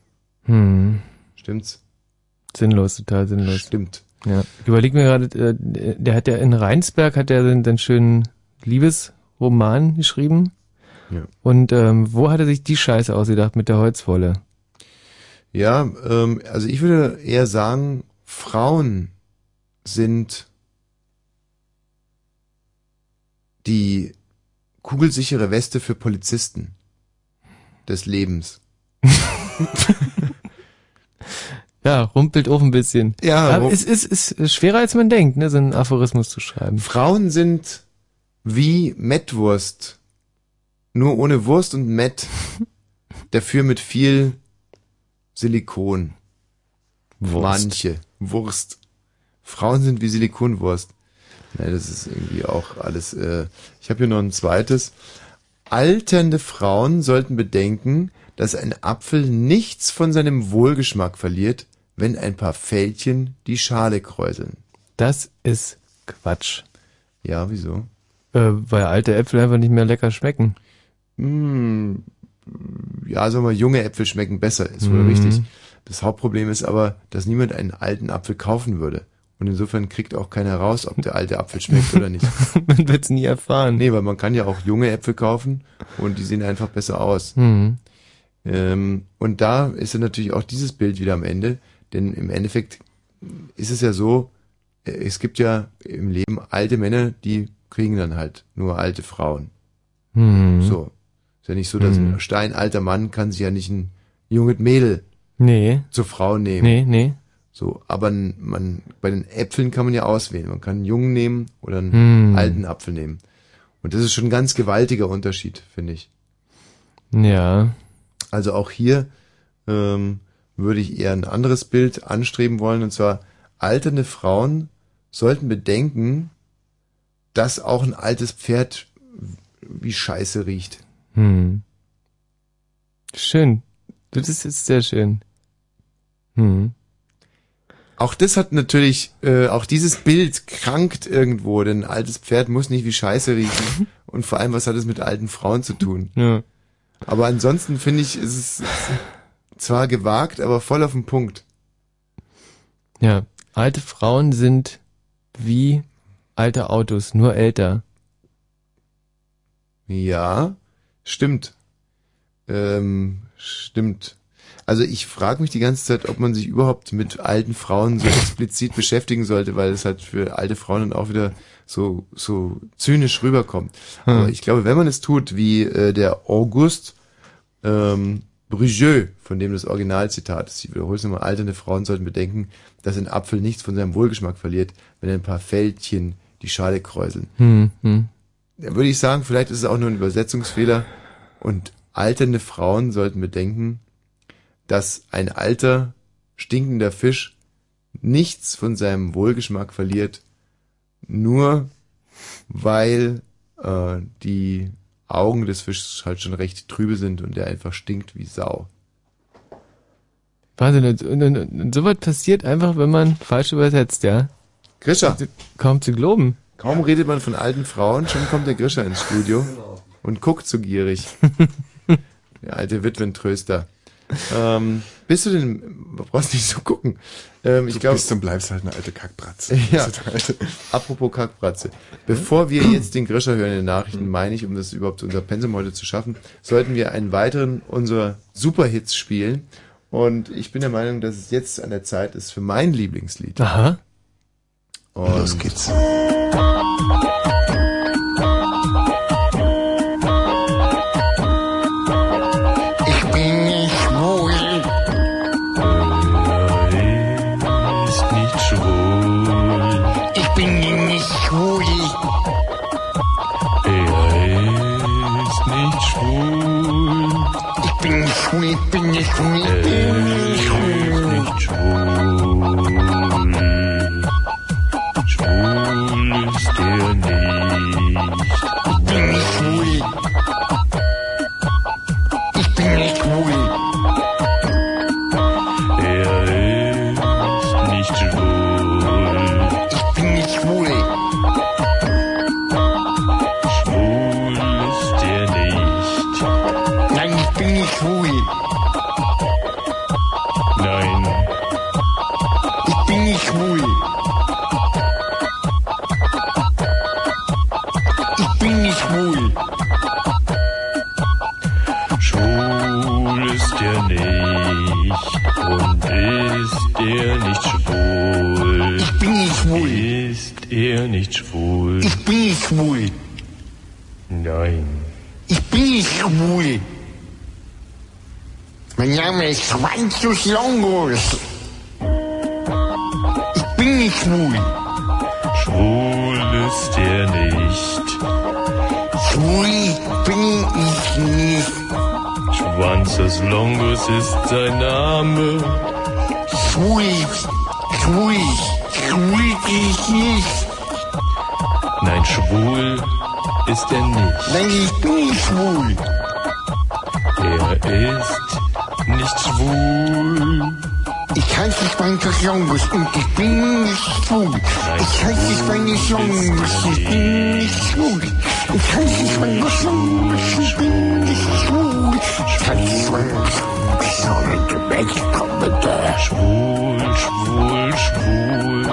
C: Hm.
B: Stimmt's?
C: Sinnlos, total sinnlos.
B: Stimmt.
C: Ja. Ich überleg mir gerade, äh, der hat ja in Rheinsberg hat er den, den schönen Liebesroman geschrieben.
B: Ja.
C: Und ähm, wo hat er sich die Scheiße ausgedacht mit der Holzwolle?
B: Ja, ähm, also ich würde eher sagen, Frauen sind die kugelsichere Weste für Polizisten des Lebens.
C: Ja, rumpelt auch ein bisschen.
B: Ja,
C: Aber
B: rum-
C: es ist, ist, ist schwerer als man denkt, ne, so einen Aphorismus zu schreiben.
B: Frauen sind wie Mettwurst, nur ohne Wurst und Mett, dafür mit viel Silikon.
C: Wurst.
B: Manche. Wurst. Frauen sind wie Silikonwurst. Nein, das ist irgendwie auch alles. Äh, ich habe hier noch ein zweites. Alternde Frauen sollten bedenken, dass ein Apfel nichts von seinem Wohlgeschmack verliert, wenn ein paar Fältchen die Schale kräuseln.
C: Das ist Quatsch.
B: Ja, wieso?
C: Äh, weil alte Äpfel einfach nicht mehr lecker schmecken.
B: Hm, ja, sagen wir mal, junge Äpfel schmecken besser, ist wohl
C: Mhm.
B: richtig. Das Hauptproblem ist aber, dass niemand einen alten Apfel kaufen würde. Und insofern kriegt auch keiner raus, ob der alte Apfel schmeckt oder nicht.
C: man wird es nie erfahren.
B: Nee, weil man kann ja auch junge Äpfel kaufen und die sehen einfach besser aus.
C: Mhm.
B: Ähm, und da ist dann natürlich auch dieses Bild wieder am Ende, denn im Endeffekt ist es ja so, äh, es gibt ja im Leben alte Männer, die kriegen dann halt nur alte Frauen.
C: Mhm.
B: So. Ist ja nicht so, dass ein
C: Mhm.
B: steinalter Mann kann sich ja nicht ein junges Mädel
C: Nee.
B: zur Frau nehmen.
C: Nee, nee.
B: So, aber n- man, bei den Äpfeln kann man ja auswählen. Man kann einen jungen nehmen oder einen
C: Hm.
B: alten Apfel nehmen. Und das ist schon ein ganz gewaltiger Unterschied, finde ich.
C: Ja.
B: Also auch hier ähm, würde ich eher ein anderes Bild anstreben wollen, und zwar alternde Frauen sollten bedenken, dass auch ein altes Pferd wie Scheiße riecht.
C: Hm. Schön. Das ist jetzt sehr schön. Hm.
B: Auch das hat natürlich, äh, auch dieses Bild krankt irgendwo, denn ein altes Pferd muss nicht wie Scheiße riechen. Und vor allem, was hat es mit alten Frauen zu tun?
C: Ja.
B: Aber ansonsten finde ich, ist es zwar gewagt, aber voll auf den Punkt.
C: Ja. Alte Frauen sind wie alte Autos, nur älter.
B: Ja, stimmt. Ähm, stimmt. Also ich frage mich die ganze Zeit, ob man sich überhaupt mit alten Frauen so explizit beschäftigen sollte, weil es halt für alte Frauen dann auch wieder so so zynisch rüberkommt.
C: Hm.
B: Aber ich glaube, wenn man es tut, wie äh, der August ähm, Brugeux, von dem das Originalzitat ist, ich wiederhole es nochmal, alternde Frauen sollten bedenken, dass ein Apfel nichts von seinem Wohlgeschmack verliert, wenn ein paar Fältchen die Schale kräuseln.
C: Hm, hm.
B: Da würde ich sagen, vielleicht ist es auch nur ein Übersetzungsfehler. Und alternde Frauen sollten bedenken, dass ein alter, stinkender Fisch nichts von seinem Wohlgeschmack verliert, nur weil äh, die Augen des Fisches halt schon recht trübe sind und er einfach stinkt wie Sau.
C: Wahnsinn, und, und, und, und sowas passiert einfach, wenn man falsch übersetzt, ja?
B: Grisha.
C: Kaum zu glauben.
B: Kaum redet man von alten Frauen, schon kommt der Grischer ins Studio
S: Genau.
B: und guckt so gierig. der alte Witwentröster. Ähm, bist du denn, brauchst nicht so gucken. Ähm, ich
S: Du
B: glaube,
S: bist und bleibst halt eine alte Kackbratze.
B: Ja.
S: Das ist halt Hm? alte-
B: Apropos Kackbratze. Bevor wir jetzt den Grischer hören in den
S: Hm.
B: Nachrichten, meine ich, um das überhaupt unser Pensum heute zu schaffen, sollten wir einen weiteren unserer Superhits spielen. Und ich bin der Meinung, dass es jetzt an der Zeit ist für mein Lieblingslied.
C: Aha.
B: Und Los geht's.
D: Ich bin nicht schwul. Nein, ist nicht schwul. Ich bin nicht schwul. Er ist nicht schwul. Ich bin nicht schwul, ich bin nicht schwul, ich bin nicht schwul. nicht schwul. Schwul ist er nicht. Ich bin nicht schwul. Ich bin nicht schwul. Er ist nicht schwul. Ich bin nicht schwul. Schwul ist er nicht. Nein, ich bin nicht schwul. Nein. Ich bin nicht schwul. Ich bin nicht schwul. Schwul ist er nicht und ist er nicht schwul. Ich bin nicht schwul. Ist er nicht schwul? Ich bin nicht schwul. Nein. Ich bin nicht schwul. Mein Name ist Schwanzus Longus. Ich bin nicht schwul. Schwul ist er nicht. Schwul bin ich nicht. Schwanzus Longus ist sein Name. Schwul, schwul, schwul bin ich nicht. Nein, schwul ist er nicht. Nein, ich bin nicht schwul. Er ist nicht schwul. Ich heiße Schwanzus Longus und ich bin nicht schwul. Ich heiße Schwanzus Longus, ich bin nicht schwul. Ich heiße Schwanzus Longus, ich bin nicht schwul. Ich heiße Schwanzus Longus, ich bin nicht schwul. Schwul, schwul, schwul.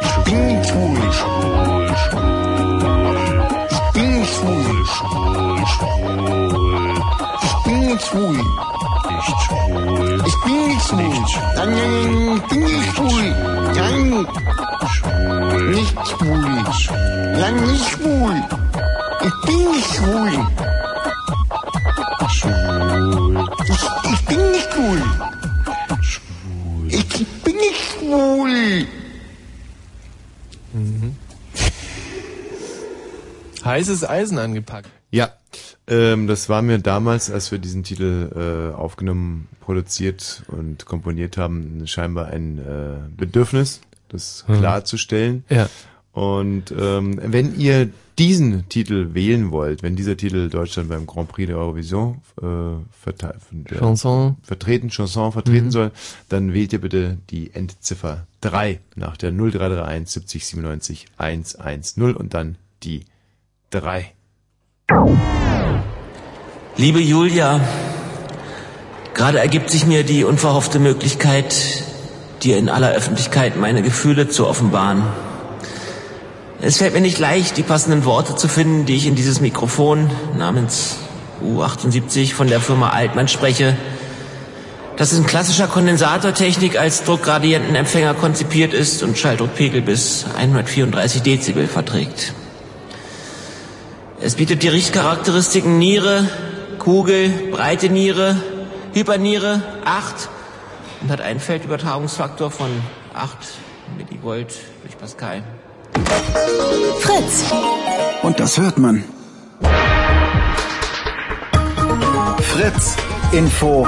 D: Ich bin nicht schwul. Schwul, schwul. Ich bin nicht schwul. Schwul, schwul. Ich bin nicht schwul. Nicht schwul. Ich bin nicht schwul. Nicht schwul. Nein, ich bin nicht schwul. Nein. Schwul. Nicht schwul. Nein, nicht schwul. Ich bin nicht schwul. Schwul. Ich, ich bin nicht schwul. Schwul. Ich bin nicht schwul.
C: Heißes Eisen angepackt.
B: Ja, ähm, das war mir damals, als wir diesen Titel äh, aufgenommen, produziert und komponiert haben, scheinbar ein äh, Bedürfnis, das
C: Hm.
B: klarzustellen.
C: Ja.
B: Und ähm, wenn ihr diesen Titel wählen wollt, wenn dieser Titel Deutschland beim Grand Prix der Eurovision äh, verteil- äh,
C: Chanson.
B: vertreten, Chanson vertreten
C: Mhm.
B: soll, dann wählt ihr bitte die Endziffer 3 nach der 0331 70 97 110 und dann die 3.
M: Liebe Julia, gerade ergibt sich mir die unverhoffte Möglichkeit, dir in aller Öffentlichkeit meine Gefühle zu offenbaren. Es fällt mir nicht leicht, die passenden Worte zu finden, die ich in dieses Mikrofon namens U78 von der Firma Altmann spreche, das in klassischer Kondensatortechnik als Druckgradientenempfänger konzipiert ist und Schalldruckpegel bis 134 Dezibel verträgt. Es bietet die Richtcharakteristiken Niere, Kugel, breite Niere, Hyperniere 8 und hat einen Feldübertragungsfaktor von 8 Millivolt durch Pascal.
Q: Fritz.
R: Und das hört man. Fritz Info.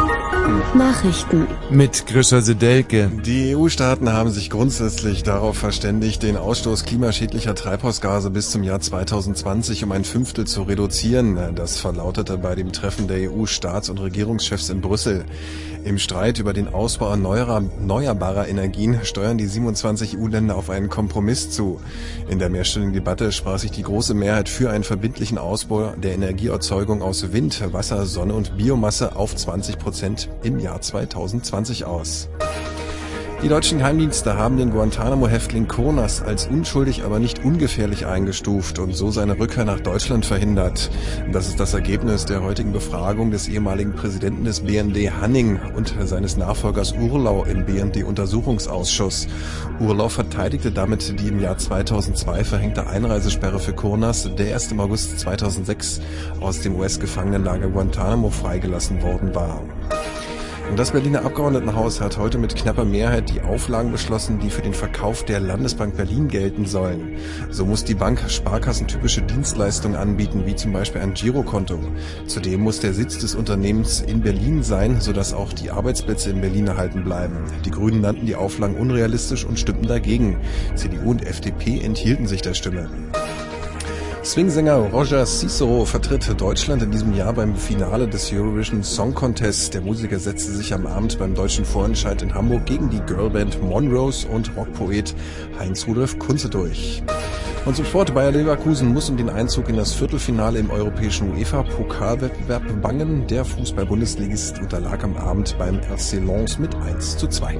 Q: Nachrichten.
B: Mit Grisha Sedelke.
S: Die EU-Staaten haben sich grundsätzlich darauf verständigt, den Ausstoß klimaschädlicher Treibhausgase bis zum Jahr 2020 um ein Fünftel zu E reduzieren. Das verlautete bei dem Treffen der EU-Staats- und Regierungschefs in Brüssel. Im Streit über den Ausbau erneuerer- erneuerbarer Energien steuern die 27 EU-Länder auf einen Kompromiss zu. In der mehrstündigen Debatte sprach sich die große Mehrheit für einen verbindlichen Ausbau der Energieerzeugung aus Wind, Wasser, Sonne und Biomasse auf 20 Prozent im Jahr 2020 aus. Die deutschen Geheimdienste haben den Guantanamo-Häftling Konas als unschuldig, aber nicht ungefährlich eingestuft und so seine Rückkehr nach Deutschland verhindert. Das ist das Ergebnis der heutigen Befragung des ehemaligen Präsidenten des BND Hanning und seines Nachfolgers Urlau im BND-Untersuchungsausschuss. Urlau verteidigte damit die im Jahr 2002 verhängte Einreisesperre für Konas, der erst im August 2006 aus dem US-Gefangenenlager Guantanamo freigelassen worden war. Und Das Berliner Abgeordnetenhaus hat heute mit knapper Mehrheit die Auflagen beschlossen, die für den Verkauf der Landesbank Berlin gelten sollen. So muss die Bank sparkassentypische Dienstleistungen anbieten, wie zum Beispiel ein Girokonto. Zudem muss der Sitz des Unternehmens in Berlin sein, sodass auch die Arbeitsplätze in Berlin erhalten bleiben. Die Grünen nannten die Auflagen unrealistisch und stimmten dagegen. CDU und FDP enthielten sich der Stimme. Swingsänger Roger Cicero vertritt Deutschland in diesem Jahr beim Finale des Eurovision Song Contest. Der Musiker setzte sich am Abend beim deutschen Vorentscheid in Hamburg gegen die Girlband Monrose und Rockpoet Heinz Rudolf Kunze durch. Und zum Sport Bayer Leverkusen muss um den Einzug in das Viertelfinale im europäischen UEFA-Pokalwettbewerb bangen. Der Fußball-Bundesligist unterlag am Abend beim RC Lens mit 1 zu 2.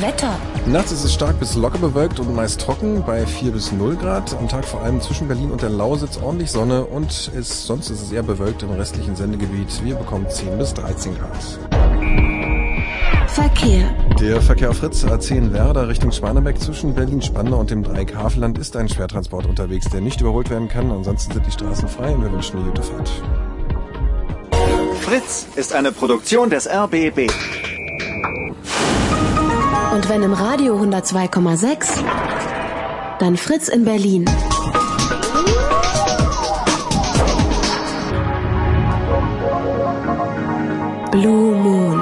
Q: Wetter.
S: Nachts ist es stark bis locker bewölkt und meist trocken bei 4 bis 0 Grad. Am Tag vor allem zwischen Berlin und der Lausitz ordentlich Sonne und ist, sonst ist es eher bewölkt im restlichen Sendegebiet. Wir bekommen 10 bis 13 Grad.
Q: Verkehr.
S: Der Verkehr auf Fritz A10 Werder Richtung Schwanebeck zwischen Berlin-Spandau und dem Dreieck Havelland ist ein Schwertransport unterwegs, der nicht überholt werden kann. Ansonsten sind die Straßen frei und wir wünschen eine gute Fahrt.
R: Fritz ist eine Produktion des RBB.
Q: Und wenn im Radio 102,6, dann Fritz in Berlin. Blue Moon.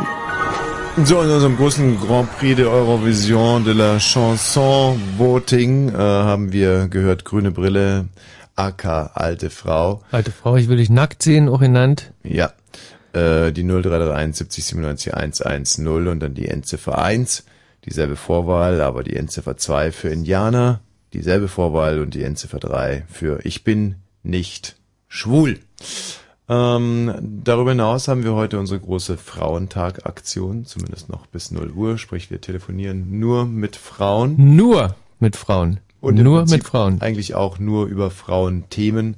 B: So, in unserem großen Grand Prix de Eurovision de la Chanson Voting äh, haben wir gehört Grüne Brille, AK Alte Frau.
C: Alte Frau, ich will dich nackt sehen, auch genannt.
B: Ja, äh, die 0331 70 97 110 und dann die Endziffer 1. Dieselbe Vorwahl, aber die Endziffer 2 für Indianer. Dieselbe Vorwahl und die Endziffer 3 für Ich bin nicht schwul. Ähm, darüber hinaus haben wir heute unsere große Frauentag-Aktion, zumindest noch bis 0 Uhr, sprich wir telefonieren nur mit Frauen.
C: Nur mit Frauen.
B: Und im
C: nur
B: Prinzip
C: mit Frauen.
B: Eigentlich auch nur über Frauenthemen.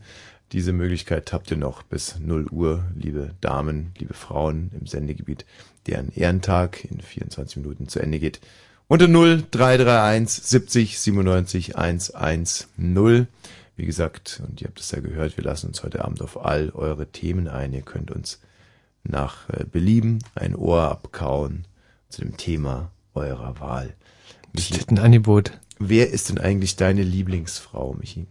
B: Diese Möglichkeit habt ihr noch bis 0 Uhr, liebe Damen, liebe Frauen im Sendegebiet, deren Ehrentag in 24 Minuten zu Ende geht. Unter 0 331 70 97 110. Wie gesagt, und ihr habt es ja gehört, wir lassen uns heute Abend auf all eure Themen ein. Ihr könnt uns nach äh, Belieben ein Ohr abkauen zu dem Thema eurer Wahl. Michi,
C: Ein Angebot.
B: wer ist denn eigentlich deine Lieblingsfrau, Michi?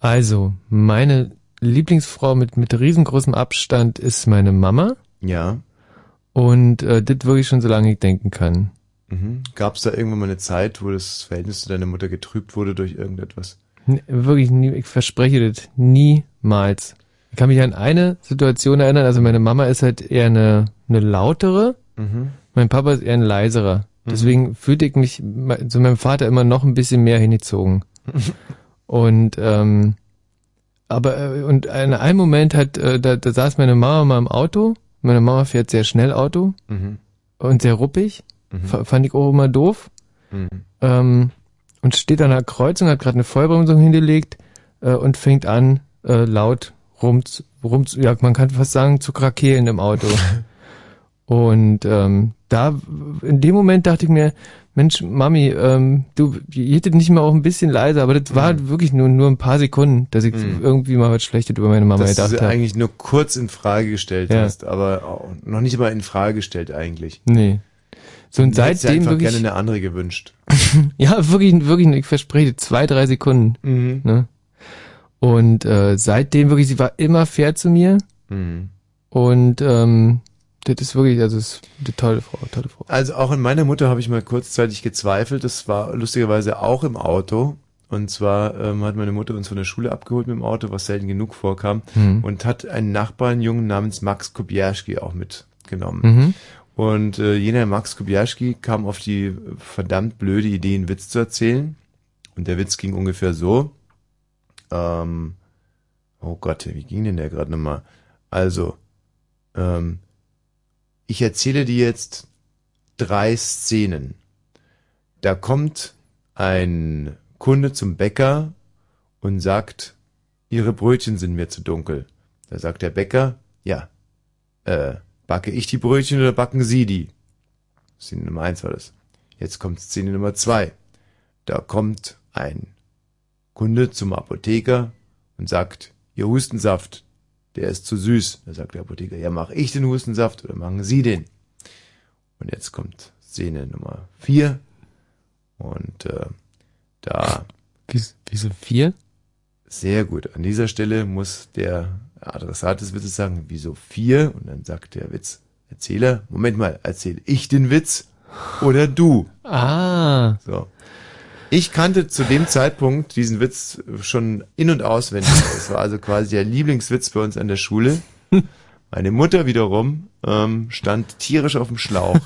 C: Also, meine Lieblingsfrau mit, mit riesengroßem Abstand ist meine Mama.
B: Ja.
C: Und äh, das wirklich schon so lange ich denken kann.
B: Mhm. Gab es da irgendwann mal eine Zeit, wo das Verhältnis zu deiner Mutter getrübt wurde durch irgendetwas?
C: N- Wirklich nie, ich verspreche das niemals. Ich kann mich an eine Situation erinnern, also meine Mama ist halt eher eine, eine lautere,
B: Mhm.
C: mein Papa ist eher ein leiserer. Deswegen fühlte ich mich me- zu meinem Vater immer noch ein bisschen mehr hingezogen. und ähm, aber äh, und in einem Moment hat äh, da, da saß meine Mama mal im Auto. Meine Mama fährt sehr schnell Auto
B: Mhm.
C: und sehr ruppig.
B: Mhm.
C: Fa- Fand ich auch immer doof.
B: Mhm.
C: Ähm, und steht an einer Kreuzung, hat gerade eine Vollbremsung hingelegt äh, und fängt an, äh, laut rum, rum ja, man kann fast sagen, zu krakeelen im Auto. und ähm, da, in dem Moment dachte ich mir, Mensch, Mami, ähm, du jittet nicht mal auch ein bisschen leiser, aber das war wirklich nur, nur ein paar Sekunden, dass ich
B: Mhm.
C: irgendwie mal was Schlechtes über meine Mama
B: Dass du
C: gedacht
B: sie
C: habe.
B: eigentlich nur kurz in Frage gestellt
C: Ja.
B: hast, aber auch noch nicht mal in Frage gestellt eigentlich.
C: Nee. So und
B: Du hättest dir
C: seitdem
B: einfach
C: wirklich-
B: gerne eine andere gewünscht.
C: Ja, wirklich, wirklich, ich verspreche, dir, zwei, drei Sekunden.
B: Mhm.
C: Ne? Und äh, seitdem wirklich, sie war immer fair zu mir.
B: Mhm.
C: Und ähm, das ist wirklich, also das ist eine tolle Frau, tolle Frau.
B: Also auch in meiner Mutter habe ich mal kurzzeitig gezweifelt. Das war lustigerweise auch im Auto. Und zwar ähm, hat meine Mutter uns von der Schule abgeholt mit dem Auto, was selten genug vorkam,
C: Mhm.
B: und hat einen Nachbarn, Jungen namens Max Kubierski auch mitgenommen.
C: Mhm.
B: Und äh, jener Max Kubierski kam auf die verdammt blöde Idee, einen Witz zu erzählen. Und der Witz ging ungefähr so. Ähm, oh Gott, wie ging denn der gerade nochmal? Also, ähm, ich erzähle dir jetzt drei Szenen. Da kommt ein Kunde zum Bäcker und sagt, Ihre Brötchen sind mir zu dunkel. Da sagt der Bäcker, ja, äh, backe ich die Brötchen oder backen Sie die? Szene Nummer eins war das. Jetzt kommt Szene Nummer zwei. Da kommt ein Kunde zum Apotheker und sagt, Ihr Hustensaft, der ist zu süß. Da sagt der Apotheker, ja, mache ich den Hustensaft oder machen Sie den? Und jetzt kommt Szene Nummer vier. Und äh, da.
C: Wieso vier?
B: Sehr gut. An dieser Stelle muss der Adressat des Witzes sagen, wieso vier? Und dann sagt der Witzerzähler, Moment mal, erzähle ich den Witz oder du?
C: Ah.
B: So. Ich kannte zu dem Zeitpunkt diesen Witz schon in- und auswendig. Es war also quasi der Lieblingswitz bei uns an der Schule. Meine Mutter wiederum ähm, stand tierisch auf dem Schlauch,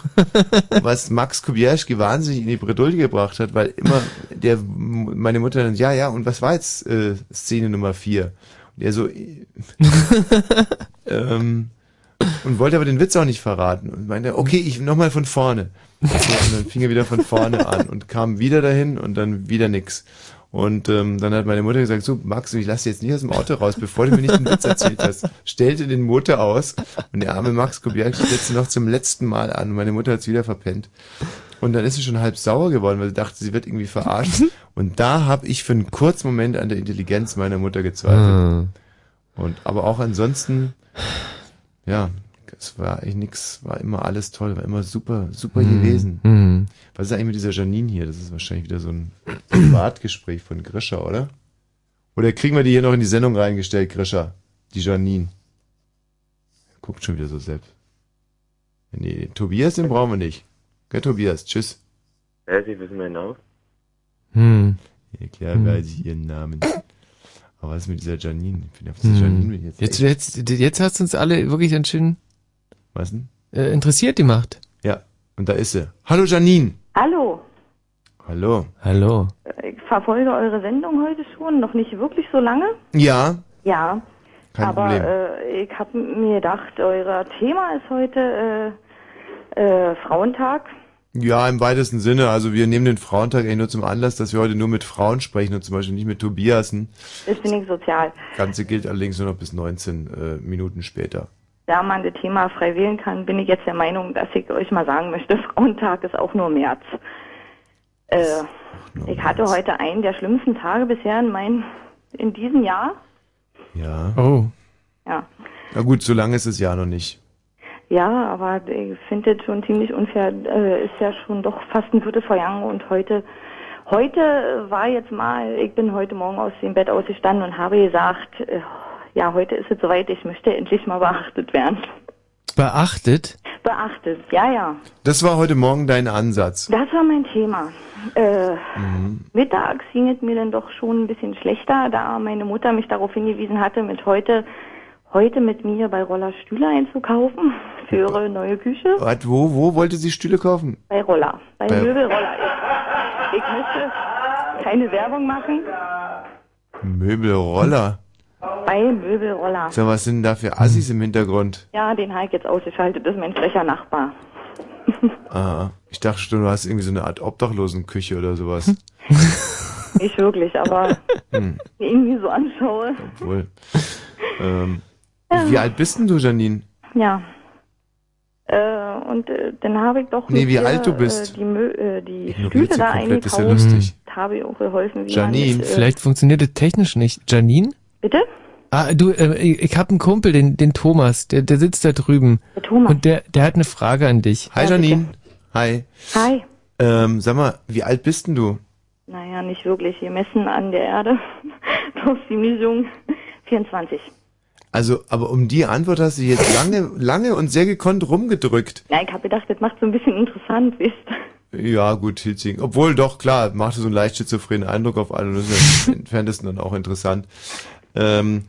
B: was Max Kubierski wahnsinnig in die Bredouille gebracht hat, weil immer der meine Mutter dann, ja, ja, und was war jetzt äh, Szene Nummer vier? Und er so, äh, ähm, und wollte aber den Witz auch nicht verraten und meinte, okay, ich nochmal von vorne. So, Und dann fing er wieder von vorne an und kam wieder dahin und dann wieder nix. Und ähm, dann hat meine Mutter gesagt, so Max, ich lasse dich jetzt nicht aus dem Auto raus, bevor du mir nicht den Witz erzählt hast. Stellte den Motor aus und der arme Max Kobiak setzte noch zum letzten Mal an und meine Mutter hat's wieder verpennt. Und dann ist sie schon halb sauer geworden, weil sie dachte, sie wird irgendwie verarscht. Und da habe ich für einen kurzen Moment an der Intelligenz meiner Mutter gezweifelt. Und aber auch ansonsten ja, es war eigentlich nix, war immer alles toll, war immer super, super
C: Mhm.
B: gewesen.
C: Mhm.
B: Was ist eigentlich mit dieser Janine hier? Das ist wahrscheinlich wieder so ein Privatgespräch von Grisha, oder? Oder kriegen wir die hier noch in die Sendung reingestellt, Grisha? Die Janine. Guckt schon wieder so selbst. Nee, Tobias, den brauchen wir nicht. Gell, Tobias, tschüss.
X: Ja, Sie wissen meinen Namen.
C: Hm.
B: Ja, klar,
C: Hm.
B: weiß ich ihren Namen. Aber was ist mit dieser Janine? Ich bin auf diese Janine bin
C: Hm.
B: ich jetzt.
C: Jetzt,
B: echt-
C: jetzt, jetzt hast du uns alle wirklich ganz schön
B: was denn?
C: äh, interessiert gemacht.
B: Ja, und da ist sie. Hallo Janine!
V: Hallo, Äh,
B: Hallo.
C: Hallo.
V: ich verfolge eure Sendung heute schon, noch nicht wirklich so lange.
B: Ja,
V: Ja,
B: Kein
V: aber
B: Problem.
V: Äh, ich habe mir gedacht, euer Thema ist heute äh, äh, Frauentag.
B: Ja, im weitesten Sinne. Also wir nehmen den Frauentag eigentlich nur zum Anlass, dass wir heute nur mit Frauen sprechen und zum Beispiel nicht mit Tobiasen.
V: Ist wenig sozial,
B: Das Ganze gilt allerdings nur noch bis 19 äh, Minuten später.
V: da man das Thema frei wählen kann, bin ich jetzt der Meinung, dass ich euch mal sagen möchte, Frauentag ist auch nur März. Äh, ich hatte heute einen der schlimmsten Tage bisher in meinem, in diesem Jahr.
B: Ja.
C: Oh.
V: Ja.
B: Na gut, so lange ist es ja noch nicht.
V: Ja, aber ich finde es schon ziemlich unfair. Äh, ist ja schon doch fast ein Viertel vergangen und heute, heute war jetzt mal, ich bin heute Morgen aus dem Bett ausgestanden und habe gesagt, äh, ja, heute ist es soweit, ich möchte endlich mal beachtet werden.
C: Beachtet?
V: Beachtet, ja, ja.
B: Das war heute Morgen dein Ansatz.
V: Das war mein Thema. Äh,
B: Mhm.
V: mittags ging es mir dann doch schon ein bisschen schlechter, da meine Mutter mich darauf hingewiesen hatte, mit heute, heute mit mir bei Roller Stühle einzukaufen für ihre neue Küche.
B: Wat, wo, wo wollte sie Stühle kaufen?
V: Bei Roller, bei
B: Bei-
V: Möbelroller. Ich, ich möchte keine Werbung machen.
B: Möbelroller.
V: Bei Möbelroller.
B: Sag, was sind denn da für Assis im Hintergrund?
V: Ja, den habe ich jetzt ausgeschaltet, das ist mein frecher Nachbar.
B: Ah, ich dachte schon, du hast irgendwie so eine Art Obdachlosenküche oder sowas.
V: Nicht wirklich, aber
B: Hm,
V: wenn ich ihn mir so anschaue.
B: wohl. Ähm, Wie alt bist denn du, Janine?
V: Ja. Äh, und äh, dann habe ich doch
B: Nee,
V: mit
B: wie
V: ihr,
B: alt du bist.
V: Äh, die Mö äh, die
B: Ignoriert
V: Stühle
B: sie
V: da
B: komplett, ist ja
V: eingekauft.
B: lustig.
V: habe ich auch geholfen. Wie man
C: Janine,
V: mit, äh,
C: vielleicht funktioniert das technisch nicht. Janine?
V: Bitte?
C: Ah, du, äh, ich, ich habe einen Kumpel, den, den Thomas, der, der sitzt da drüben.
V: Der Thomas.
C: Und der, der hat eine Frage an dich.
B: Hi, Janine. Hi.
V: Hi.
B: Ähm, sag mal, wie alt bist denn du?
V: Naja, nicht wirklich. Wir messen an der Erde. doch ziemlich jung. 24.
B: Also, aber um die Antwort hast du jetzt lange, lange und sehr gekonnt rumgedrückt.
V: Ja, ich habe gedacht, das macht so ein bisschen interessant, wisst.
B: Ja, gut, Hilzing. Obwohl, doch, klar, machte so einen leicht schizophrenen Eindruck auf alle. Das ist ja im entferntesten dann auch interessant. Ähm,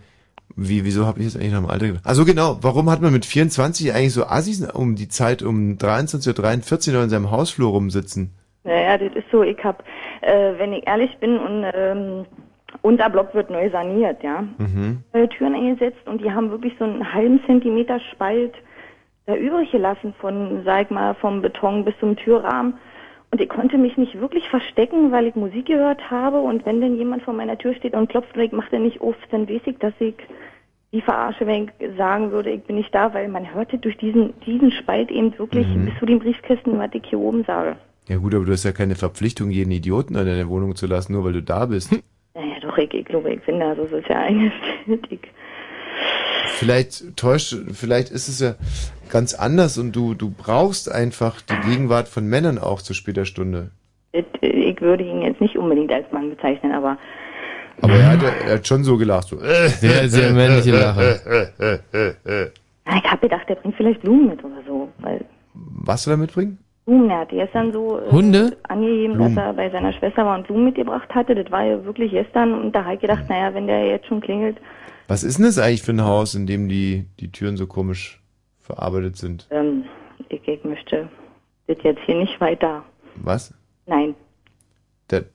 B: wie, wieso habe ich jetzt eigentlich noch im Alter gedacht? Also genau, warum hat man mit 24 eigentlich so Assis um die Zeit um 23.43 Uhr noch in seinem Hausflur rumsitzen?
V: Naja, das ist so, ich hab, äh, wenn ich ehrlich bin und ähm, unser Block wird neu saniert, ja.
B: Mhm.
V: Neue Türen eingesetzt und die haben wirklich so einen halben Zentimeter Spalt da übrig gelassen von, sag ich mal, vom Beton bis zum Türrahmen. Und ich konnte mich nicht wirklich verstecken, weil ich Musik gehört habe und wenn dann jemand vor meiner Tür steht und klopft und ich mache den nicht auf, dann weiß ich, dass ich die verarsche, wenn ich sagen würde, ich bin nicht da, weil man hörte durch diesen, diesen Spalt eben wirklich
B: Mhm.
V: bis zu den Briefkästen, was ich hier oben sage.
B: Ja gut, aber du hast ja keine Verpflichtung, jeden Idioten in deiner Wohnung zu lassen, nur weil du da bist.
V: Naja, doch, ich, ich glaube, ich bin da, so ist es ja eingestellt. Ich
B: Vielleicht täuscht, vielleicht ist es ja ganz anders und du, du brauchst einfach die Gegenwart von Männern auch zu später Stunde.
V: Das, äh, Ich würde ihn jetzt nicht unbedingt als Mann bezeichnen, aber
B: Aber er hat, ja- er hat schon so gelacht. So.
C: Mhm.
B: äh.
C: Sehr, sehr männliche
B: Lache.
V: na, ich habe gedacht, er bringt vielleicht Blumen mit oder so. Weil
B: Was soll er mitbringen?
V: Blumen, er hat gestern so äh,
B: Hunde?
V: angegeben,
B: Blumen.
V: dass er bei seiner Schwester war und Blumen mitgebracht hatte. Das war ja wirklich gestern und da habe ich gedacht, naja, wenn der jetzt schon klingelt,
B: Was ist denn das eigentlich für ein Haus, in dem die, die Türen so komisch verarbeitet sind?
V: ähm, ich, ich möchte das jetzt hier nicht weiter.
B: Was?
V: Nein.
B: Der-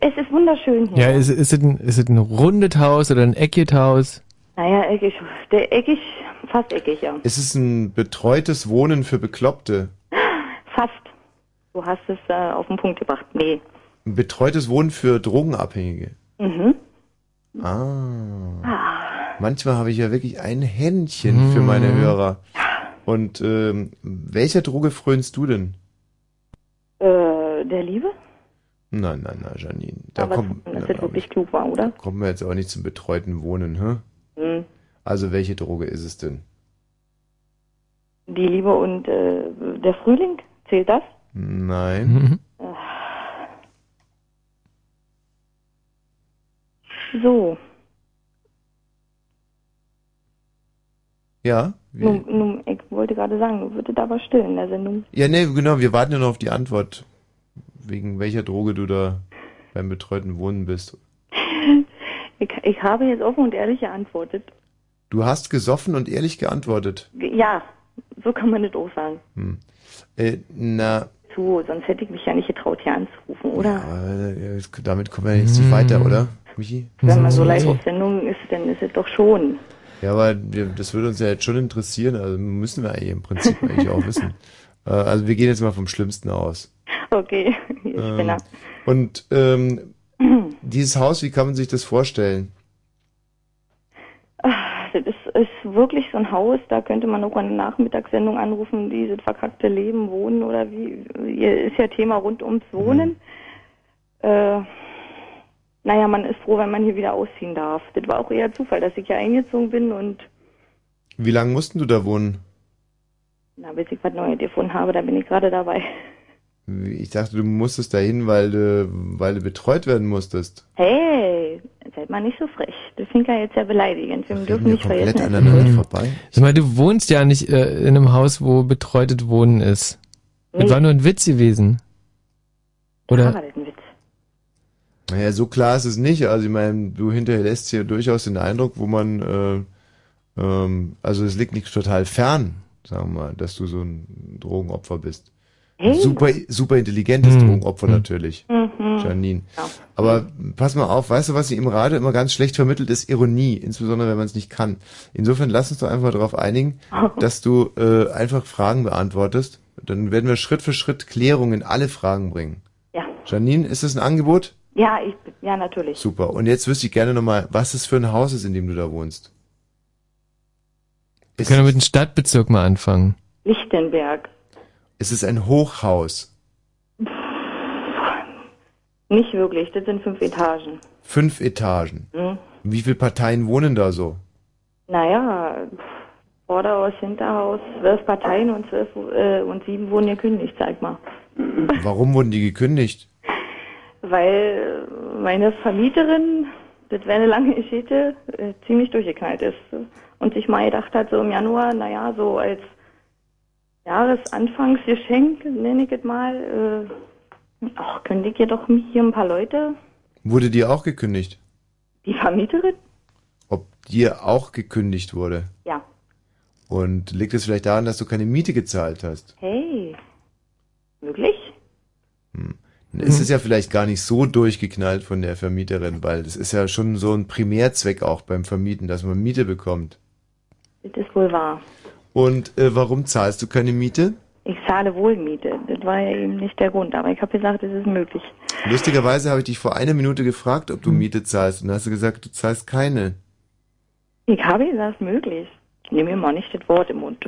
V: es ist wunderschön hier.
C: Ja, ist, ist, es ein, ist es ein rundes Haus oder ein eckiges Haus?
V: Naja, eckig, der eckig, fast eckig, ja.
B: Ist es ein betreutes Wohnen für Bekloppte?
V: Fast. Du hast es äh, auf den Punkt gebracht. Nee.
B: Ein betreutes Wohnen für Drogenabhängige?
V: Mhm.
B: Ah.
V: Ah.
B: Manchmal habe ich ja wirklich ein Händchen für meine
C: Mhm.
B: Hörer. Und ähm, welcher Droge frönst du denn?
V: Äh, der Liebe?
B: Nein, nein, nein, Janine. Da
V: Aber
B: kommt,
V: dass
B: na,
V: das
B: glaub ich,
V: wirklich klug war, oder?
B: kommen wir jetzt auch nicht zum betreuten Wohnen, hä?
V: Mhm.
B: Also welche Droge ist es denn?
V: Die Liebe und äh, der Frühling, zählt das?
B: Nein.
V: So,
B: Ja?
V: nun, hm.
B: Wie?
V: nun, ich wollte gerade sagen, du würdest aber still in der Sendung.
B: Ja, nee, genau, wir warten ja noch auf die Antwort, wegen welcher Droge du da beim betreuten Wohnen bist.
V: Ich, ich habe jetzt offen und ehrlich geantwortet.
B: Du hast gesoffen und ehrlich geantwortet.
V: Ja, so kann man das auch sagen.
B: Hm. Äh, na,
V: So, sonst hätte ich mich ja nicht getraut, hier anzurufen, oder?
B: aber, äh, jetzt- damit kommen wir jetzt nicht weiter, oder, Michi?
V: Wenn man so
B: Mhm.
V: live auf Sendung ist, dann ist es doch schon.
B: Ja, aber wir, das würde uns ja jetzt schon interessieren, also müssen wir eigentlich im Prinzip eigentlich auch wissen. Äh, also wir gehen jetzt mal vom Schlimmsten aus.
V: Okay, ich bin
B: Ähm, und ähm, dieses Haus, wie kann man sich das vorstellen?
V: Ah, Das ist, ist wirklich so ein Haus, da könnte man auch eine Nachmittagssendung anrufen, dieses verkackte Leben, Wohnen oder wie, hier ist ja Thema rund ums Wohnen. Äh, naja, man ist froh, wenn man hier wieder ausziehen darf. Das war auch eher Zufall, dass ich hier eingezogen bin und
B: Wie lange mussten du da wohnen?
V: na, bis ich was Neues gefunden habe, da bin ich gerade dabei.
B: Wie- Ich dachte, du musstest dahin, weil du, weil du betreut werden musstest.
V: Hey, seid mal nicht so frech. Das klingt ja jetzt sehr beleidigend. Wir dürfen nicht vergessen, dass
B: vorbei.
C: Mhm. Sag mal, du wohnst ja nicht äh, in einem Haus, wo betreutes Wohnen ist. Das
V: Nee.
C: war nur ein Witz gewesen.
V: Ja,
C: Oder?
V: war das ein Witz.
B: Naja, so klar ist es nicht. Also ich meine, du hinterlässt hier durchaus den Eindruck, wo man, äh, ähm, also es liegt nicht total fern, sagen wir mal, dass du so ein Drogenopfer bist.
V: Hey.
B: Super, super intelligentes Drogenopfer natürlich,
V: Mhm.
B: Janine. Aber pass mal auf, weißt du, was sie im Radio immer ganz schlecht vermittelt, ist Ironie, insbesondere wenn man es nicht kann. Insofern lass uns doch einfach darauf einigen, dass du äh, einfach Fragen beantwortest. Dann werden wir Schritt für Schritt Klärung in alle Fragen bringen.
V: Ja.
B: Janine, ist das ein Angebot?
V: Ja, ich, ja, natürlich.
B: Super. Und jetzt wüsste ich gerne nochmal, was es für ein Haus ist, in dem du da wohnst.
C: Wir können mit dem Stadtbezirk mal anfangen.
V: Lichtenberg.
B: Es ist ein Hochhaus.
V: Nicht wirklich, das sind fünf Etagen.
B: Fünf Etagen.
V: Hm?
B: Wie viele Parteien wohnen da so?
V: Naja, pff, Vorderhaus, Hinterhaus, zwölf Parteien und zwölf äh, und sieben wurden gekündigt, sag mal.
B: Warum wurden die gekündigt?
V: Weil äh, meine Vermieterin, das wäre eine lange Geschichte, äh, ziemlich durchgeknallt ist und sich mal gedacht hat, so im Januar, naja, so als Jahresanfangsgeschenk, nenne ich es mal. Äh, ach, könnte ich ihr doch mich hier ein paar Leute,
B: Wurde dir auch gekündigt?
V: die Vermieterin?
B: Ob dir auch gekündigt wurde?
V: Ja.
B: Und liegt es vielleicht daran, dass du keine Miete gezahlt hast?
V: Hey, möglich?
B: Hm. Dann ist es ja vielleicht gar nicht so durchgeknallt von der Vermieterin, weil das ist ja schon so ein Primärzweck auch beim Vermieten, dass man Miete bekommt.
V: Das ist wohl wahr.
B: Und äh, warum zahlst du keine Miete?
V: Ich zahle Wohlmiete. Das war ja eben nicht der Grund, aber ich habe gesagt, es ist möglich.
B: Lustigerweise habe ich dich vor einer Minute gefragt, ob du Miete zahlst, und dann hast du gesagt, du zahlst keine.
V: Ich habe gesagt, möglich. Ich nehme mir mal nicht das Wort im Mund.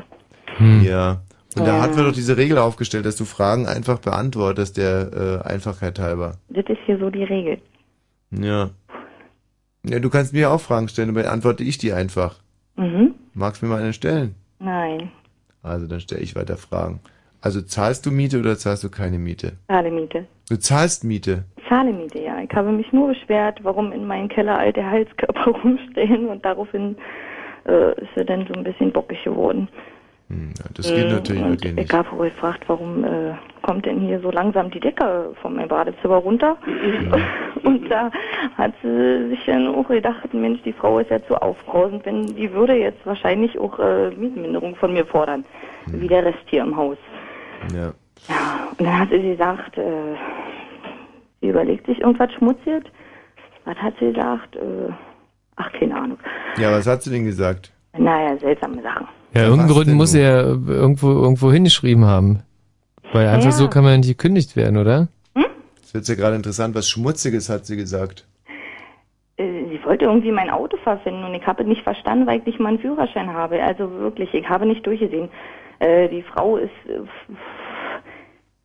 B: Ja. Und da
V: Ja.
B: hatten wir doch diese Regel aufgestellt, dass du Fragen einfach beantwortest, der äh, Einfachheit halber.
V: Das ist hier so die Regel.
B: Ja. Ja, du kannst mir auch Fragen stellen, aber antworte ich die einfach.
V: Mhm.
B: Magst du mir mal eine stellen?
V: Nein,
B: Also dann stelle ich weiter Fragen. Also zahlst du Miete oder zahlst du keine Miete?
V: zahle Miete.
B: Du zahlst Miete.
V: Ich zahle Miete, ja. Ich habe mich nur beschwert, warum in meinem Keller alte Heizkörper rumstehen und daraufhin äh, ist er dann so ein bisschen bockig geworden.
B: Ja, das geht
V: Mhm,
B: natürlich
V: und
B: wirklich
V: Ich
B: nicht.
V: habe wohl gefragt, warum äh, kommt denn hier so langsam die Decke von meinem Badezimmer runter? Und da hat sie sich dann auch gedacht, Mensch, die Frau ist ja zu aufbrausend, wenn die würde jetzt wahrscheinlich auch äh, Mietenminderung von mir fordern,
B: Hm.
V: wie der Rest hier im Haus.
B: Ja.
V: Und dann hat sie gesagt, äh, sie überlegt sich irgendwas Schmutziges. Was hat sie gesagt? Äh, ach, keine Ahnung.
B: ja, was hat sie denn gesagt?
V: Naja, seltsame Sachen.
C: Ja, irgendeinen Grund muss er ja irgendwo, irgendwo hingeschrieben haben. Weil einfach
V: Ja.
C: so kann man nicht gekündigt werden, oder?
B: Es wird ja gerade interessant, was Schmutziges hat sie gesagt.
V: Äh, Sie wollte irgendwie mein Auto verfinden und ich habe es nicht verstanden, weil ich nicht mal einen Führerschein habe. Also wirklich, ich habe nicht durchgesehen. Äh, die Frau ist, äh, f- f-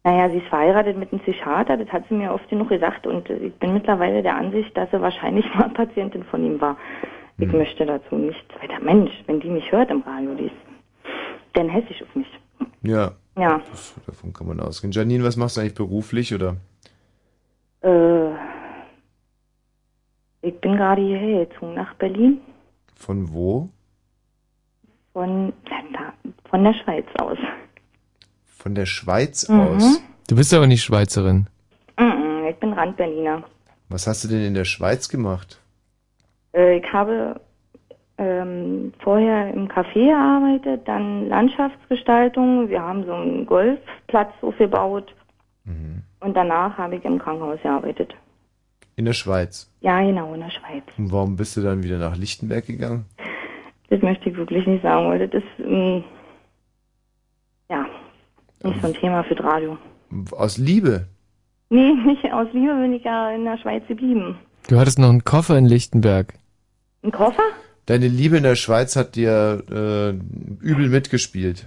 V: naja, sie ist verheiratet mit einem Psychiater, das hat sie mir oft genug gesagt und äh, ich bin mittlerweile der Ansicht, dass sie wahrscheinlich mal Patientin von ihm war. Ich möchte dazu nichts weiter. Mensch, wenn die mich hört im Radio, die ist dann hässlich auf mich.
B: Ja,
V: Ja,
B: das, davon kann man ausgehen. Janine, was machst du eigentlich beruflich oder?
V: äh, ich bin gerade hierher gezogen nach Berlin
B: Von wo?
V: von, na, da- von der Schweiz aus.
B: Von der Schweiz
V: Mhm.
B: aus.
C: Du bist aber nicht Schweizerin.
V: Mhm, Ich bin Randberliner.
B: Was hast du denn in der Schweiz gemacht?
V: Äh, Ich habe ähm, vorher im Café gearbeitet, dann Landschaftsgestaltung. Wir haben so einen Golfplatz aufgebaut. Und danach habe ich im Krankenhaus gearbeitet.
B: In der Schweiz.
V: Ja, genau, in der Schweiz.
B: Und warum bist du dann wieder nach Lichtenberg gegangen?
V: Das möchte ich wirklich nicht sagen, weil das ist, ähm, ja, nicht so ein Thema für das Radio.
B: Aus Liebe.
V: Nee, nicht aus Liebe bin ich ja in der Schweiz geblieben.
C: Du hattest noch einen Koffer in Lichtenberg.
V: Ein Koffer?
B: Deine Liebe in der Schweiz hat dir äh, übel mitgespielt.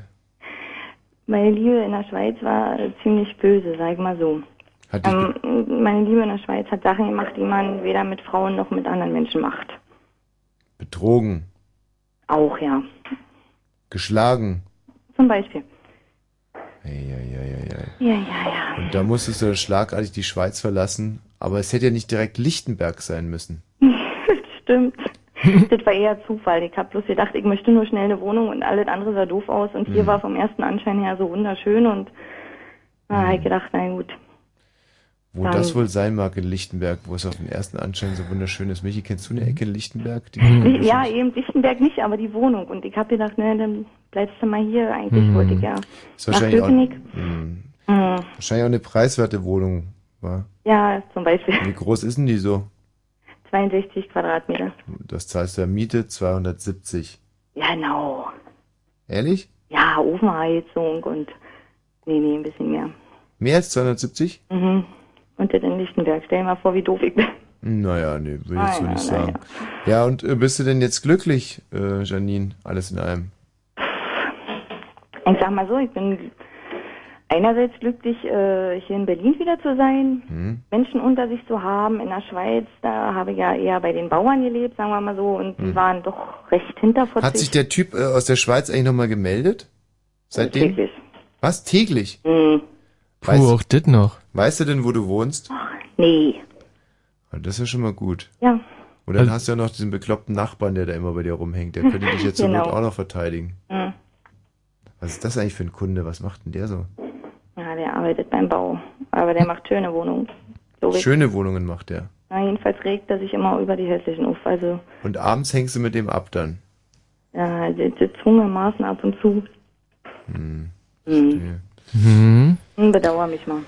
V: Meine Liebe in der Schweiz war äh, ziemlich böse, sag ich mal so.
B: Hat dich
V: Ähm, meine Liebe in der Schweiz hat Sachen gemacht, die man weder mit Frauen noch mit anderen Menschen macht.
B: betrogen,
V: Auch, ja.
B: geschlagen.
V: Zum Beispiel.
B: Eieieiei.
V: Ja, ja, ja.
B: Und da musstest du schlagartig die Schweiz verlassen. Aber es hätte ja nicht direkt Lichtenberg sein müssen.
V: Stimmt. das war eher Zufall. Ich habe bloß gedacht, ich möchte nur schnell eine Wohnung und alles andere sah doof aus. Und
B: Mhm.
V: hier war vom ersten Anschein her so wunderschön und da
B: Mhm.
V: habe ich gedacht, na gut.
B: Wo
V: Dann-
B: das wohl sein mag in Lichtenberg, wo es auf den ersten Anschein so wunderschön ist. Michi, kennst du eine Ecke in Lichtenberg? Die
V: Ja, eben Lichtenberg nicht, aber die Wohnung. Und ich habe gedacht, ne, dann bleibst du mal hier. Eigentlich
B: Hm.
V: wollte ich ja
B: Ist
V: nach
B: wahrscheinlich auch,
V: Köpenick.
B: mh,
V: Hm.
B: wahrscheinlich auch eine preiswerte Wohnung. War.
V: Ja, zum Beispiel
B: Wie groß ist denn die so?
V: 62 Quadratmeter.
B: Das zahlst du ja Miete 270.
V: Ja, genau.
B: Ehrlich?
V: Ja, Ofenheizung und nee, nee, ein bisschen mehr.
B: Mehr als 270?
V: Mhm. Und das in Lichtenberg. Stell dir mal vor, wie doof ich bin.
B: Naja, nee, will ich jetzt so
V: Naja,
B: nicht
V: naja.
B: sagen. Ja, und äh, bist du denn jetzt glücklich, äh, Janine, alles in allem?
V: Ich sag mal so, ich bin einerseits glücklich, äh, hier in Berlin wieder zu sein,
B: Hm?
V: Menschen unter sich zu haben. In der Schweiz, da habe ich ja eher bei den Bauern gelebt, sagen wir mal so, und die
B: Hm.
V: waren doch recht hinterfotzig.
B: Hat sich der Typ äh, aus der Schweiz eigentlich nochmal gemeldet? Seitdem?
V: Täglich.
B: Was? Täglich?
V: Mhm.
B: Puh, auch
C: das noch.
B: Weißt du denn, wo du wohnst?
V: Nee.
B: Ah, Das ist ja schon mal gut.
V: Ja.
B: Und dann hast du ja noch diesen bekloppten Nachbarn, der da immer bei dir rumhängt. Der könnte dich jetzt so
V: Genau.
B: gut auch noch verteidigen.
V: Mhm.
B: Was ist das eigentlich für ein Kunde? Was macht denn der so?
V: Ja, der arbeitet beim Bau, aber der macht schöne Wohnungen. glaub ich.
B: Schöne Wohnungen macht der.
V: Na, jedenfalls regt er sich immer über die hässlichen auf. Also
B: Und abends hängst du mit dem ab dann.
V: ja, die- die zwungenermaßen ab und zu.
B: Hm.
V: Hm.
C: Mhm.
V: Hm, Bedauere mich mal.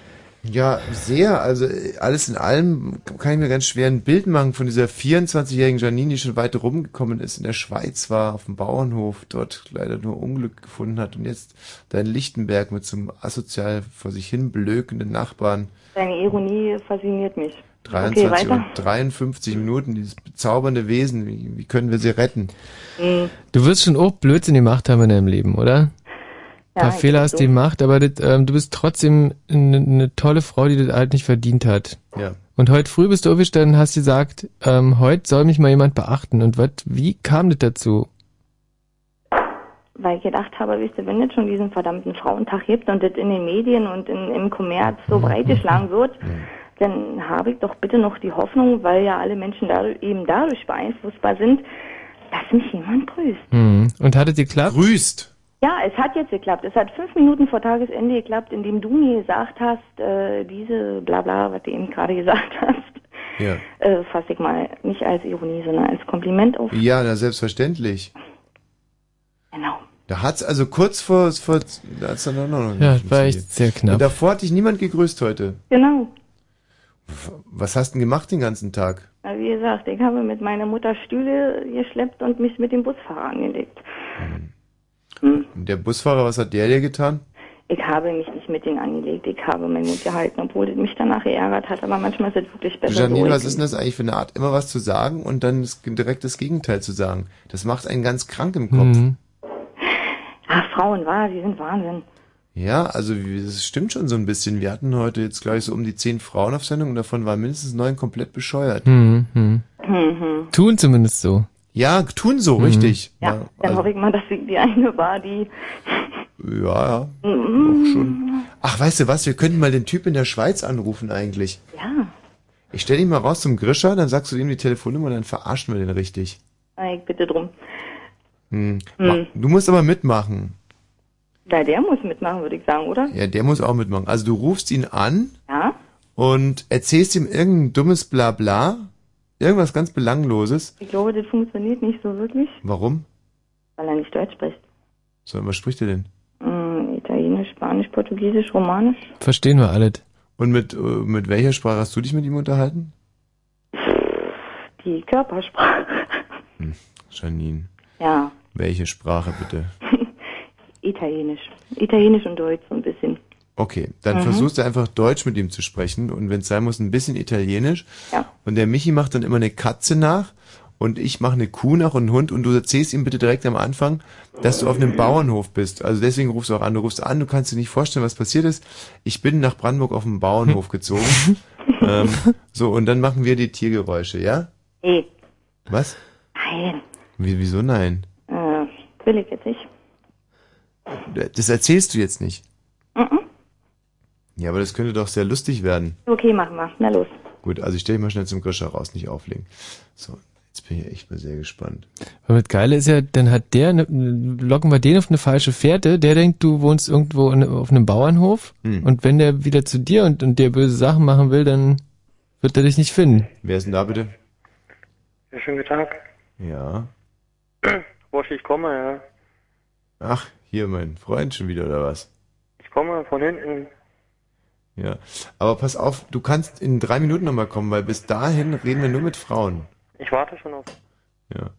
B: Ja, sehr. Also äh, alles in allem kann ich mir ganz schwer ein Bild machen von dieser 24-jährigen Janine, die schon weit rumgekommen ist, in der Schweiz war, auf dem Bauernhof, dort leider nur Unglück gefunden hat und jetzt da in Lichtenberg mit so einem asozial vor sich hin blökenden Nachbarn.
V: Deine Ironie fasziniert mich.
B: 23
V: okay,
B: und
V: weiter.
B: 53 Minuten, dieses bezaubernde Wesen, wie, wie können wir sie retten?
V: Hm.
C: Du wirst schon auch Blödsinn gemacht haben in deinem Leben, oder?
V: Ja,
C: Ein paar
V: ich
C: Fehler
V: glaub
C: hast du
V: so.
C: gemacht, aber das, ähm, du bist trotzdem eine, eine tolle Frau, die das halt nicht verdient hat.
B: Ja.
C: Und heute früh bist du aufgestanden und hast gesagt, ähm, heute soll mich mal jemand beachten. Und wat, wie kam das dazu?
V: Weil ich gedacht habe, wisst ihr, wenn es schon diesen verdammten Frauentag gibt und das in den Medien und in, im Kommerz so breitgeschlagen wird, dann habe ich doch bitte noch die Hoffnung, weil ja alle Menschen dadurch, eben dadurch beeinflussbar sind, dass mich jemand grüßt.
C: Hm. Und hat es geklappt?
B: Grüßt!
V: Ja, es hat jetzt geklappt. Es hat fünf Minuten vor Tagesende geklappt, indem du mir gesagt hast, äh, diese Blabla, was du eben gerade gesagt hast,
B: Ja.
V: äh, fasse ich mal nicht als Ironie, sondern als Kompliment auf.
B: Ja, na, selbstverständlich.
V: Genau.
B: Da hat's also kurz vor, vor da hat's dann auch noch
C: Ja, das war echt sehr knapp.
B: Und davor hat dich niemand gegrüßt heute.
V: Genau.
B: Was hast du denn gemacht den ganzen Tag?
V: Na, Wie gesagt, ich habe mit meiner Mutter Stühle geschleppt und mich mit dem Busfahrer angelegt.
B: Und der Busfahrer, was hat der dir getan?
V: Ich habe mich nicht mit denen angelegt, ich habe meinen Mund gehalten, obwohl es mich danach geärgert hat, aber manchmal ist es wirklich
B: Du,
V: besser.
B: Janine,
V: so.
B: was ist denn das eigentlich für eine Art, immer was zu sagen und dann das, direkt das Gegenteil zu sagen? Das macht einen ganz krank im Kopf.
V: Ach, Frauen, wahr, sie sind Wahnsinn.
B: Ja, also wie- das stimmt schon so ein bisschen. Wir hatten heute jetzt gleich so um die zehn Frauen auf Sendung und davon waren mindestens neun komplett bescheuert.
C: Hm, hm. Tun zumindest so.
B: Ja, tun so,
C: Mhm.
B: richtig.
V: Mhm. Ja,
B: ja,
V: dann hoffe ich mal, dass ich die eine war, die... mhm,
B: ja.
V: Auch
B: schon. Ach, weißt du was, wir könnten mal den Typ in der Schweiz anrufen eigentlich.
V: Ja,
B: Ich stell dich mal raus zum Grischer, dann sagst du ihm die Telefonnummer und dann verarschen wir den richtig.
V: na, ich bitte drum.
B: Hm.
V: Hm.
B: Du musst aber mitmachen.
V: Na, der muss mitmachen, würde ich sagen, oder?
B: Ja, der muss auch mitmachen. Also du rufst ihn an
V: Ja.
B: und erzählst ihm irgendein dummes Blabla, irgendwas ganz Belangloses.
V: Ich glaube, das funktioniert nicht so wirklich,
B: Warum?
V: weil er nicht Deutsch spricht.
B: So, was spricht er denn?
V: Hm, Italienisch, Spanisch, Portugiesisch, Romanisch.
C: Verstehen wir alles.
B: Und mit, äh, mit welcher Sprache hast du dich mit ihm unterhalten?
V: Die Körpersprache.
B: Hm, Janine.
V: Ja,
B: Welche Sprache bitte?
V: Italienisch. Italienisch und Deutsch so ein bisschen.
B: Okay, dann
V: Mhm.
B: versuchst du einfach Deutsch mit ihm zu sprechen und wenn es sein muss, ein bisschen Italienisch.
V: Ja.
B: Und der Michi macht dann immer eine Katze nach und ich mache eine Kuh nach und einen Hund und du erzählst ihm bitte direkt am Anfang, dass du auf einem Bauernhof bist. Also deswegen rufst du auch an. Du rufst an, du kannst dir nicht vorstellen, was passiert ist. Ich bin nach Brandenburg auf einen Bauernhof gezogen. ähm, so, und dann machen wir die Tiergeräusche, ja?
V: Nee,
B: Was?
V: nein,
B: Wie, wieso nein?
V: äh, will ich jetzt nicht.
B: Das erzählst du jetzt nicht.
V: Mhm.
B: Ja, aber das könnte doch sehr lustig werden.
V: Okay, machen wir. Na los.
B: Gut, also ich stelle mal schnell zum Grischer raus, nicht auflegen. So, jetzt bin ich echt mal sehr gespannt.
C: Weil das Geile ist ja, dann hat der, ne, locken wir den auf eine falsche Fährte, der denkt, du wohnst irgendwo in, auf einem Bauernhof
B: Hm.
C: und wenn der wieder zu dir und, und dir böse Sachen machen will, dann wird er dich nicht finden.
B: Wer ist denn da bitte?
E: Ja, schönen guten Tag.
B: Ja.
E: Wosch, ich komme, ja.
B: Ach, hier mein Freund schon wieder oder was?
E: Ich komme von hinten.
B: Ja. Aber pass auf, du kannst in drei Minuten nochmal kommen, weil bis dahin reden wir nur mit Frauen.
E: Ich warte schon auf.
B: Ja.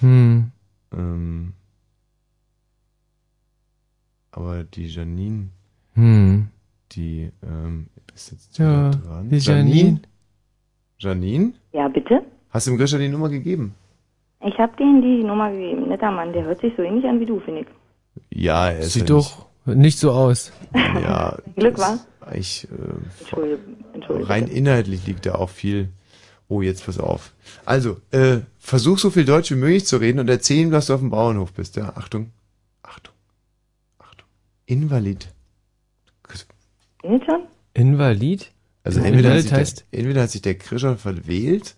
C: Hm.
B: Ähm. Aber die Janine,
C: Hm.
B: die ähm, ist jetzt
C: Ja,
B: wieder dran.
C: die Janine.
B: Janine?
V: Ja, bitte?
B: Hast du dem Grischer die Nummer gegeben?
V: Ich habe denen die Nummer gegeben. Netter Mann, der hört sich so ähnlich an wie du, finde ich.
B: Ja, er ist
C: Sieht
B: ja
C: doch nicht so aus.
B: nicht- Ja,
V: Glück war.
B: ich äh,
V: Entschuldige, entschuldige.
B: Rein inhaltlich liegt da auch viel. Oh, jetzt pass auf. Also, äh, versuch so viel Deutsch wie möglich zu reden und erzähl ihm, dass du auf dem Bauernhof bist. Ja, Achtung. Achtung. Achtung. Invalid.
V: Jetzt schon?
C: Invalid?
B: Also
C: Ja,
B: entweder hat,
C: Invalid
B: sich der,
C: heißt-
B: entweder hat sich der Krischer verwählt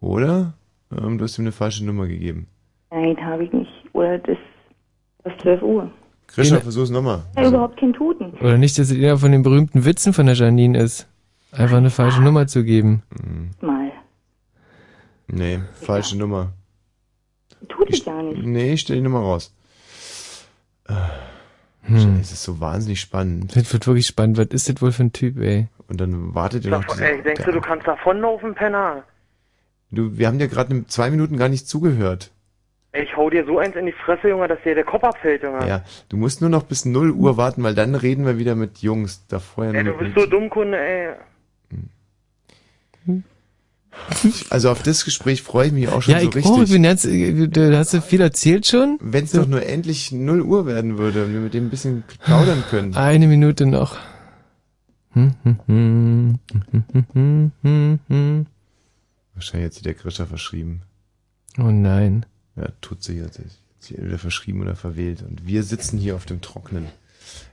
B: oder ähm, du hast ihm eine falsche Nummer gegeben.
V: Nein, habe ich nicht. Oder das ist 12 Uhr.
B: Christian, versuch's nochmal.
V: Ja, überhaupt kein Tuten.
C: Oder nicht, dass es einer von den berühmten Witzen von der Janine ist. Einfach eine falsche Nummer zu geben.
V: Mal.
B: Nee, falsche Nummer.
V: Tut es ja nicht.
B: Nee, ich stell die Nummer raus. Äh, Scheiße, Es ist so wahnsinnig spannend.
C: Hm. Das wird wirklich spannend. Was ist das wohl für ein Typ, ey?
B: Und dann wartet ihr noch.
E: Sag mal, ey, denkst du, du kannst davonlaufen, Penner?
B: Du, wir haben dir gerade in zwei Minuten gar nicht zugehört.
E: Ey, Ich hau dir so eins in die Fresse, Junge, dass dir der Kopf abfällt, Junge.
B: Ja, du musst nur noch bis 0 Uhr warten, weil dann reden wir wieder mit Jungs. Da vorher
E: Ey,
B: nur
E: du
B: mit
E: bist so dumm, Kunde, ey.
B: Mädchen. Also auf das Gespräch freue ich mich auch schon
C: Ja,
B: so
C: ich,
B: richtig.
C: oh, ich bin jetzt, äh, du hast du viel erzählt schon?
B: Wenn es doch nur endlich 0 Uhr werden würde und wir mit dem ein bisschen plaudern können.
C: Eine Minute noch.
B: Wahrscheinlich hat sich der Grischer verschrieben.
C: Oh nein.
B: Ja, tut sie hat sich hat sich entweder verschrieben oder verwählt. Und wir sitzen hier auf dem Trocknen.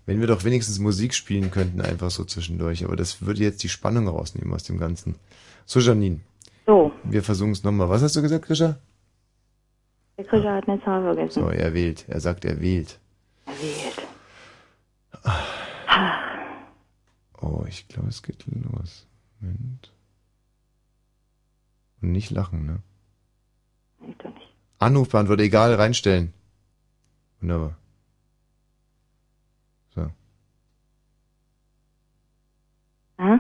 B: Wenn wir doch wenigstens Musik spielen könnten, einfach so zwischendurch. Aber das würde jetzt die Spannung rausnehmen aus dem Ganzen. So, Janine.
V: So.
B: Wir versuchen es nochmal. Was hast du gesagt, Grischer?
V: Der Krieger hat eine Zahl vergessen.
B: So, Oh, er wählt. Er sagt, er wählt. Oh, ich glaube, es geht los. Moment. Und nicht lachen, ne? Anrufbeantworter, egal, reinstellen. Wunderbar. So.
V: Hä?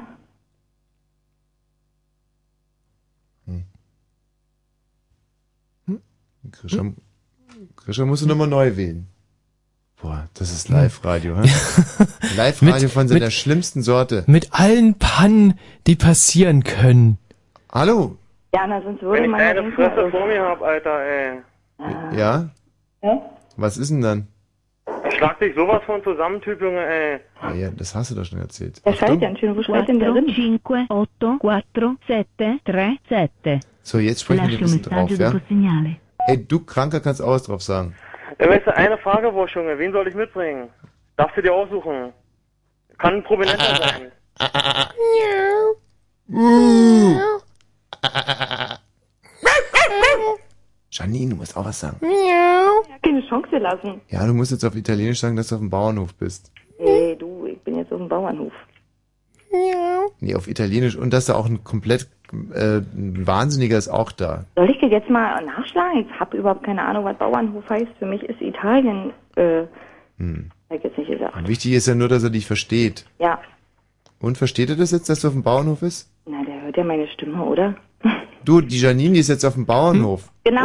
B: Grisha, Grisha musst du nochmal neu wählen. Boah, das ist Live-Radio, hä? Live-Radio
C: Mit-
B: von seiner
C: mit-
B: schlimmsten Sorte.
C: Mit allen Pannen, die passieren können.
B: Hallo?
V: Ja, na, sonst
E: Wenn
V: würde
E: ich
V: man ja
E: deine
V: denken, also,
E: Fresse vor mir hab, Alter, ey.
B: Ja?
V: Ja?
B: Was ist denn dann?
E: Ich Schlag dich sowas von zusammen, Typ, Junge, ey.
B: Ah, ja, das hast du doch schon erzählt.
V: der schreit ja schön, wo schreit denn der drin?
U: 5, 8, 4, 7, 3, 7.
B: So, jetzt sprechen wir ein
U: Lasci un
B: bisschen drauf,
U: messaggio
B: ja?
U: dopo il segnale.
B: Ey, du Kranker kannst auch was drauf sagen.
E: Ey, weißt du, eine Frage, Wursch, Junge, wen soll ich mitbringen? Darfst du dir aussuchen. Kann ein Prominenter sein.
B: Janine, du musst auch was sagen.
V: Miau. Ja, keine Chance gelassen.
B: Ja, du musst jetzt auf Italienisch sagen, dass du auf dem Bauernhof bist.
V: Nee, du, ich bin jetzt auf dem Bauernhof. Miau.
B: Nee, auf Italienisch. Und dass da auch ein komplett äh, ein Wahnsinniger ist auch da.
V: Soll ich dir jetzt mal nachschlagen? Ich habe überhaupt keine Ahnung, was Bauernhof heißt. Für mich ist Italien, äh,
B: Hm.
V: hab ich jetzt nicht gesagt.
B: Wichtig ist ja nur, dass er dich versteht.
V: Ja,
B: Und versteht er das jetzt, dass du auf dem Bauernhof bist?
V: na, der hört ja meine Stimme, oder?
B: Du, die Janine, die ist jetzt auf dem Bauernhof.
V: Genau.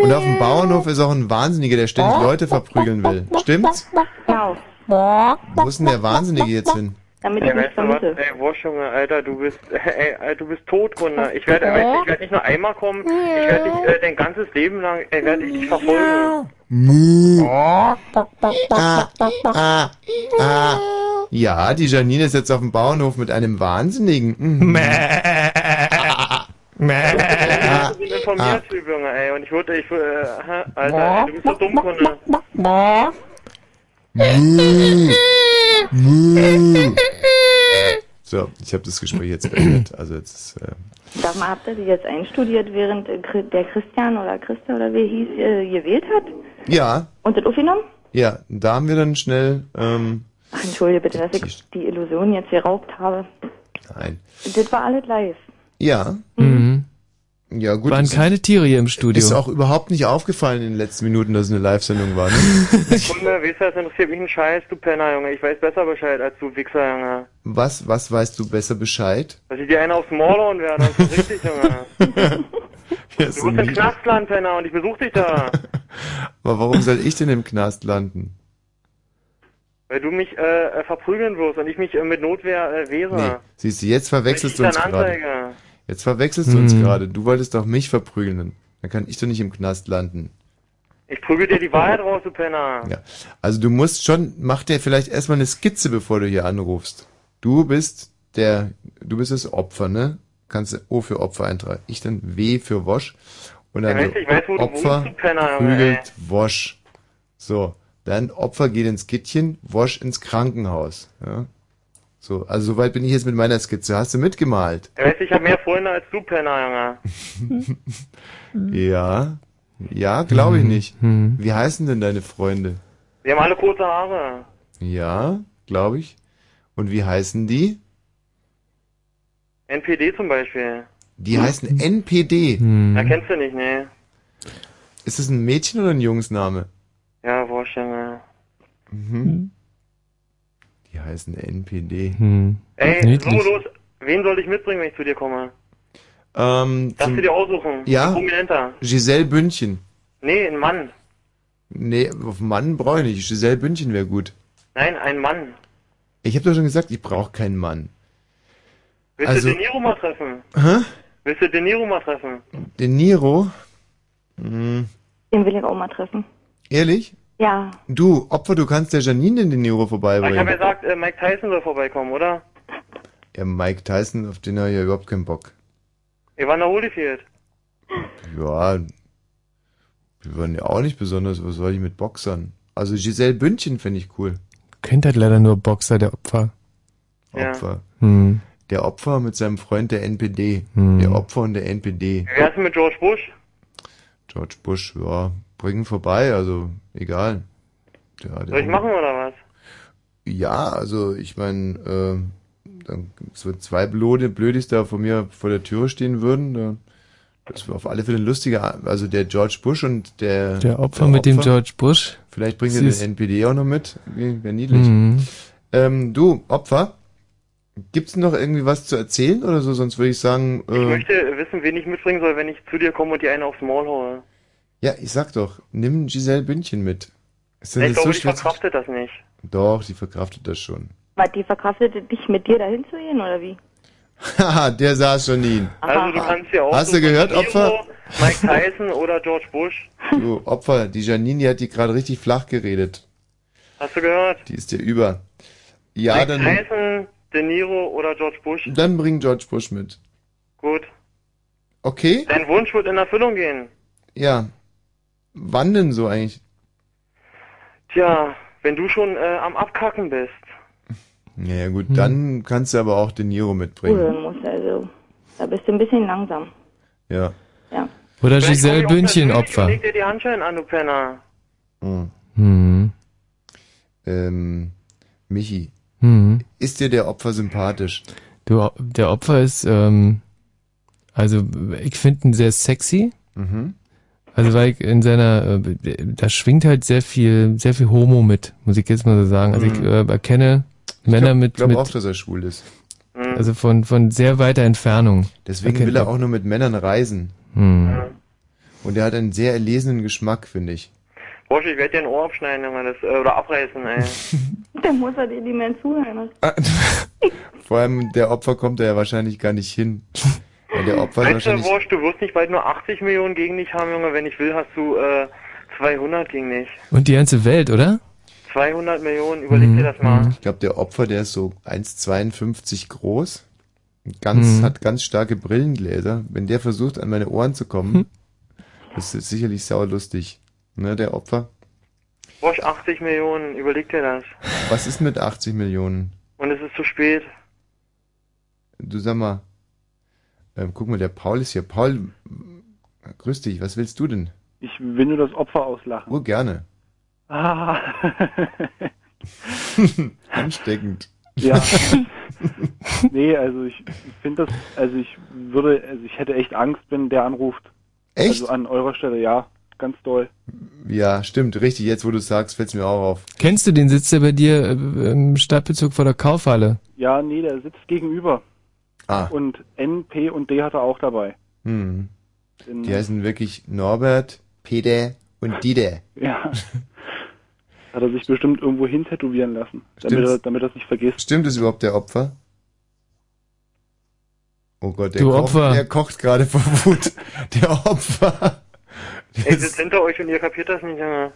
B: Und auf dem Bauernhof ist auch ein Wahnsinniger, der ständig Leute verprügeln will. Stimmt's?
V: Genau.
B: Wo ist denn der Wahnsinnige jetzt hin?
V: Damit
E: Ey, weißt du was? Ey, Wursch, Junge, Alter, du bist, ey, ey, du bist tot, Kunde. Ich werde, ich werde nicht nur einmal kommen, ich werde dich äh, dein ganzes Leben lang, äh, werde ich dich verfolgen.
B: Ah, ah, ah. Ja, die Janine ist jetzt auf dem Bauernhof mit einem Wahnsinnigen. Mhm.
E: Du bist informiert, Typ, Junge, ey, und ich würde, ich würde, äh, hä? Alter, ey, du bist so dumm, Kunde.
B: So, ich habe das Gespräch jetzt beendet. Also jetzt ist, äh,
V: Sag mal, habt ihr die jetzt einstudiert, während äh, Chri- der Christian oder Christa oder wie hieß, äh, gewählt hat?
B: ja,
V: Und das aufgenommen?
B: ja, da haben wir dann schnell ähm,
V: Ach, entschuldige bitte, dass ich die Illusion jetzt geraubt habe.
B: Nein.
V: Das war alles live.
B: Ja.
C: Mhm.
B: Ja, gut.
C: Waren
B: ist-
C: keine Tiere hier im Studio.
B: Ist auch überhaupt nicht aufgefallen in den letzten Minuten, dass es eine Live-Sendung war. Ne?
E: Kunde, weißt du, das interessiert mich ein Scheiß, du Penner, Junge. Ich weiß besser Bescheid als du, Wichser, Junge.
B: Was, was weißt du besser Bescheid?
E: Dass ich dir einen aufs Maul hauen werde, das ist richtig, Junge.
B: Ja,
E: Du bist im Knastland, Penner, und ich besuch dich da.
B: Aber warum soll ich denn im Knast landen?
E: Weil du mich äh, äh, verprügeln wirst und ich mich äh, mit Notwehr äh, wehre.
B: Nee, siehst du, jetzt verwechselst du
E: Dann
B: uns gerade.
E: Anzeige.
B: Jetzt verwechselst du uns gerade. Du wolltest doch mich verprügeln. Dann kann ich doch nicht im Knast landen.
E: Ich prügel dir die Wahrheit raus, du Penner.
B: Ja. Also du musst schon, mach dir vielleicht erstmal eine Skizze, bevor du hier anrufst. Du bist der, du bist das Opfer, ne? Kannst du O für Opfer eintragen. Ich dann W für Wosch. Und dann
E: Ja, weißt du, ich weiß, wo du
B: Opfer
E: wohnst, du Penner, Junge,
B: prügelt Wosch. So. Dann Opfer geht ins Kittchen, Wosch ins Krankenhaus. Ja? So, also soweit bin ich jetzt mit meiner Skizze. Hast du mitgemalt?
E: Ja, Weißt du, ich habe mehr Freunde als du, Penner, Junge.
B: Ja. Ja, glaube ich nicht. Wie heißen denn deine Freunde?
E: Sie haben alle kurze Haare.
B: Ja, glaube ich. Und wie heißen die?
E: NPD zum Beispiel.
B: Die heißen NPD.
E: Ja, kennst du nicht, ne?
B: Ist es ein Mädchen oder ein Jungsname?
E: Ja, wurscht, ne.
B: Mhm. Die heißen NPD.
E: Ey, so los. Wen soll ich mitbringen, wenn ich zu dir komme?
B: Ähm,
E: Darfst
B: zum-
E: du dir aussuchen?
B: Ja.
E: Prominenter.
B: Giselle Bündchen.
E: Nee, ein Mann.
B: Nee, auf Mann brauche ich nicht. Giselle Bündchen wäre gut.
E: Nein, ein Mann.
B: Ich habe doch schon gesagt, ich brauche keinen Mann.
E: Willst
B: Also-
E: du De Niro mal treffen?
B: Hä?
E: Willst du De Niro mal treffen?
B: De Niro? Hm,
V: Den will ich auch mal treffen.
B: ehrlich?
V: Ja,
B: Du, Opfer, du kannst der Janine den De Niro
E: Aber ich
B: vorbeibringen.
E: habe ja gesagt, äh, Mike Tyson soll vorbeikommen, oder?
B: ja, Mike Tyson, auf den habe ich ja überhaupt keinen Bock.
E: Evander Holyfield.
B: Ja, wir waren ja auch nicht besonders, was soll ich mit Boxern? Also Giselle Bündchen finde ich cool.
C: Kennt halt leider nur Boxer, der Opfer.
E: Ja.
B: Opfer.
C: Hm.
B: Der Opfer mit seinem Freund der NPD.
C: Hm.
B: Der Opfer und der NPD.
E: Wie wär's denn mit George Bush?
B: George Bush, ja, bringen vorbei, also egal. Ja, der-
E: Soll ich machen oder was?
B: Ja, also ich meine, äh, dann so zwei blöde Blödis da vor mir vor der Tür stehen würden, da, das wäre auf alle Fälle ein lustiger, also der George Bush und der
C: Der Opfer mit dem George Bush.
B: Vielleicht bringt ihr
C: Süß.
B: den NPD auch noch mit, wäre niedlich.
C: Mhm.
B: Ähm, du, Opfer, gibt's noch irgendwie was zu erzählen oder so, sonst würde ich sagen,
E: Ich
B: äh,
E: möchte wissen, wen ich mitbringen soll, wenn ich zu dir komme und dir eine aufs Maul hole.
B: ja, ich sag doch, nimm Giselle Bündchen mit. Ist denn
E: ich
B: das so
E: glaube, ich
B: schwer? zu-
E: verkraftet das nicht.
B: Doch, die verkraftet das schon.
V: was, die verkraftete dich mit dir dahin zu gehen, oder wie?
B: Haha, der saß schon ihn.
E: Also du kannst ja auch...
B: Hast du gehört, Opfer?
E: Mike Tyson oder George Bush.
B: Du Opfer, die Janine, die hat die gerade richtig flach geredet.
E: Hast du gehört?
B: Die ist dir über. Ja,
E: Mike
B: dann,
E: Tyson, De Niro oder George Bush.
B: dann bring George Bush mit.
E: Gut.
B: Okay?
E: Dein Wunsch wird in Erfüllung gehen.
B: Ja. Wann denn so eigentlich?
E: Tja, wenn du schon äh, am Abkacken bist.
B: Ja, ja
C: Hm.
B: gut, dann kannst du aber auch den Niro mitbringen.
V: Ruhe muss, also. Da bist du ein bisschen langsam.
B: Ja.
C: Oder
B: Vielleicht
C: Giselle
B: komm ich auch
C: Bündchen
B: persönlich
C: Opfer.
E: Leg dir die Handschellen an, du Penner.
B: Hm. Ähm, Michi,
C: Mhm.
B: ist dir der Opfer sympathisch?
C: Du, der Opfer ist, ähm, also ich finde ihn sehr sexy.
B: Mhm.
C: Also weil ich in seiner, äh, da schwingt halt sehr viel, sehr viel Homo mit, muss ich jetzt mal so sagen. Also ich
B: Mhm.
C: äh, erkenne Männer
B: glaub-
C: mit,
B: glaub
C: mit
B: auch, dass er schwul ist. Mhm.
C: also von von sehr weiter Entfernung.
B: Deswegen
C: Erkennt
B: will er
C: man.
B: auch nur mit Männern reisen.
C: Hm.
B: Und er hat einen sehr erlesenen Geschmack, finde ich.
E: Bosch, ich werde dir ein Ohr abschneiden, Junge, das, äh, oder abreißen, ey.
V: Dann muss er dir nicht mehr zuhören.
B: Vor allem der Opfer kommt da ja wahrscheinlich gar nicht hin. Weil der Opfer ist
E: Weißt du,
B: wahrscheinlich.
E: Bosch, du wirst nicht bald nur 80 Millionen gegen dich haben, Junge. Wenn ich will, hast du äh, 200 gegen dich.
C: Und die ganze Welt, oder?
E: 200 Millionen, überleg
B: Mhm,
E: dir das mal.
B: Ich glaube, der Opfer, der ist so 1,52 groß, ganz,
C: Mhm.
B: hat ganz starke Brillengläser. Wenn der versucht, an meine Ohren zu kommen, das ist sicherlich saulustig. Ne, der Opfer.
E: Bosch, 80 Millionen, überleg dir das.
B: Was ist mit 80 Millionen?
E: Und es ist zu spät.
B: Du sag mal, ähm, guck mal, der Paul ist hier. Paul, grüß dich, was willst du denn?
P: Ich will nur das Opfer auslachen.
B: Oh, gerne.
P: Ah.
B: Ansteckend.
P: ja. nee, also ich finde das, also ich würde, also ich hätte echt Angst, wenn der anruft.
B: Echt?
P: Also an eurer Stelle, ja. Ganz doll.
B: Ja, stimmt, richtig. Jetzt, wo du es sagst, fällt's mir auch auf.
C: Kennst du den? Sitzt der bei dir äh, im Stadtbezug vor der Kaufhalle?
P: Ja, nee, der sitzt gegenüber.
B: Ah.
P: Und N, P und D hat er auch dabei.
B: Hm.
E: Genau.
P: In-
B: Die heißen wirklich Norbert, Peter und Dieter.
P: Ja. Hat er sich bestimmt irgendwo hin tätowieren lassen, damit
B: Stimmt's?
P: er, damit er es nicht vergisst.
B: Stimmt es überhaupt der Opfer? Oh Gott, der
C: Du
B: kocht,
C: Opfer.
B: der kocht gerade vor Wut. Der Opfer.
E: Ey, sitzt hinter euch und ihr kapiert das nicht, Junge.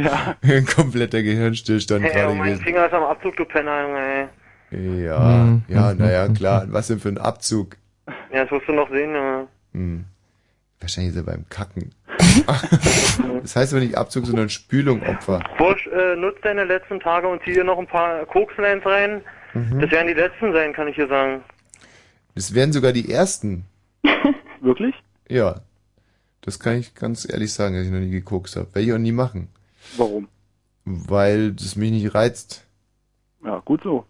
B: Ja. Ein kompletter Gehirnstillstand
E: Hey,
B: gerade
E: oh, mein
B: gewesen.
E: Finger ist am Abzug, du Penner, Junge,
B: Ja,
C: Mhm.
B: ja, naja, klar. Was denn für ein Abzug?
E: ey. Ja, das wirst du noch sehen, Junge.
B: Hm. Wahrscheinlich ist er beim Kacken. das heißt aber nicht Abzug, sondern Spülung, Opfer.
E: Bosch, äh, nutz deine letzten Tage und zieh dir noch ein paar Kokslines rein.
B: Mhm.
E: Das werden die letzten sein, kann ich dir sagen.
B: Das wären sogar die ersten.
P: Wirklich?
B: Ja. Das kann ich ganz ehrlich sagen, dass ich noch nie gekokst habe. Werde ich auch nie machen.
P: Warum?
B: weil das mich nicht reizt.
P: Ja, gut so.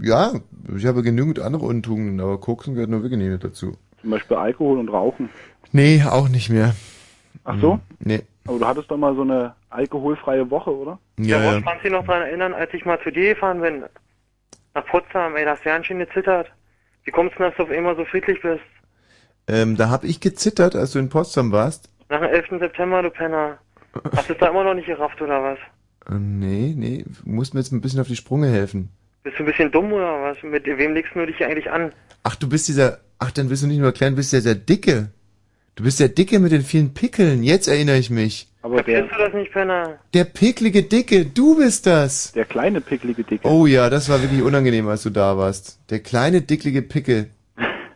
B: Ja, ich habe genügend andere Untugenden, aber Koksen gehört nur wirklich nicht mit dazu.
P: Zum Beispiel Alkohol und Rauchen.
B: Nee, auch nicht mehr.
P: Ach so?
B: Hm. Nee.
P: Aber du hattest doch mal so eine alkoholfreie Woche, oder?
B: Ja, ja.
E: Ich kann mich noch daran erinnern, als ich mal zu dir gefahren bin, nach Potsdam, ey, da hast du ganz schön gezittert. Wie kommst du denn, dass du auf einmal so friedlich bist?
B: Ähm, da habe ich gezittert, als du in Potsdam warst.
E: Nach dem 11. September, du Penner. Hast du es da immer noch nicht gerafft, oder was?
B: Äh, nee, nee, musst mir jetzt ein bisschen auf die Sprünge helfen.
E: Bist du ein bisschen dumm, oder was? Mit wem legst du dich hier eigentlich an?
B: Ach, du bist dieser, ach, dann bist du nicht nur klein, du bist der, der Dicke. Du bist der Dicke mit den vielen Pickeln, jetzt erinnere ich mich.
P: Aber der,
E: Bist du das nicht, Penner?
B: Der picklige Dicke, du bist das.
P: der kleine picklige Dicke.
B: Oh ja, das war wirklich unangenehm, als du da warst. Der kleine, dicklige Pickel.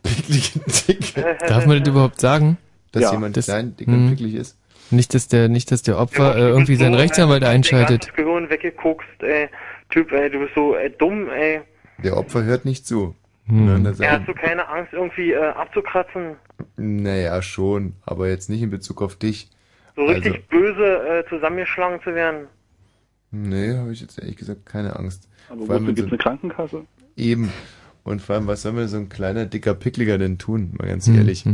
B: Picklige Dicke.
C: Darf man das überhaupt sagen?
B: Dass jemand klein, dick und
C: Hm.
B: picklig ist?
C: Nicht, dass der, nicht, dass der Opfer äh, irgendwie seinen Rechtsanwalt einschaltet.
E: Das Gehirn weggekokst, ey. Typ, ey, du bist so äh, dumm, ey.
B: Der Opfer hört nicht zu.
C: Hm.
B: Na, das-
E: Er hast du keine Angst, irgendwie äh, abzukratzen.
B: naja, schon, aber jetzt nicht in Bezug auf dich.
E: So richtig
B: Also,
E: böse äh, zusammengeschlagen zu werden.
B: nee, habe ich jetzt ehrlich gesagt keine Angst.
P: Aber
B: Vor allem,
P: wozu
B: wenn
P: gibt's
B: so-
P: eine Krankenkasse?
B: Eben. Und vor allem, was soll mir so ein kleiner, dicker Pickliger denn tun? Mal ganz ehrlich.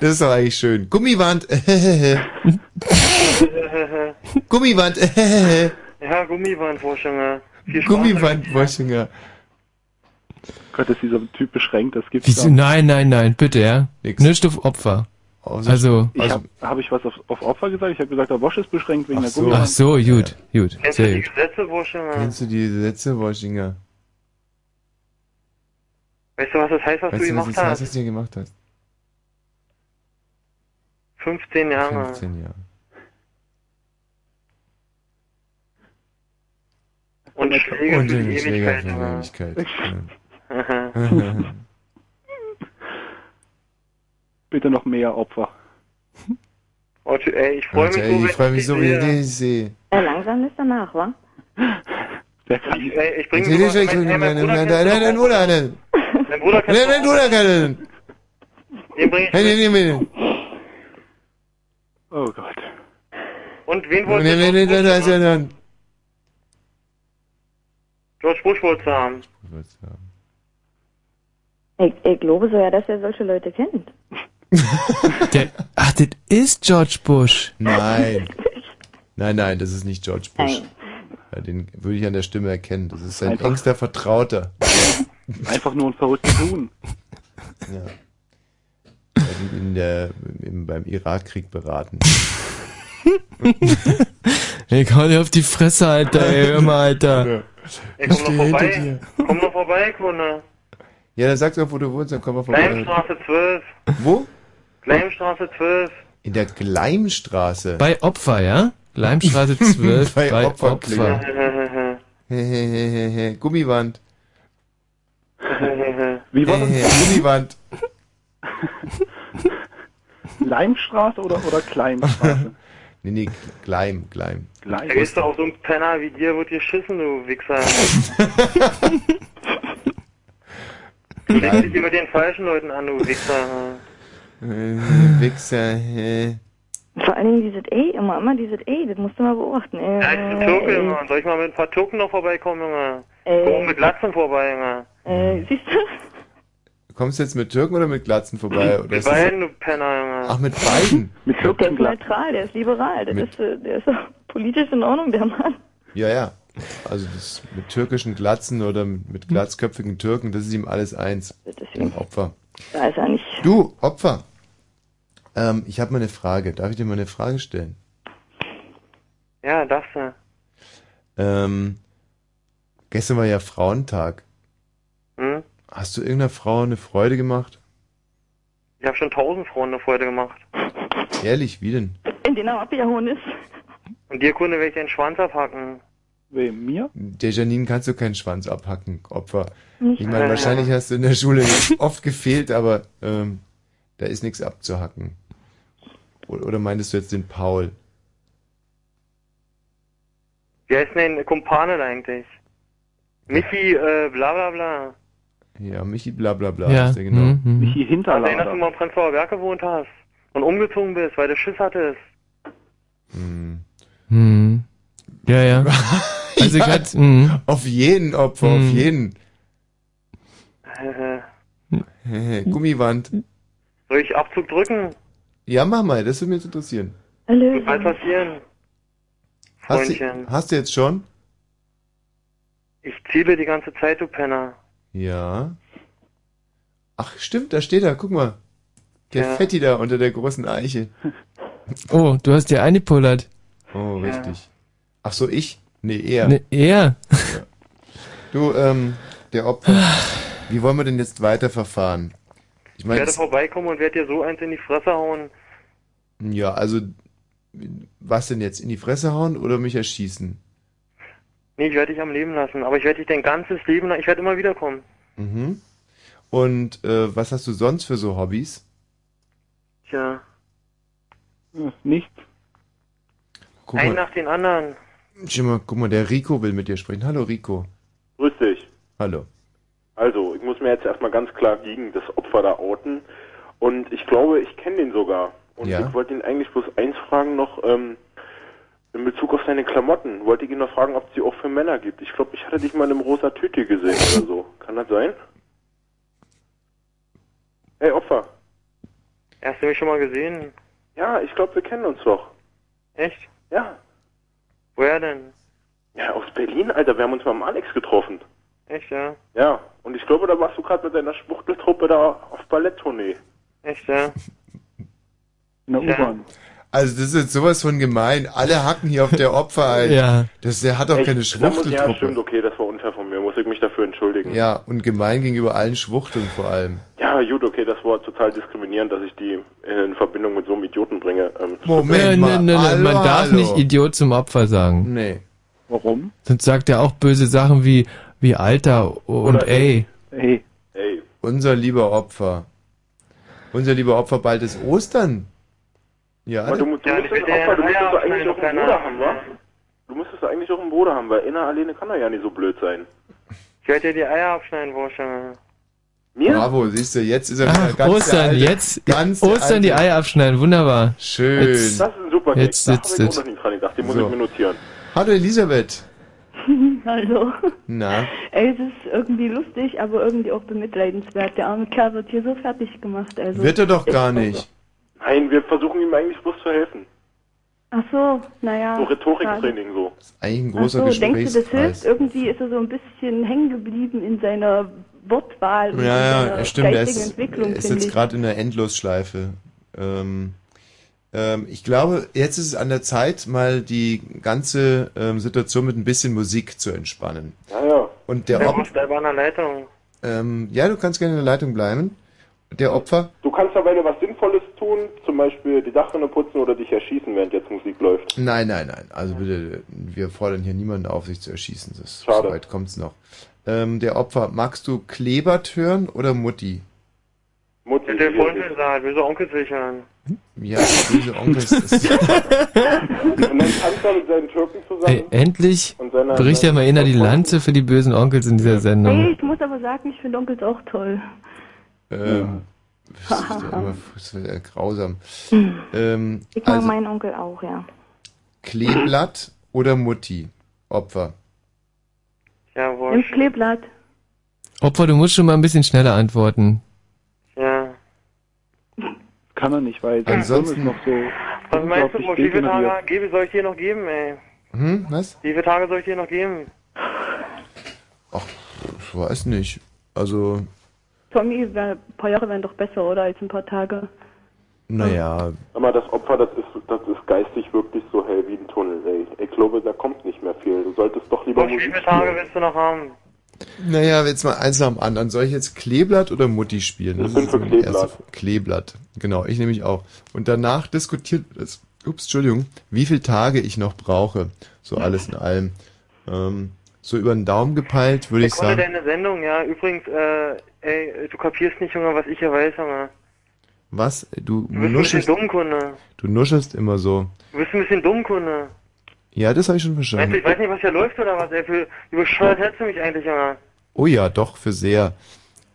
B: das ist doch eigentlich schön. Gummiwand. Gummiwand.
E: ja, Gummibandwurschungen.
B: Gummiwandwaschinger.
P: Gott, ist dieser Typ beschränkt, das gibt's
C: Wieso?
P: doch.
C: Nein, nein, nein, bitte, ja. Nicht auf Opfer. Also,
P: Ich habe hab ich was auf, auf Opfer gesagt? Ich habe gesagt, der Bosch ist beschränkt wegen
B: Ach
P: der
B: so.
P: Gummiband.
C: ach so, gut, gut,
E: Kennst du
C: sehr
E: die
C: gut.
E: Gesetze, Wurschinger?
B: Kennst du die Sätze, Waschinger?
E: Weißt du, was das heißt, was du
B: Weißt du, was
E: gemacht
B: das heißt,
E: hast?
B: was du hier gemacht hast?
E: 15 Jahre.
B: 15 Jahre.
E: Und Schläge
B: Und
E: für
B: den
E: die
B: Schläger
E: Ewigkeit.
B: für die
E: Junge.
B: Ewigkeit.
E: Aha.
P: Bitte noch mehr Opfer.
E: Oh, Ty- ey, ich freue mich
B: Alter,
E: so,
B: ey,
E: wenn
B: ich freue mich
E: dich
B: so, wie
E: sehe.
B: ich dich sehe.
V: Ja, Äh, langsam ist danach, wa?
E: Ich, ey, Äh, ich bringe
B: Natürlich, ich
E: mein,
B: bringe
E: ey, mein
B: meine-
E: Bruder
B: nein,
E: kennt-
B: nein, nein, Bruder, nein.
E: mein Bruder
B: Nein, nein,
E: kennt
B: Bruder, nein.
E: den bring ich
B: Nein, nein, nein,
P: Oh Gott.
E: Und wen
B: nein.
E: wolltest
B: Nein, nein, nein, nein, nein, nein.
E: George Bush wolltest du haben?
V: Ich, ich glaube so ja, dass er solche Leute kennt.
C: Der, ach, das ist George Bush.
B: Nein. Nein, nein, das ist nicht George Bush. Ja, Den würde ich an der Stimme erkennen. Das ist sein
P: Einfach-
B: engster Vertrauter.
P: Einfach nur ein verrücktes Huhn.
B: Ja. Er hat ihn in der, im, beim Irakkrieg beraten.
C: Ey, komm dir auf die Fresse, Alter, ey, hör mal, Alter.
E: Ey, komm
C: Steh
E: doch vorbei.
C: hinter
E: Komm doch vorbei, Kunde.
B: Ja, dann sagst du auch, wo du wohnst, dann kommen wir vorbei.
E: Leimstraße 12.
B: Wo?
E: Leimstraße 12.
B: In der Gleimstraße.
C: Bei Opfer, ja? Leimstraße 12 bei,
B: Bei
C: Opfer.
B: Opferklinger. Hehehehe. Gummiwand.
P: Wie war
B: Hehe,
P: das?
B: Gummiwand.
P: Leimstraße oder, oder Kleinstraße?
B: Nee, nee, Gleim, Gleim.
E: Da gehst du auf so einen Penner wie dir, wird geschissen, du Wichser. du legst dich über den falschen Leuten an, du Wichser.
B: Äh, Wichser. äh.
V: Vor allen Dingen dieses Ey, immer, immer dieses Ey, das musst du mal Äh, beochten. Ey,
E: Ein Türke, Junge. Soll ich mal mit ein paar Türken noch vorbeikommen, Junge?
V: Ey.
E: Komm mit Latzen vorbei, Junge.
V: ey, ey, siehst du?
B: Kommst du jetzt mit Türken oder mit Glatzen vorbei? Oder
E: Mit
B: ist das-
E: beiden, du Penner, Junge.
B: Ach, mit beiden?
P: mit
V: Der ist neutral, der ist liberal, der
B: Mit-
V: ist, äh, der ist auch politisch in Ordnung, der Mann.
B: Ja, ja. Also das mit türkischen Glatzen oder mit, mit glatzköpfigen Türken, das ist ihm alles eins. Ein Opfer.
V: Da ist er nicht.
B: Du, Opfer. Ähm, ich habe mal eine Frage. Darf ich dir mal eine Frage stellen?
E: Ja, darfst du.
B: Ähm, gestern war ja Frauentag.
E: Hm?
B: Hast du irgendeiner Frau eine Freude gemacht?
E: Ich habe schon tausend Frauen eine Freude gemacht.
B: Ehrlich, wie denn?
V: In den er abgehauen ist.
E: Und dir, Kunde, werde ich den Schwanz abhacken.
P: Wem? Mir?
B: Der Janine kannst du keinen Schwanz abhacken, Opfer.
V: Nicht.
B: Ich meine, wahrscheinlich hast du in der Schule oft gefehlt, aber ähm, da ist nichts abzuhacken. O- Oder meintest du jetzt den Paul?
E: Wie heißt denn dein Kumpane da eigentlich? Michi, äh, bla bla bla.
B: Ja, Michi, bla bla bla.
C: Ja,
B: ist der genau.
C: mhm, mhm.
P: Michi
E: Kann sein, dass Also du
P: Hinterlader.
E: mal im Prenzlauer Berg gewohnt hast und umgezogen bist, weil du Schiss hattest.
C: Hm. Ja, ja. Also
B: Ja,
C: grad, mhm.
B: Auf jeden Opfer,
C: Mhm.
B: auf jeden.
E: Äh,
B: Gummiwand.
E: soll ich Abzug drücken?
B: Ja, mach mal, das würde mich jetzt interessieren.
Y: Hallöchen.
E: Was passieren?
B: Hast du,
E: Freundchen.
B: hast du jetzt schon?
E: Ich ziele die ganze Zeit, du Penner.
B: Ja. Ach, stimmt, da steht er, guck mal. Der
E: Ja.
B: Fetti da unter der großen Eiche.
C: Oh, du hast dir eingepullert.
B: Oh,
C: Ja.
B: richtig. Ach so, ich? Nee, er.
C: Ne, er.
B: Du, ähm, der Opfer. Wie wollen wir denn jetzt weiterverfahren? Ich
E: Ich
B: meine,
E: werde vorbeikommen und werde dir so eins in die Fresse hauen.
B: ja, also, was denn jetzt? In die Fresse hauen oder mich erschießen?
E: Nee, ich werde dich am Leben lassen, aber ich werde dich dein ganzes Leben lang, ich werde immer wiederkommen.
B: Mhm. Und äh, was hast du sonst für so Hobbys?
E: Tja,
N: Hm,
P: Nichts.
B: Guck
E: ein
B: mal,
E: nach den anderen.
B: schau mal, guck mal, der Rico will mit dir sprechen. Hallo Rico.
N: Grüß dich.
B: Hallo.
N: Also, ich muss mir jetzt erstmal ganz klar gegen das Opfer da outen. Und ich glaube, ich kenne den sogar. Und
B: Ja.
N: ich wollte ihn eigentlich bloß eins fragen noch, ähm, in Bezug auf seine Klamotten. Wollte ich ihn noch fragen, ob es die auch für Männer gibt. Ich glaube, ich hatte dich mal in einem rosa Tüte gesehen oder so. Kann das sein? Hey, Opfer.
E: Hast du mich schon mal gesehen?
N: Ja, ich glaube, wir kennen uns doch.
E: Echt?
N: Ja.
E: Woher denn?
N: Ja, aus Berlin, Alter. Wir haben uns mal am Alex getroffen.
E: Echt, ja?
N: Ja. Und ich glaube, da warst du gerade mit deiner Schwuchteltruppe da auf Balletttournee.
E: Echt, ja?
N: In der
E: U-Bahn.
B: Also das ist jetzt sowas von gemein. Alle hacken hier auf der Opfer ein.
C: Ja.
B: Das, der hat doch
N: Echt? Da
B: keine
N: muss- Ja,
B: Schwuchteltruppe.
N: stimmt, okay, das war unfair von mir. Muss ich mich dafür entschuldigen.
B: Ja, und gemein gegenüber allen Schwuchteln vor allem.
N: Ja, gut, okay, das war total diskriminierend, dass ich die in Verbindung mit so einem Idioten bringe. Ähm,
C: Äh, ne, ne, ne, man darf nicht Idiot zum Opfer sagen.
B: Nee.
N: Warum?
C: Sonst sagt er auch böse Sachen wie, wie Alter und ey.
B: Hey.
N: Hey.
B: Unser lieber Opfer. Unser lieber Opfer, bald ist Ostern. Ja,
N: Aber du, mu- du,
E: Ja, ich
N: müsstest,
E: will dir
N: Opa, du
E: ja
N: müsstest
E: Eier
N: eigentlich auch einen
E: abschneiden,
N: Bruder
E: du
N: haben, wa? Du müsstest doch eigentlich auch einen Bruder haben, weil inner alleine kann er ja nicht so blöd sein.
E: Ich werde dir die Eier abschneiden, Wursche.
B: Bravo, siehst du, jetzt ist er wieder
C: Ach,
B: ganz der
C: Ah, Ostern,
B: alte,
C: jetzt.
B: Ganz der
C: Ostern die
B: alte-
C: Eier abschneiden, wunderbar.
B: Schön.
C: Jetzt,
B: Das ist ein super Gag,
C: jetzt
B: da hab
C: sitzt
B: ich
C: es.
B: auch noch
N: Ich dran gedacht, den muss
B: So.
N: ich mir notieren.
B: Hallo Elisabeth.
U: Hallo.
B: Na,
U: Ey, Also, es ist irgendwie lustig, aber irgendwie auch bemitleidenswert. Der arme Kerl wird hier so fertig gemacht. Also.
B: wird er doch gar nicht.
N: Nein, wir versuchen ihm eigentlich bloß zu helfen.
U: Ach so, naja.
N: So Rhetoriktraining so.
B: Eigentlich ein
U: Ach so,
B: großer
U: denkst du, das hilft?
B: Gesprächskreis.
U: Irgendwie ist er so ein bisschen hängen geblieben in seiner Wortwahl und
B: Ja,
U: in
B: ja,
U: seiner
B: stimmt. Er
U: geistigen
B: ist,
U: Entwicklung,
B: ist
U: finde
B: jetzt
U: ich.
B: gerade in der Endlosschleife. Ähm, ähm, ich glaube, jetzt ist es an der Zeit, mal die ganze ähm, Situation mit ein bisschen Musik zu entspannen.
N: Ja, ja.
B: Und der
E: Der
B: Opfer,
E: muss selber an der Leitung.
B: ähm, ja, du kannst gerne in der Leitung bleiben. Der Opfer,
N: Du kannst dabei noch was Sinnvolles tun, zum Beispiel die Dachrinne putzen oder dich erschießen, während jetzt Musik läuft.
B: nein, nein, nein. Also bitte, wir fordern hier niemanden auf, sich zu erschießen. Das, so
N: Schade.
B: weit kommt's noch. Ähm, der Opfer, magst du Klebert hören oder Mutti?
N: Mutti.
E: Der Telefonbild sagt, will so Onkel sichern.
B: Ja, böse Onkels. das-
N: Und dann tanzt er mit seinen Türken zusammen.
C: Ey, endlich
N: Und seiner-
C: bricht ja mal inner die Lanze für die bösen Onkels in dieser
U: Ey,
C: Sendung.
U: ich muss aber sagen, ich finde Onkels auch toll.
B: Ähm, das ist ja immer das ist ja grausam. Ähm,
U: Ich mag
B: also
U: meinen Onkel auch, ja.
B: Kleeblatt oder Mutti? Opfer.
E: Jawohl.
U: Nimm Kleeblatt.
C: Opfer, du musst schon mal ein bisschen schneller antworten.
E: Ja.
P: Kann er nicht, weil sein
B: Ansonsten-
P: Hirn ist noch so.
E: Was meinst du,
P: unglaublich
E: Musch, wie viele
P: degeneriert.
E: Tage gebe, soll ich dir noch geben, ey?
B: Hm, was?
E: Wie viele Tage soll ich dir noch geben?
B: Ich weiß nicht. Also,
U: Tommy, wär, ein paar Jahre wären doch besser, oder? Als ein paar Tage.
B: naja.
N: Aber das Opfer, das ist, das ist geistig wirklich so hell wie ein Tunnel, ey. Ich glaube, da kommt nicht mehr viel. Du solltest doch lieber
E: Wie
N: Musik
E: viele Tage willst du noch haben?
B: Naja, jetzt mal eins nach dem anderen. Soll ich jetzt Kleeblatt oder Mutti spielen? Das ist meine erste
N: Kleeblatt.
B: Frage. Kleeblatt. Genau, ich nehme ich auch. Und danach diskutiert es, ups, Entschuldigung, wie viele Tage ich noch brauche. So alles in allem. Ähm, so über den Daumen gepeilt, würde ich
E: Konnte
B: sagen.
E: deine Sendung, ja. Übrigens, äh, ey, du kapierst nicht, Junge, was ich hier weiß, Junge.
B: Was? Du
E: Du bist ein
B: nuschelst,
E: bisschen dumm, Kunde.
B: du nuschelst immer so.
E: Du bist ein bisschen dumm, Kunde.
B: Ja, das habe ich schon
E: Weißt du,
B: verstanden.
E: ich weiß nicht, was hier läuft oder was, ey. Für, wie bescheuert hältst du mich eigentlich, Junge?
B: Oh ja, doch, für sehr.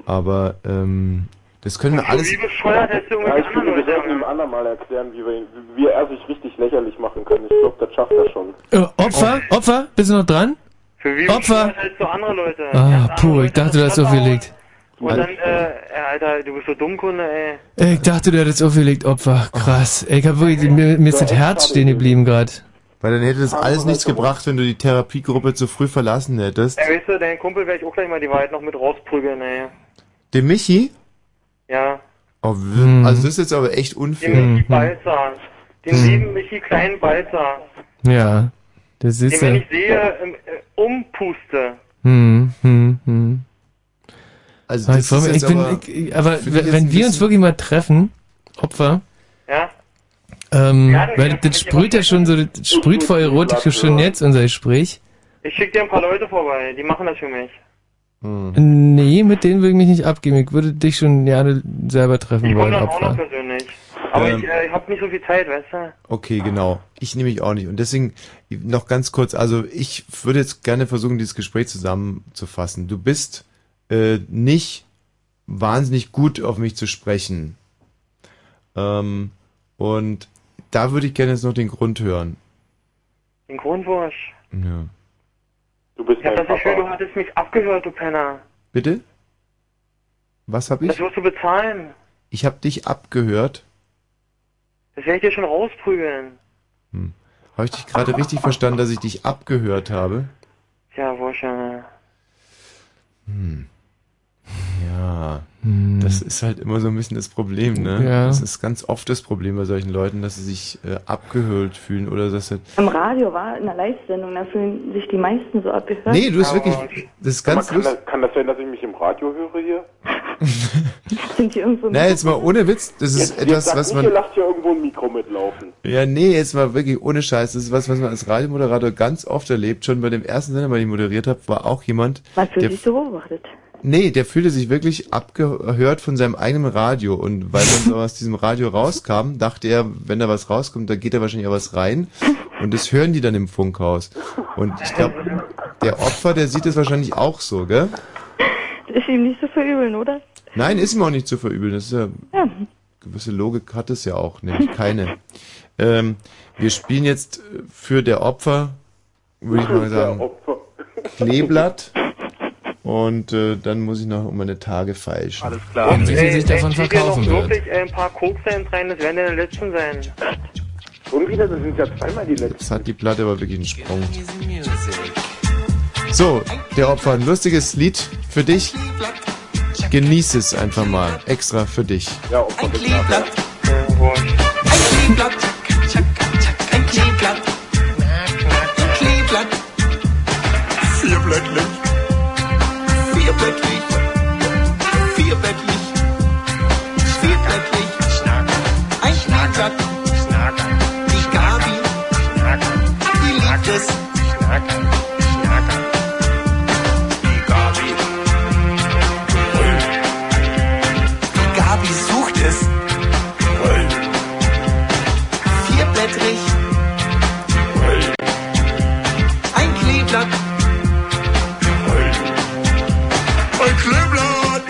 B: Aber ähm, Das können wir alles.
N: Wie bescheuert hättest du ja, ich finde, wir sollten ihm andermal erklären, wie wir, wie er sich richtig lächerlich machen können. Ich glaube, das schafft er schon.
C: Äh, Opfer, Opfer, bist du noch dran?
E: Für wie
C: Opfer.
E: halt so andere Leute.
C: Ah, puh, ich dachte, du hast aufgelegt.
E: Und dann, äh, ey, Alter, du bist so dumm, Kunde, ey.
C: Ey, Ich dachte, du hättest aufgelegt, Opfer. Krass. Ey, ich hab wirklich, mir, mir ist das Herz stehen geblieben gerade.
B: Weil dann hätte das
E: Ah,
B: alles nichts gebracht, wenn du die Therapiegruppe zu früh verlassen hättest.
E: Ey, weißt du, dein Kumpel werde ich auch gleich mal die Wahrheit noch mit rausprügeln, ey.
B: Den Michi?
E: Ja.
B: Oh, w-
C: Hm.
E: Mhm.
B: Also das ist jetzt aber echt
E: Den
B: unfair.
E: Michi Balzer. Den
C: Hm.
E: lieben Michi Klein Balzer.
C: Ja. Das
E: Den,
C: ist
E: wenn
C: ja.
E: ich sehe, ähm, äh, umpuste.
C: Hm, hm, hm.
B: Also
C: aber
B: das
C: ich, freu
B: ist
C: mich- Halt
B: jetzt
C: ich bin,
B: aber-
C: ich, ich, aber
B: finde ich
C: wenn
B: jetzt
C: wenn
B: ein
C: wir uns
B: bisschen-
C: wirklich mal treffen, Opfer,
E: Ja?
C: ähm,
E: Ja, das-
C: weil das sprüht ja schon so, das sprüht vor Erotik schon jetzt unser Gespräch.
E: Ich schicke dir ein paar Leute vorbei, die machen das für mich.
B: Hm.
C: Nee, mit denen würde ich mich nicht abgeben. Ich würde dich schon gerne selber treffen
E: Ich komme
C: wollen,
E: dann auch noch
C: Opfer.
E: persönlich. Aber
B: Ähm.
E: ich, äh, ich habe nicht so viel Zeit, weißt du?
B: Okay, genau. Ich nehme mich auch nicht. Und deswegen noch ganz kurz, also ich würde jetzt gerne versuchen, dieses Gespräch zusammenzufassen. Du bist äh, nicht wahnsinnig gut auf mich zu sprechen. Ähm, und da würde ich gerne jetzt noch den Grund hören.
E: Den Grundwursch.
B: Ja.
N: Du bist
E: Ich hab das Gefühl, du hattest mich abgehört, du Penner.
B: Bitte? Was hab
E: Das
B: ich?
E: wirst du bezahlen.
B: Ich hab dich abgehört.
E: Das werde ich dir schon rausprügeln.
B: Habe ich dich gerade richtig verstanden, dass ich dich abgehört habe?
E: Tja, Wursch, Junge.
B: Hm. Ja, das ist halt immer so ein bisschen das Problem, ne?
C: Ja.
B: Das ist ganz oft das Problem bei solchen Leuten, dass sie sich äh, abgehöhlt fühlen oder dass sie.
V: Im Radio war, in der Live-Sendung, da fühlen sich die meisten so abgehört.
B: Nee, du bist wirklich. Das ist ganz
N: kann,
B: lustig.
N: das, kann das sein, dass ich mich im Radio höre hier?
V: Sind die irgendwo
B: Na, jetzt mal ohne Witz, das ist
N: jetzt,
B: etwas,
N: jetzt
B: was
N: Ihr
B: man.
N: lasst hier irgendwo ein Mikro mitlaufen.
B: Ja, nee, jetzt mal wirklich ohne Scheiß. Das ist was, was man als Radiomoderator ganz oft erlebt. Schon bei dem ersten Sender, den ich moderiert habe, war auch jemand,
V: man fühlt
B: der
V: sich so beobachtet.
B: Nee, der fühlte sich wirklich abgehört von seinem eigenen Radio. Und weil dann so aus diesem Radio rauskam, dachte er, wenn da was rauskommt, da geht da wahrscheinlich auch was rein. Und das hören die dann im Funkhaus. Und ich glaube, der Opfer, der sieht das wahrscheinlich auch so, gell?
V: Das ist ihm nicht so verübeln, oder?
B: Nein, ist ihm auch nicht zu verübeln. Das ist ja,
V: Ja.
B: gewisse Logik hat es ja auch, nämlich keine. Ähm, wir spielen jetzt für der Opfer, würde ich mal sagen, Kleeblatt. Und äh, dann muss ich noch um meine Tage feilschen. Alles
C: klar. Und wie sie sich davon
E: Ich dir noch
B: verkaufen wird.
E: wirklich äh, ein paar Koksens rein, das werden deine letzten sein.
N: Und wieder, das sind ja zweimal die letzten.
B: Jetzt hat die Platte aber wirklich einen Sprung. So, der Opfer, ein lustiges Lied für dich. Genieß es einfach mal, extra für dich.
N: Ja, Opfer, bitte.
D: Kleeblatt, ein Kleeblatt, ein Kleeblatt, vierblättlich, vierblättlich, vierblättlich, vierblättlich, ein Schnackblatt, die Gabi, die liebt es, die Gabi, die Gabi sucht es. Vierblättrig. Ein Kleeblatt. Ein Kleeblatt.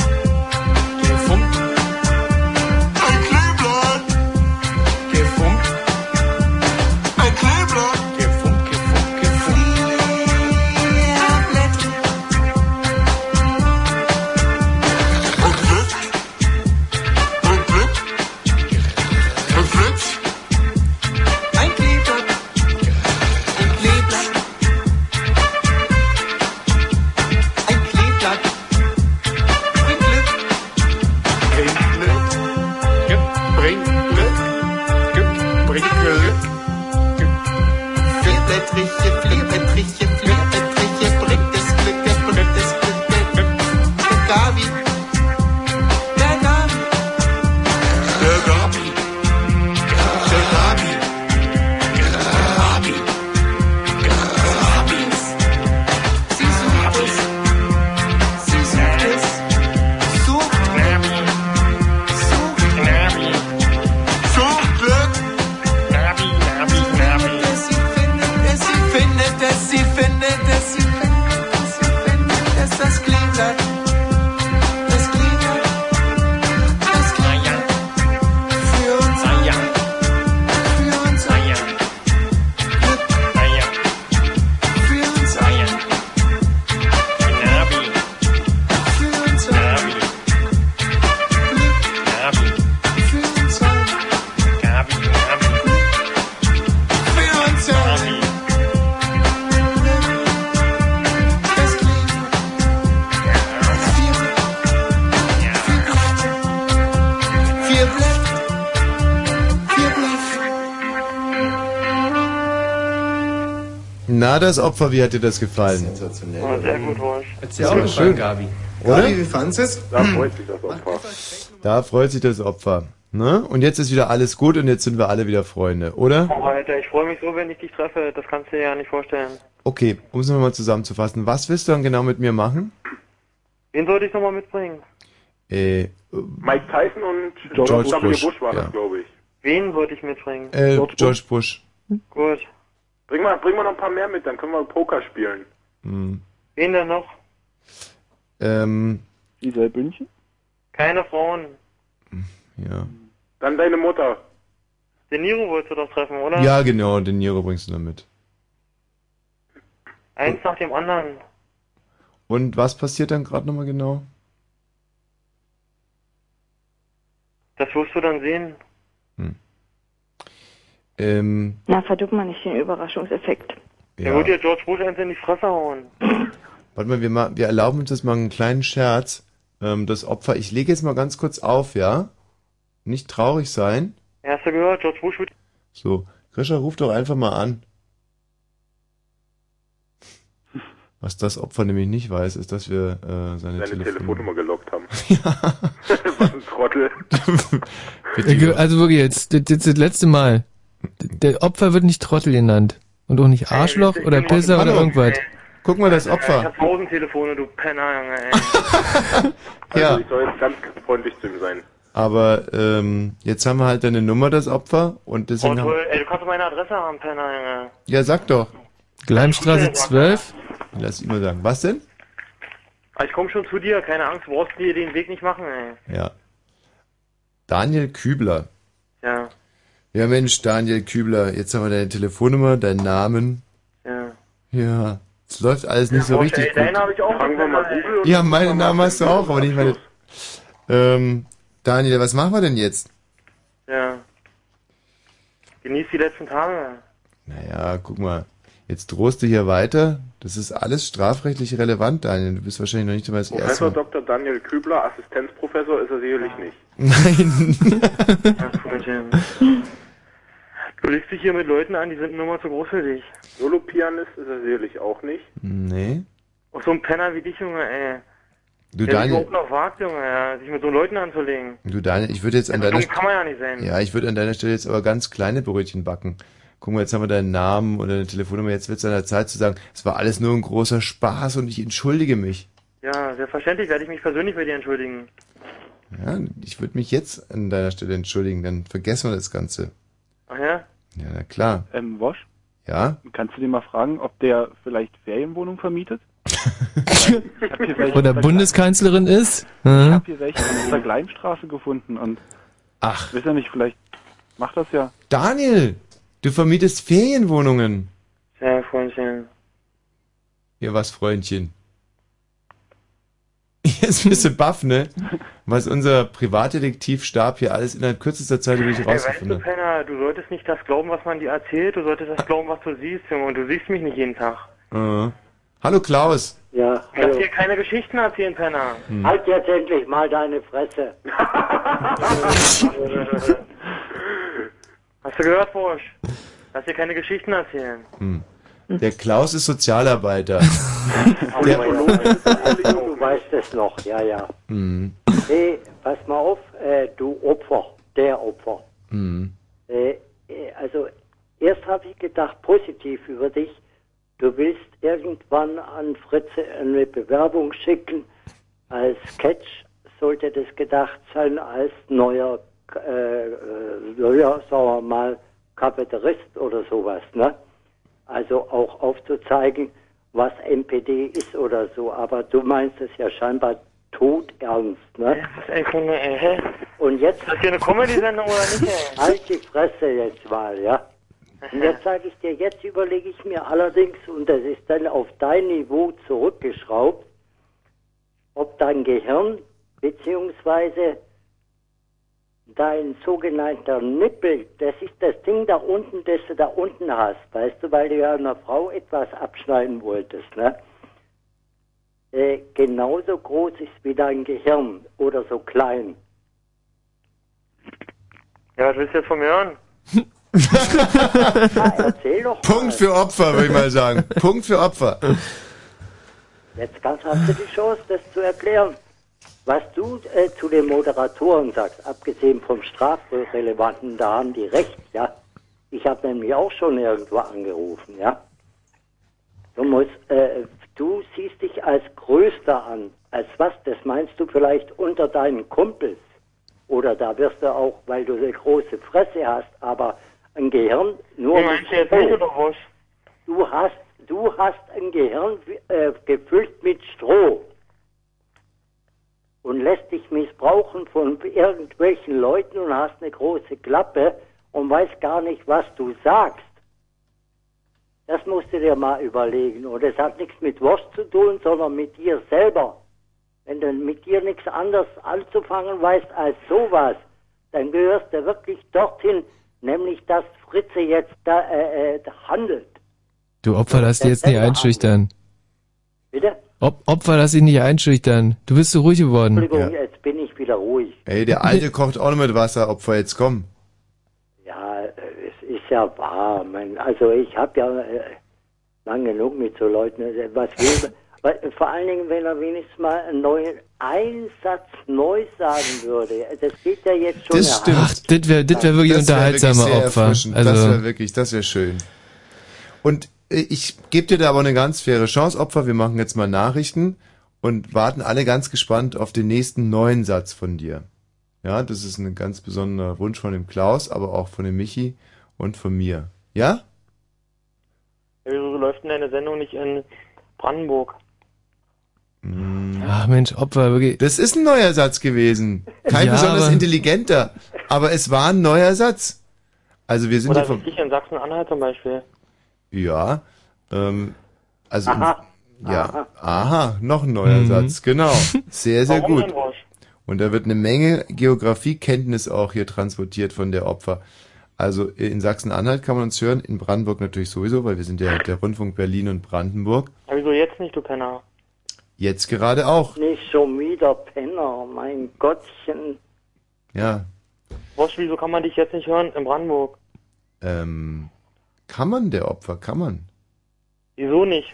D: Gefunkt. Ein Kleeblatt. Gefunkt. Ein Kleeblatt. Gefunkt, gefunkt, gefunkt. Ein Glück. Ein Glück. Ein Glück. Ein Kleeblatt. Ein Kleeblatt. Ein Kleeblatt. Ein Glück. Bring Glück. Glück. Bring Glück. Glück. Bring Glück. Vierblättrige, vierblättrige, vierblättrige, bringt das Glück, das bringt das Glück, das Glück. Der Gabi. Der Gabi. Der Gabi. Der Gabi. Gabi. Gabi. Sie sucht es. Sie sucht es. Sucht. Sucht. Sucht Glück. Findet es, sie findet es, sie findet
B: Na, das Opfer, wie hat dir das gefallen?
I: Sensationell. Oh,
E: Ja, sehr gut, Wolf.
B: Das war schön. Oder?
I: Gabi, wie fandest du es?
N: Da freut sich das Opfer.
B: Da freut sich das Opfer. Ne? Und jetzt ist wieder alles gut und jetzt sind wir alle wieder Freunde, oder?
E: Oh, Alter, ich freue mich so, wenn ich dich treffe. Das kannst du dir ja nicht vorstellen.
B: Okay, um es nochmal zusammenzufassen. Was willst du dann genau mit mir machen?
E: Wen sollte ich nochmal mitbringen?
B: Äh, äh,
N: Mike Tyson und
B: George
N: W.
B: Bush,
N: Bush, war das,
B: ja.
N: glaube ich.
E: Wen sollte ich mitbringen?
B: äh George Bush.
E: Gut.
N: Bring mal, bring mal noch ein paar mehr mit, dann können wir Poker spielen.
B: Hm.
E: Wen denn noch?
B: Ähm,
P: Isabel Bündchen?
E: Keine Frauen.
B: ja.
N: Dann deine Mutter.
E: Den Niro wolltest du doch treffen, oder?
B: ja, genau, den Niro bringst du dann mit.
E: Eins nach dem anderen.
B: Und was passiert dann gerade nochmal genau?
E: Das wirst du dann sehen.
B: Ähm,
V: Na, verdirbt man nicht den Überraschungseffekt.
E: Der
B: ja.
E: wird dir George Bush eins in die Fresse hauen.
B: Warte mal, wir, ma- wir erlauben uns jetzt mal einen kleinen Scherz. Ähm, das Opfer, ich lege jetzt mal ganz kurz auf, ja? Nicht traurig sein.
E: Ja, Hast du gehört? George Bush wird...
B: So, Grisha, ruf doch einfach mal an. Was das Opfer nämlich nicht weiß, ist, dass wir äh, seine,
N: Seine Telefonnummer gelockt haben.
B: Ja.
N: Was ein Trottel.
C: Äh, Also wirklich, jetzt, das, das, das letzte Mal. D- Der Opfer wird nicht Trottel genannt. Und auch nicht Arschloch oder Pisser oder irgendwas.
B: Guck mal, das
E: Äh, Ich hab tausend Telefone, du Penner, Junge, ey.
N: Also ich soll jetzt ganz freundlich zu ihm sein.
B: Aber ähm, jetzt haben wir halt deine Nummer, das Opfer, und
E: Oh,
B: deswegen haben,
N: äh-
E: toll. Ey, du kannst doch meine Adresse haben, Penner, Junge.
B: Ja, sag doch.
C: Gleimstraße 12.
B: Lass ihn mal sagen. Was denn?
E: Aber ich komm schon zu dir, keine Angst, du brauchst dir den Weg nicht machen, ey.
B: Ja. Daniel Kübler.
E: Ja,
B: Ja, Mensch, Daniel Kübler, jetzt haben wir deine Telefonnummer, deinen Namen.
E: ja.
B: Ja, es läuft alles nicht so
E: Boah,
B: richtig
E: ey, deinen
B: gut.
E: hab ich auch.
N: Fragen wir mal Google und
B: Ja, meinen Namen hast du auch, aber nicht meine. Ähm, Daniel, was machen wir denn jetzt?
E: Ja. Genieß die letzten Tage.
B: Naja, guck mal. Jetzt drohst du hier weiter. Das ist alles strafrechtlich relevant, Daniel. Du bist wahrscheinlich noch nicht einmal das erste
N: Professor
B: Mal.
N: Dr. Daniel Kübler, Assistenzprofessor ist er sicherlich nicht.
B: Nein.
E: Du legst dich hier mit Leuten an, die sind nur mal zu groß für dich.
N: Solo-Pianist ist er sicherlich auch nicht.
B: nee.
E: Auch so ein Penner wie dich, Junge, ey.
B: Du,
E: Der sich
B: Daniel.
E: überhaupt noch wagt, Junge, ja, sich mit so Leuten anzulegen.
B: Du Daniel, ich würde jetzt an
E: Ja,
B: deiner
E: dumm kann man ja nicht sein.
B: Ja, ich würde an deiner Stelle jetzt aber ganz kleine Brötchen backen. Guck mal, jetzt haben wir deinen Namen oder deine Telefonnummer. Jetzt wird es an der Zeit zu sagen, es war alles nur ein großer Spaß und ich entschuldige mich.
E: Ja, selbstverständlich werde ich mich persönlich bei dir entschuldigen.
B: Ja, ich würde mich jetzt an deiner Stelle entschuldigen, dann vergessen wir das Ganze.
E: Ach ja?
B: Ja, na klar.
P: Ähm, Wosch,
B: Ja?
P: kannst du den mal fragen, ob der vielleicht Ferienwohnung vermietet? ich habe hier welche,
C: Oder
P: auf der-
C: Bundeskanzlerin ist.
B: ne?
P: ich
C: Hm?
P: hab hier welche in der Gleimstraße gefunden und
B: Ach.
P: Weiß ja nicht, vielleicht macht das ja.
B: Daniel, du vermietest Ferienwohnungen.
E: Ja, Freundchen.
B: Ja, was, Freundchen? Jetzt bist du baff, ne? Was unser Privatdetektivstab hier alles innerhalb kürzester Zeit wirklich
E: Ey, weißt
B: rausgefunden
E: du,
B: hat.
E: Penner, du solltest nicht das glauben, was man dir erzählt, du solltest das glauben, was du siehst, Junge, und du siehst mich nicht jeden Tag.
B: Äh. Hallo Klaus.
F: Ja,
E: Ich darf
F: hallo.
E: dir keine Geschichten erzählen, Penner.
B: Hm.
F: Halt jetzt endlich mal deine Fresse.
E: Hast du gehört, Bosch? Lass dir keine Geschichten erzählen.
B: Hm. Der Klaus ist Sozialarbeiter.
F: du weißt es noch, ja, ja.
B: hm.
F: Nee, pass mal auf, äh, du Opfer, der Opfer.
B: Hm.
F: Äh, äh, also, erst habe ich gedacht, positiv über dich. Du willst irgendwann an Fritze eine Bewerbung schicken. Als Sketch sollte das gedacht sein, als neuer, äh, äh, neuer, sagen wir mal, Kabarettist oder sowas, ne? Also auch aufzuzeigen, was MPD ist oder so. Aber du meinst es ja scheinbar todernst, ne?
E: Ey, Junge, ey, hä?
F: Und jetzt
E: Ist das hier eine Comedy-Sendung oder nicht, ey?
F: Halt die Fresse jetzt mal, ja. Und jetzt sage ich dir, jetzt überlege ich mir allerdings, und das ist dann auf dein Niveau zurückgeschraubt, ob dein Gehirn beziehungsweise dein sogenannter Nippel, das ist das Ding da unten, das du da unten hast, weißt du, weil du ja einer Frau etwas abschneiden wolltest, ne? Äh, genauso groß ist wie dein Gehirn oder so klein.
E: Ja, was willst du jetzt von mir hören?
F: Erzähl doch.
B: Punkt für Opfer, würde ich mal sagen. Punkt für Opfer.
F: Jetzt ganz hast du die Chance, das zu erklären. Was du äh, zu den Moderatoren sagst, abgesehen vom Strafrelevanten, da haben die recht, ja. Ich habe nämlich auch schon irgendwo angerufen, ja. Du musst, äh, du siehst dich als Größter an. Als was? Das meinst du vielleicht unter deinen Kumpels. Oder da wirst du auch, weil du eine große Fresse hast, aber ein Gehirn nur. um Oh.
E: Du meinst jetzt mich oder was?
F: Du hast, du hast ein Gehirn äh, gefüllt mit Stroh und lässt dich missbrauchen von irgendwelchen Leuten und hast eine große Klappe und weißt gar nicht, was du sagst. Das musst du dir mal überlegen. Und es hat nichts mit Wurst zu tun, sondern mit dir selber. Wenn du mit dir nichts anderes anzufangen weißt als sowas, dann gehörst du wirklich dorthin, nämlich dass Fritze jetzt da äh, äh, handelt.
C: Du Opfer, lass dich jetzt nicht einschüchtern.
F: Bitte?
C: Op Opfer, lass dich nicht einschüchtern. Du bist so ruhig geworden.
F: Entschuldigung, jetzt bin ich wieder ruhig.
B: Ey, der Alte kocht auch noch mit Wasser, Opfer, jetzt komm.
F: Ja, äh, es ist ja wahr. Mein, also ich habe ja äh, lang genug mit so Leuten. äh, Was will, was, vor allen Dingen, wenn er wenigstens mal einen neuen Einsatz neu sagen würde. äh, Das geht ja jetzt schon. eine
C: Ach, das wäre das wär wirklich
B: Das wär
C: unterhaltsame
B: wirklich sehr
C: Opfer.
B: erfrischend. Das
C: Also,
B: wäre wirklich, das wäre schön. Und äh, ich gebe dir da aber eine ganz faire Chance, Opfer. Wir machen jetzt mal Nachrichten und warten alle ganz gespannt auf den nächsten neuen Satz von dir. Ja, das ist ein ganz besonderer Wunsch von dem Klaus, aber auch von dem Michi und von mir. Ja?
E: Wieso läuft denn deine Sendung nicht in Brandenburg?
C: Ach Mensch, Opfer, wirklich.
B: Mhm. Das ist ein neuer Satz gewesen. Kein
C: Ja,
B: besonders
C: aber-
B: intelligenter, aber es war ein neuer Satz. Also wir sind
E: Oder
B: hier vom,
E: ich in Sachsen-Anhalt zum Beispiel.
B: Ja, ähm, also
E: Aha.
B: ja, aha. noch ein neuer
E: Mhm.
B: Satz, genau. Sehr, sehr
E: Warum
B: gut.
E: denn Roche?
B: Und da wird eine Menge Geografiekenntnis auch hier transportiert von der Opfer. Also in Sachsen-Anhalt kann man uns hören, in Brandenburg natürlich sowieso, weil wir sind ja der Rundfunk Berlin und Brandenburg.
E: Ja, wieso jetzt nicht, du Penner?
B: Jetzt gerade auch,
F: Nicht schon wieder Penner, mein Gottchen.
B: ja.
E: Roche, wieso kann man dich jetzt nicht hören in Brandenburg?
B: Ähm, kann man der Opfer, kann man.
E: Wieso nicht?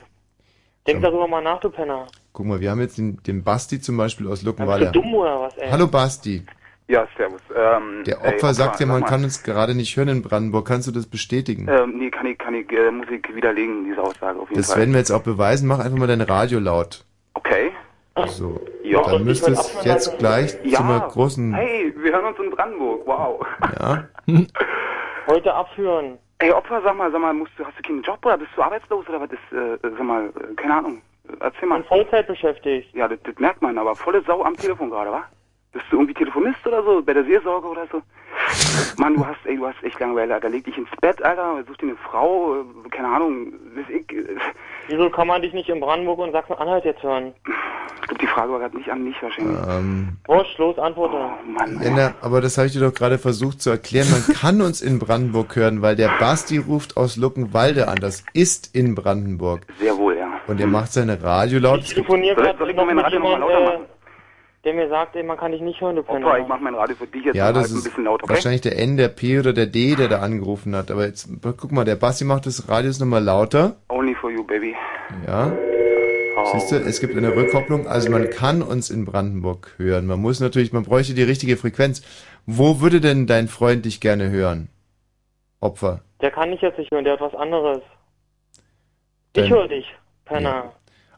E: Denk
B: Ähm.
E: darüber mal nach, du Penner.
B: Guck mal, wir haben jetzt den, den Basti zum Beispiel aus
E: Bist du
B: Luckenwalder.
E: dumm oder was, ey?
B: Hallo Basti.
P: Ja, servus. Ähm,
B: Der
P: ey,
B: Opfer sagt ja,
P: sag
B: man
P: mal.
B: kann uns gerade nicht hören in Brandenburg. Kannst du das bestätigen?
P: Ähm, nee, kann ich, kann ich, äh, muss ich widerlegen, diese Aussage auf jeden
B: Das
P: Fall.
B: werden wir jetzt auch beweisen. Mach einfach mal dein Radio laut.
P: Okay.
B: So.
P: Ja.
B: Dann müsste es jetzt gleich zu einer großen.
P: Hey, wir hören uns in Brandenburg. Wow.
B: Ja.
E: Heute abführen.
P: Ey, Opfer, sag mal, sag mal, musst du, hast du keinen Job oder bist du arbeitslos oder was? Das, äh, sag mal, äh, keine Ahnung. Äh, Erzähl mal. Ich
E: bin Vollzeit beschäftigt.
P: Ja, das, das merkt man, aber volle Sau am Telefon gerade, wa? Bist du irgendwie Telefonist oder so? Bei der Seelsorge oder so? Mann, du hast, ey, du hast echt Langeweile, Alter. Leg dich ins Bett, Alter, such dir eine Frau, äh, keine Ahnung, weiß ich. äh,
E: Wieso kann man dich nicht in Brandenburg und Sachsen-Anhalt jetzt hören?
P: Ich glaube, die Frage war gerade nicht an mich wahrscheinlich. Oh,
B: Ähm,
E: Roche, los, antworte.
B: ja, na, aber das habe ich dir doch gerade versucht zu erklären. Man kann uns in Brandenburg hören, weil der Basti ruft aus Luckenwalde an. Das ist in Brandenburg.
P: Sehr wohl, ja.
B: Und er macht seine Radio laut.
E: Ich telefoniere
B: Soll ich-
E: gerade
B: soll ich
E: noch
B: mal mein
E: mit
B: Radio noch mal
E: jemandem,
B: lauter
E: äh, der mir sagt, ey, man kann dich nicht hören, du Penner.
P: Opfer, ich mach mein Radio für dich jetzt
B: Ja,
P: mal
B: das
P: ein
B: ist
P: bisschen lauter, okay?
B: wahrscheinlich der N, der P oder der D, der da angerufen hat. Aber jetzt guck mal, der Basti macht das Radio jetzt nochmal lauter.
P: Only for you, baby.
B: Ja. Siehst du, es gibt eine Rückkopplung. Also man kann uns in Brandenburg hören. Man muss natürlich, man bräuchte die richtige Frequenz. Wo würde denn dein Freund dich gerne hören? Opfer.
E: Der kann dich jetzt nicht hören, der hat was anderes.
B: Denn-
E: ich höre dich, Penner.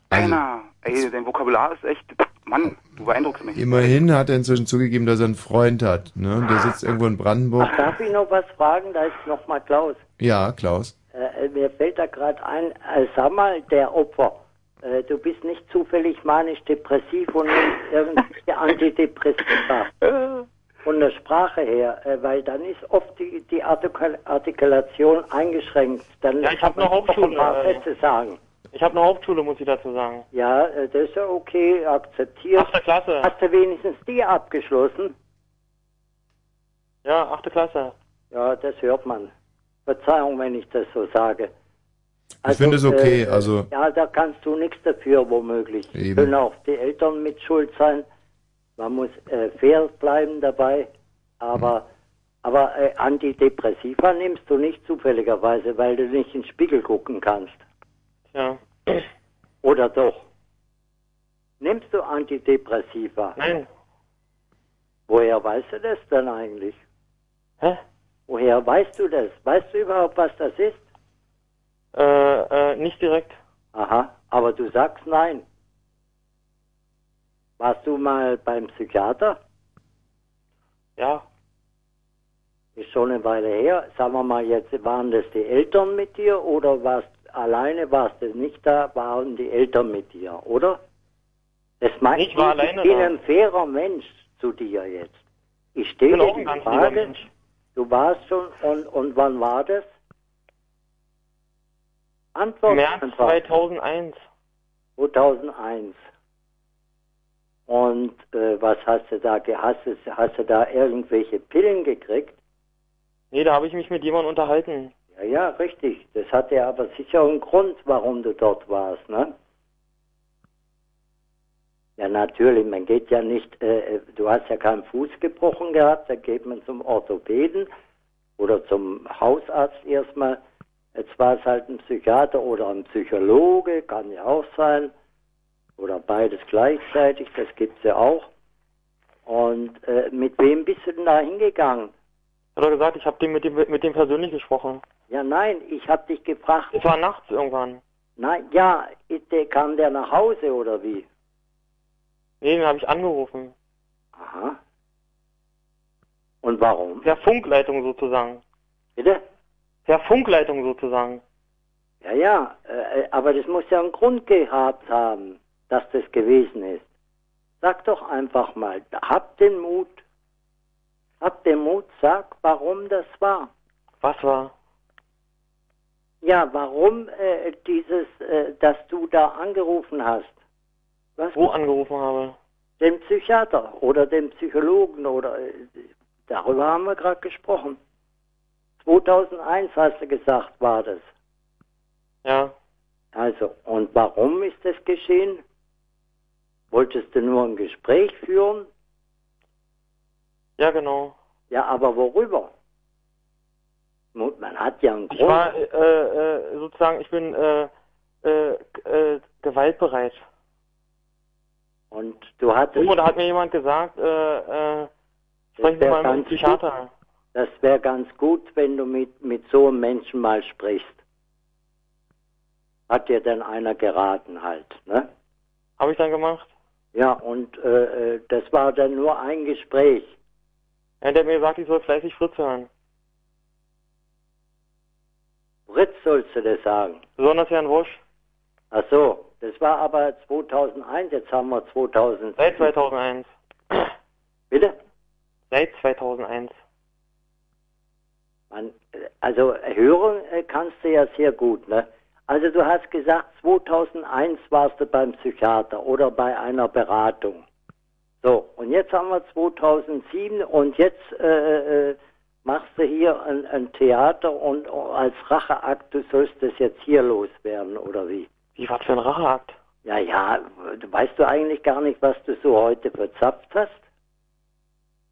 P: Penner. Ey, dein Vokabular ist echt, Mann, du beeindruckst mich.
B: Immerhin hat er inzwischen zugegeben, dass er einen Freund hat. Ne? Und Der sitzt irgendwo in Brandenburg.
F: Darf ich noch was fragen? Da ist nochmal Klaus.
B: Ja, Klaus.
F: Äh, mir fällt da gerade ein, äh, sag mal, der Opfer, äh, du bist nicht zufällig manisch-depressiv und nimmst irgendwelche Antidepressiva. Von der Sprache her, äh, weil dann ist oft die, die Artikul Artikulation eingeschränkt. Dann
E: Ja, ich
F: kann
E: hab eine
F: man doch
E: Hauptschule,
F: ein paar
E: äh,
F: Sätze sagen.
E: Ich habe eine Hauptschule, muss ich dazu sagen.
F: Ja, äh, das ist ja okay, akzeptiert.
E: Achte Klasse.
F: Hast du wenigstens die abgeschlossen?
E: Ja, achte Klasse.
F: Ja, das hört man. Verzeihung, wenn ich das so sage. Also,
B: finde es okay,
F: äh,
B: also-
F: Ja, da kannst du nichts dafür, womöglich.
B: Eben.
F: Können auch die Eltern mit schuld sein. Man muss äh, fair bleiben dabei. Aber Aber äh, Antidepressiva nimmst du nicht zufälligerweise, weil du nicht in den Spiegel gucken kannst.
E: Ja.
F: Oder doch? Nimmst du Antidepressiva?
E: Nein.
F: Woher weißt du das denn eigentlich?
E: Hä?
F: Woher weißt du das? Weißt du überhaupt, was das ist?
E: Äh, äh, nicht direkt.
F: Aha, aber du sagst nein. Warst du mal beim Psychiater?
E: Ja.
F: Ist schon eine Weile her. Sagen wir mal, jetzt waren das die Eltern mit dir oder warst alleine warst du nicht da, waren die Eltern mit dir, oder? Das meine
E: Ich war
F: ich
E: alleine
F: bin
E: da.
F: ein fairer Mensch zu dir jetzt. Ich stehe
E: bin auch
F: dir
E: ein Genau, ganz
F: die Frage.
E: lieber Mensch.
F: Du warst schon und, und wann war das? Antwort
E: März
F: einfach.
E: 2001.
F: 2001. Und äh, was hast du da ge- hast, du- hast du da irgendwelche Pillen gekriegt?
E: Nee, da habe ich mich mit jemandem unterhalten.
F: Ja, ja, richtig. Das hatte ja aber sicher einen Grund, warum du dort warst, ne? Ja, natürlich. Man geht ja nicht, äh, äh, du hast ja keinen Fuß gebrochen gehabt, da geht man zum Orthopäden oder zum Hausarzt erstmal. Jetzt war es halt ein Psychiater oder ein Psychologe, kann ja auch sein. Oder beides gleichzeitig, das gibt's ja auch. Und äh, mit wem bist du denn da hingegangen?
E: Hat er gesagt, ich habe dem mit, dem mit dem persönlich gesprochen.
F: Ja, nein, ich habe dich gefragt.
E: Es war nachts irgendwann.
F: Nein, ja, ist der, kam der nach Hause oder wie?
E: Nee, den habe ich angerufen.
F: Aha. Und warum?
E: Per Funkleitung sozusagen.
F: Bitte?
E: Per Funkleitung sozusagen.
F: Ja, ja, äh, aber das muss ja einen Grund gehabt haben, dass das gewesen ist. Sag doch einfach mal, hab den Mut. Hab den Mut, sag, warum das war.
E: Was war?
F: Ja, warum äh, dieses, äh, dass du da angerufen hast. Was?
E: Wo angerufen habe?
F: Den Psychiater oder den Psychologen oder äh, darüber haben wir gerade gesprochen. 2001 hast du gesagt, war das.
E: Ja.
F: Also, und warum ist das geschehen? Wolltest du nur ein Gespräch führen?
E: Ja, genau.
F: Ja, aber worüber? Nun, Man hat ja einen
E: Ich
F: Grund.
E: war äh, äh, sozusagen, ich bin äh, äh, g- äh, gewaltbereit.
F: Und du hattest.
E: Oh, da hat mir jemand gesagt, äh, äh, sprich mit
F: wär
E: meinem
F: ganz
E: Psychiater.
F: Das wäre ganz gut, wenn du mit, mit so einem Menschen mal sprichst. Hat dir dann einer geraten halt, ne?
E: Habe ich dann gemacht.
F: Ja, und äh, äh, das war dann nur ein Gespräch.
E: Ja, der hat mir gesagt, ich soll fleißig Fritz hören.
F: Fritz sollst du das sagen.
E: Besonders Herrn Wosch.
F: Ach so, das war aber 2001, jetzt haben wir 2000.
E: Seit 2001.
F: Bitte?
E: Seit 2001.
F: Man, äh, also hören äh, kannst du ja sehr gut, ne? Also du hast gesagt, 2001 warst du beim Psychiater oder bei einer Beratung. So, und jetzt haben wir 2007 und jetzt äh, äh, machst du hier ein, ein Theater und oh, als Racheakt, du sollst das jetzt hier loswerden, oder wie?
E: Wie, was für ein Racheakt?
F: Ja, ja, du- weißt du eigentlich gar nicht, was du so heute verzapft hast?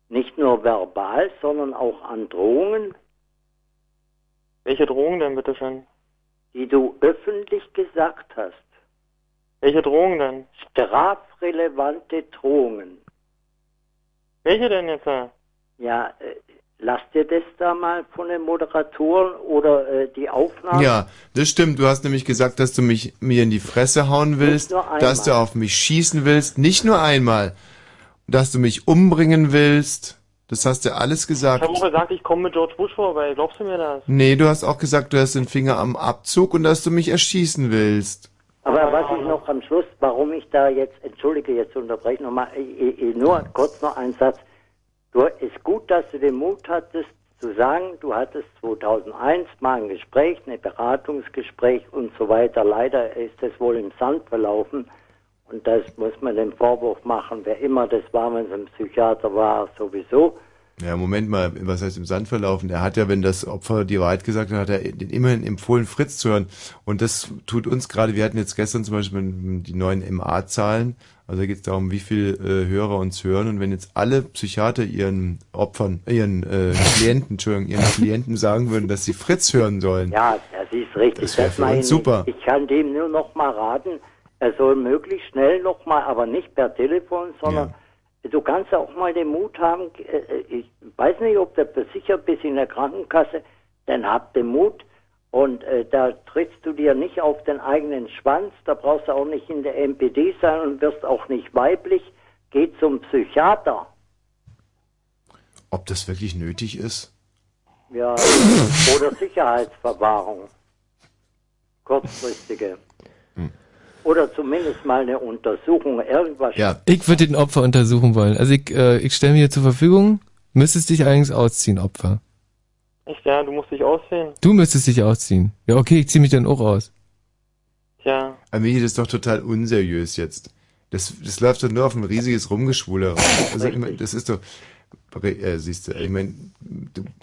F: Nicht nur verbal, sondern auch an Drohungen?
E: Welche Drohung denn, bitteschön?
F: die du öffentlich gesagt hast.
E: Welche Drohung denn?
F: Strafrelevante Drohungen.
E: Welche denn jetzt? äh?
F: Ja, äh, lass dir das da mal von den Moderatoren oder äh, die Aufnahmen.
A: Ja, das stimmt. Du hast nämlich gesagt, dass du mich mir in die Fresse hauen willst,
F: nur einmal.
A: dass du auf mich schießen willst, nicht nur einmal, dass du mich umbringen willst. Das hast du alles
E: Ich
A: gesagt.
E: habe auch gesagt, ich komme mit George Bush vorbei. Glaubst du mir das?
A: Nee, du hast auch gesagt, du hast den Finger am Abzug und dass du mich erschießen willst.
F: Aber was ich noch am Schluss, warum ich da jetzt, entschuldige, jetzt unterbreche nochmal, nur kurz noch einen Satz. Du, ist gut, dass du den Mut hattest, zu sagen, du hattest 2001 mal ein Gespräch, ein Beratungsgespräch und so weiter. Leider ist das wohl im Sand verlaufen. Und das muss man den Vorwurf machen, wer immer das war, wenn es ein Psychiater war, sowieso.
B: Ja, Moment mal, was heißt im Sand verlaufen? Er hat ja, wenn das Opfer die Wahrheit gesagt hat, hat er den immerhin empfohlen, Fritz zu hören. Und das tut uns gerade, wir hatten jetzt gestern zum Beispiel die neuen MA-Zahlen, also da geht es darum, wie viel äh, Hörer uns hören. Und wenn jetzt alle Psychiater ihren Opfern, ihren äh, Klienten, Entschuldigung, ihren Klienten sagen würden, dass sie Fritz hören sollen.
F: Ja, das ist richtig.
B: Das wär für
F: meine
B: uns super.
F: Ich kann dem nur noch mal raten, er soll möglichst schnell noch mal, aber nicht per Telefon, sondern du kannst auch mal den Mut haben, äh, ich weiß nicht, ob du sicher bist in der Krankenkasse, dann hab den Mut und äh, da trittst du dir nicht auf den eigenen Schwanz, da brauchst du auch nicht in der MPD sein und wirst auch nicht weiblich, geh zum Psychiater.
B: Ob das wirklich nötig ist?
F: Ja, oder Sicherheitsverwahrung. Kurzfristige. Oder zumindest mal eine Untersuchung, irgendwas.
C: Ich würde den Opfer untersuchen wollen. Also ich, äh, ich stelle mir hier zur Verfügung, müsstest dich allerdings ausziehen, Opfer.
E: Echt, ja, du musst dich auswählen.
C: Du müsstest dich ausziehen. Ja, okay, ich ziehe mich dann auch aus.
E: Tja.
B: Aber das ist doch total unseriös jetzt. Das, das läuft doch nur auf ein riesiges Rumgeschwule raus. Also, ich mein, das ist doch, äh, siehst du, ich meine,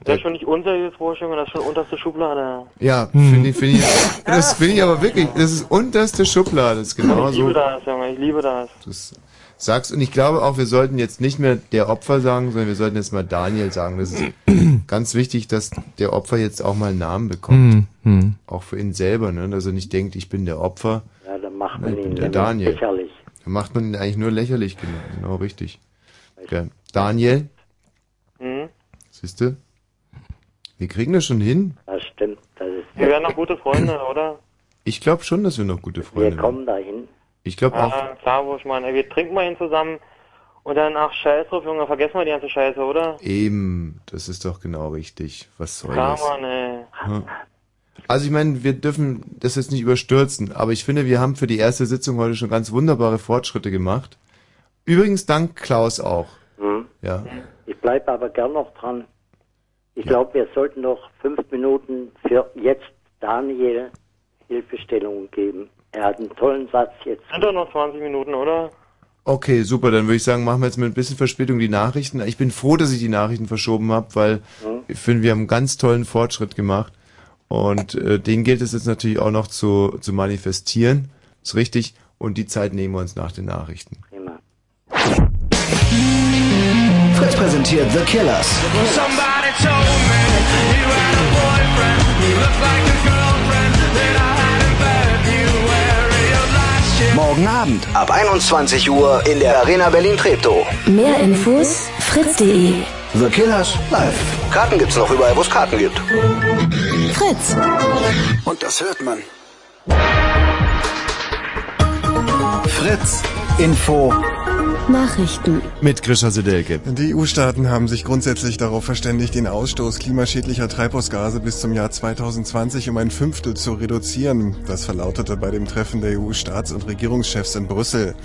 E: Das ist schon nicht unseriös, Forschung, das ist schon unterste Schublade.
B: ja,
C: Hm.
B: finde ich, finde ich, das finde ich aber wirklich, das ist unterste Schublade, das ist genau
E: ich liebe
B: so.
E: das, Junge, ich liebe das.
B: Das sagst, und ich glaube auch, wir sollten jetzt nicht mehr der Opfer sagen, sondern wir sollten jetzt mal Daniel sagen. Das ist ganz wichtig, dass der Opfer jetzt auch mal einen Namen bekommt.
C: Hm, hm.
B: Auch für ihn selber, ne? dass er nicht denkt, ich bin der Opfer.
F: Ja, dann macht man
B: Nein,
F: ihn
B: der
F: nämlich
B: Daniel.
F: lächerlich.
B: Dann macht man ihn eigentlich nur lächerlich, genau, genau richtig. Ja. Daniel,
E: Hm?
B: siehst du? Wir kriegen das schon hin.
F: Das stimmt, das ist
E: Wir werden noch gute Freunde, oder?
B: Ich glaube schon, dass wir noch gute Freunde
F: Wir kommen dahin.
B: Ich glaube auch.
E: Ja, klar, Wurschmann. Ey, Wir trinken mal hin zusammen und dann, ach, scheiß drauf, Junge, vergessen wir die ganze Scheiße, oder?
B: Eben, das ist doch genau richtig. Was soll
E: Klar,
B: das?
E: Mann, ey.
B: Ja. Also ich meine, wir dürfen das jetzt nicht überstürzen, aber ich finde, wir haben für die erste Sitzung heute schon ganz wunderbare Fortschritte gemacht. Übrigens dank Klaus auch.
F: Hm?
B: Ja.
F: Ich bleibe aber gern noch dran. Ich glaube, wir sollten noch fünf Minuten für jetzt Daniel Hilfestellung geben. Er hat einen tollen Satz jetzt.
E: Sind doch noch 20 Minuten, oder?
B: Okay, super, dann würde ich sagen, machen wir jetzt mit ein bisschen Verspätung die Nachrichten. Ich bin froh, dass ich die Nachrichten verschoben habe, weil
E: Mhm.
B: ich finde, wir haben einen ganz tollen Fortschritt gemacht. Und äh, den gilt es jetzt natürlich auch noch zu, zu manifestieren. Ist richtig. Und die Zeit nehmen wir uns nach den Nachrichten.
F: Prima.
I: Fritz präsentiert The Killers. Morgen Abend ab 21 Uhr in der Arena Berlin Treptow.
Q: Mehr Infos fritz.de
I: The Killers live. Karten gibt's noch überall, wo es Karten gibt.
Q: Fritz.
I: Und das hört man. Fritz Info.
Q: Nachrichten.
B: Mit Grisha Sedelke.
S: Die EU-Staaten haben sich grundsätzlich darauf verständigt, den Ausstoß klimaschädlicher Treibhausgase bis zum Jahr 2020 um ein Fünftel zu reduzieren. Das verlautete bei dem Treffen der EU-Staats- und Regierungschefs in Brüssel.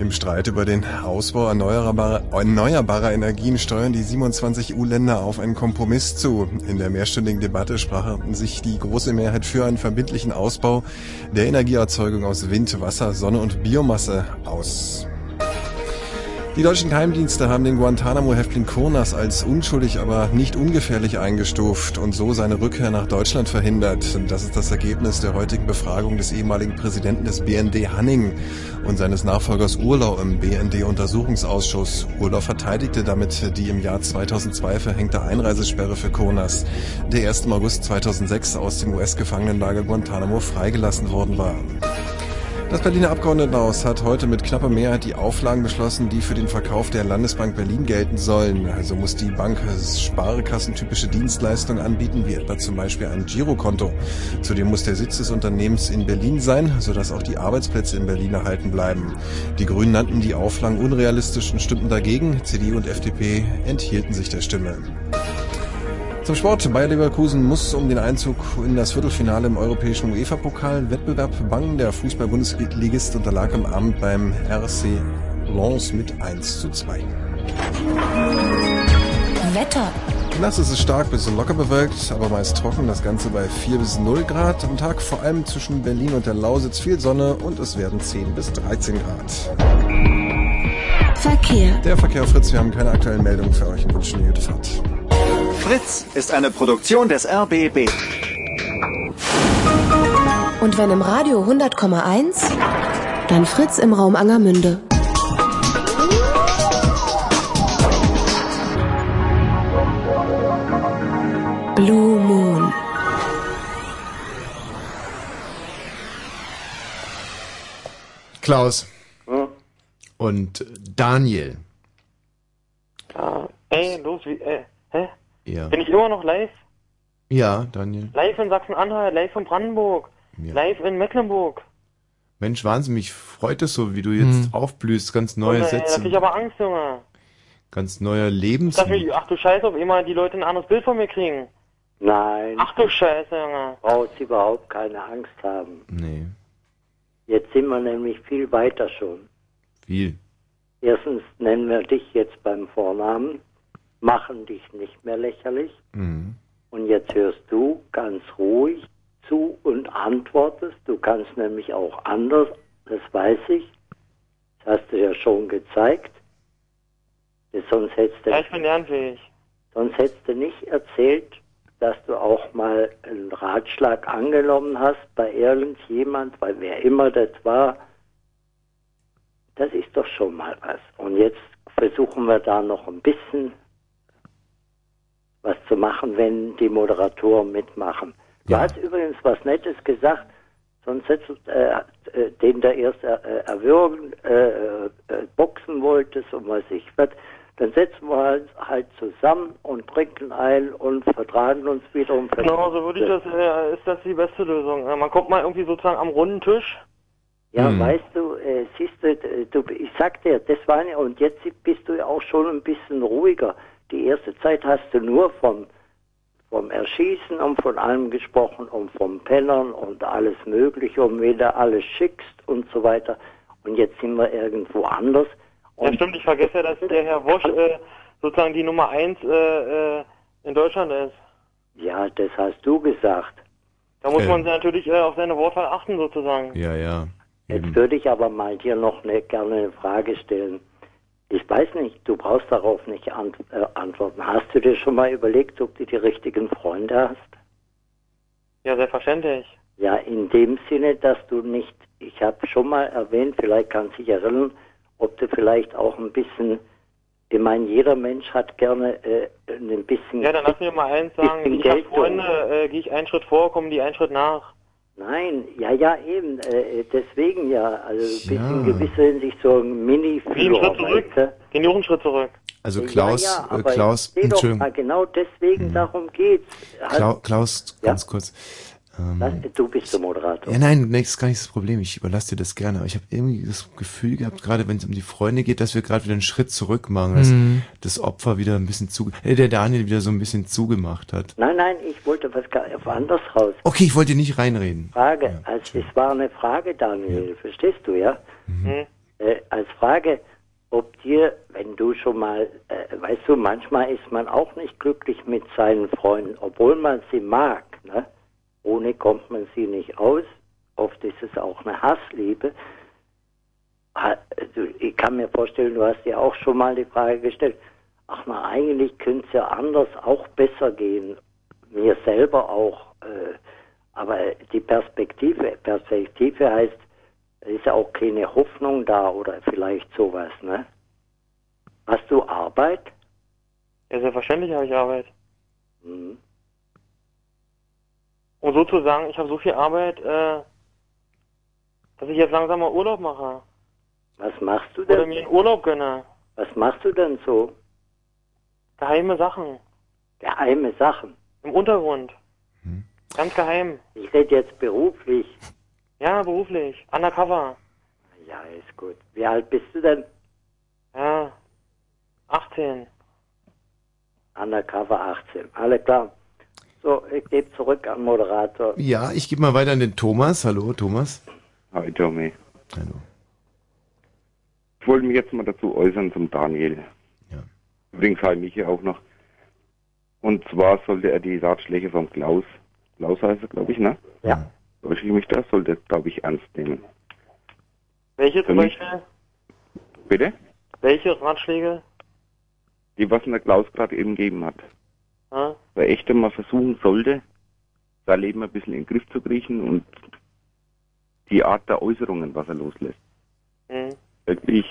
S: Im Streit über den Ausbau erneuerbarer, erneuerbarer Energien steuern die 27 EU-Länder auf einen Kompromiss zu. In der mehrstündigen Debatte sprach sich die große Mehrheit für einen verbindlichen Ausbau der Energieerzeugung aus Wind, Wasser, Sonne und Biomasse aus. Die deutschen Geheimdienste haben den Guantanamo-Häftling Kurnas als unschuldig, aber nicht ungefährlich eingestuft und so seine Rückkehr nach Deutschland verhindert. Das ist das Ergebnis der heutigen Befragung des ehemaligen Präsidenten des BND Hanning und seines Nachfolgers Urlau im BND-Untersuchungsausschuss. Urlau verteidigte damit die im Jahr 2002 verhängte Einreisesperre für Kurnas, der erst im August 2006 aus dem US-Gefangenenlager Guantanamo freigelassen worden war. Das Berliner Abgeordnetenhaus hat heute mit knapper Mehrheit die Auflagen beschlossen, die für den Verkauf der Landesbank Berlin gelten sollen. Also muss die Bank sparekassentypische Dienstleistungen anbieten, wie etwa zum Beispiel ein Girokonto. Zudem muss der Sitz des Unternehmens in Berlin sein, sodass auch die Arbeitsplätze in Berlin erhalten bleiben. Die Grünen nannten die Auflagen unrealistisch und stimmten dagegen. CDU und FDP enthielten sich der Stimme. Zum Sport. Bayer Leverkusen muss um den Einzug in das Viertelfinale im europäischen UEFA-Pokal-Wettbewerb bangen. Der Fußball-Bundesligist unterlag am Abend beim RC Lens mit 1 zu 2.
Q: Wetter.
S: Nass ist es stark bis locker bewölkt, aber meist trocken. Das Ganze bei 4 bis 0 Grad. Am Tag vor allem zwischen Berlin und der Lausitz viel Sonne und es werden 10 bis 13 Grad.
Q: Verkehr.
S: Der Verkehr, Fritz, wir haben keine aktuellen Meldungen für euch und wünschen eine gute Fahrt.
R: Fritz ist eine Produktion des RBB.
Q: Und wenn im Radio 100,1, dann Fritz im Raum Angermünde. Blue Moon.
B: Klaus
E: Hm?
B: und Daniel.
E: Ah, ey, los, wie, äh, hä?
B: Ja.
E: Bin ich immer noch live?
B: Ja, Daniel.
E: Live in Sachsen-Anhalt, live in Brandenburg, live in Mecklenburg.
B: Mensch, Wahnsinn, mich freut es so, wie du jetzt aufblühst. Ganz neue
E: Und, äh, Da
B: Sätze,
E: krieg ich aber Angst, Junge.
B: ganz neuer
E: Dass
B: Lebensmut.
E: mich, ach du Scheiße, ob immer die Leute ein anderes Bild von mir kriegen.
F: Nein,
E: Ach du Scheiße, Junge.
F: brauchst überhaupt keine Angst haben.
B: Nee,
F: Jetzt sind wir nämlich viel weiter schon.
B: viel.
F: Erstens nennen wir dich jetzt beim Vornamen, machen dich nicht mehr lächerlich.
B: Mhm.
F: Und jetzt hörst du ganz ruhig zu und antwortest. Du kannst nämlich auch anders, das weiß ich. Das hast du ja schon gezeigt. Denn Sonst hättest
E: Ja,
F: du,
E: ich bin lernfähig.
F: sonst hättest du nicht erzählt, dass du auch mal einen Ratschlag angenommen hast bei irgendjemand, weil wer immer das war. Das ist doch schon mal was. Und jetzt versuchen wir da noch ein bisschen was zu machen, wenn die Moderatoren mitmachen. Du hast übrigens was Nettes gesagt, sonst hättest du äh, äh, den da erst äh, erwürgen, äh, äh, boxen wolltest und weiß ich was. Dann setzen wir halt, halt zusammen und trinken ein und vertragen uns wieder und
E: Genau, so würde ich das, äh, ist das die beste Lösung. Äh, Man kommt mal irgendwie sozusagen am runden Tisch.
F: Ja,
E: Hm.
F: weißt du, äh, siehst du, äh, du, ich sag dir, das war ja, und jetzt bist du ja auch schon ein bisschen ruhiger. Die erste Zeit hast du nur vom, vom Erschießen und von allem gesprochen und vom Pennern und alles Mögliche und wie du alles schickst und so weiter. Und jetzt sind wir irgendwo anders.
E: Ja, stimmt, ich vergesse ja, dass der Herr Wosch äh, sozusagen die Nummer eins äh, äh, in Deutschland ist.
F: Ja, das hast du gesagt.
E: Da muss
F: Äh.
E: man natürlich äh, auf seine Wortwahl achten, sozusagen.
B: Ja, ja.
F: Jetzt würde ich aber mal dir noch eine, gerne eine Frage stellen. Ich weiß nicht, du brauchst darauf nicht ant äh, antworten. Hast du dir schon mal überlegt, ob du die richtigen Freunde hast?
E: Ja, selbstverständlich.
F: Ja, in dem Sinne, dass du nicht, ich habe schon mal erwähnt, vielleicht kannst du dich erinnern, ob du vielleicht auch ein bisschen, ich meine, jeder Mensch hat gerne äh, ein bisschen.
E: Ja, dann lass mir mal eins sagen.
F: Bisschen
E: Ich habe
F: Geltung.
E: Freunde, äh, gehe ich einen Schritt vor, kommen die einen Schritt nach.
F: Nein, ja, ja, eben, äh, deswegen ja, also ein bisschen
B: Ja.
F: gewisser Hinsicht so ein
E: Geh einen Schritt
F: Mini-Führer.
E: zurück. Geh nur einen Schritt zurück.
B: Also Klaus,
F: ja, ja,
B: äh,
F: aber
B: Klaus,
F: ich seh doch
B: Entschuldigung, Hm.
F: mal, genau deswegen darum geht's. Hat-
B: Klau, Klaus, ganz kurz.
F: Das-
B: Ähm,
F: du bist der Moderator.
B: ja, nein, nee, ist gar nicht das Problem. Ich überlasse dir das gerne. Aber ich habe irgendwie das Gefühl gehabt, gerade wenn es um die Freunde geht, dass wir gerade wieder einen Schritt zurück machen, dass
F: Mhm.
B: das Opfer wieder ein bisschen zu, äh, der Daniel wieder so ein bisschen zugemacht hat.
F: Nein, nein, ich wollte was gar- woanders raus.
B: Okay, ich wollte dir nicht reinreden.
F: Frage, also es war eine Frage, Daniel, verstehst du, ja?
D: Mm-hmm.
F: Äh, als Frage, ob dir, wenn du schon mal, äh, weißt du, manchmal ist man auch nicht glücklich mit seinen Freunden, obwohl man sie mag, ne? Ohne kommt man sie nicht aus. Oft ist es auch eine Hassliebe. Ah, Also, ich kann mir vorstellen, du hast dir auch schon mal die Frage gestellt, ach na, eigentlich könnte es ja anders auch besser gehen. Mir selber auch. Äh, aber die Perspektive, Perspektive heißt, es ist ja auch keine Hoffnung da oder vielleicht sowas, ne? Hast du Arbeit?
E: Ja, selbstverständlich habe ich Arbeit.
F: Hm.
E: Und sozusagen, ich habe so viel Arbeit, äh, dass ich jetzt langsam mal Urlaub mache.
F: Was machst du
E: Oder
F: denn?
E: mir einen Urlaub gönne.
F: Was machst du denn so?
E: Geheime Sachen.
F: Geheime Sachen.
E: Im Untergrund. Ganz geheim.
F: Ich rede jetzt beruflich.
E: Ja, beruflich. Undercover.
F: Ja, ist gut. Wie alt bist du denn?
E: Ja. 18.
F: Undercover 18. Alles klar. So, ich gebe zurück an Moderator.
B: Ja, ich gebe mal weiter an den Thomas. Hallo, Thomas.
Z: Hi Tommy.
B: Hallo.
Z: Ich wollte mich jetzt mal dazu äußern zum Daniel. Übrigens hi Michi auch noch. Und zwar sollte er die Ratschläge vom Klaus, Klaus heißt er, glaube ich, ne?
F: Ja.
Z: Täusche ich mich da? Sollte es, glaube ich, ernst nehmen.
E: Welche zum
Z: Für mich?
E: Beispiel?
Z: Bitte?
E: Welche Ratschläge?
Z: Die, was mir Klaus gerade eben gegeben hat.
E: Ja?
Z: Wer echt mal versuchen sollte, sein Leben ein bisschen in den Griff zu kriechen und die Art der Äußerungen, was er loslässt,
E: Hm.
Z: wirklich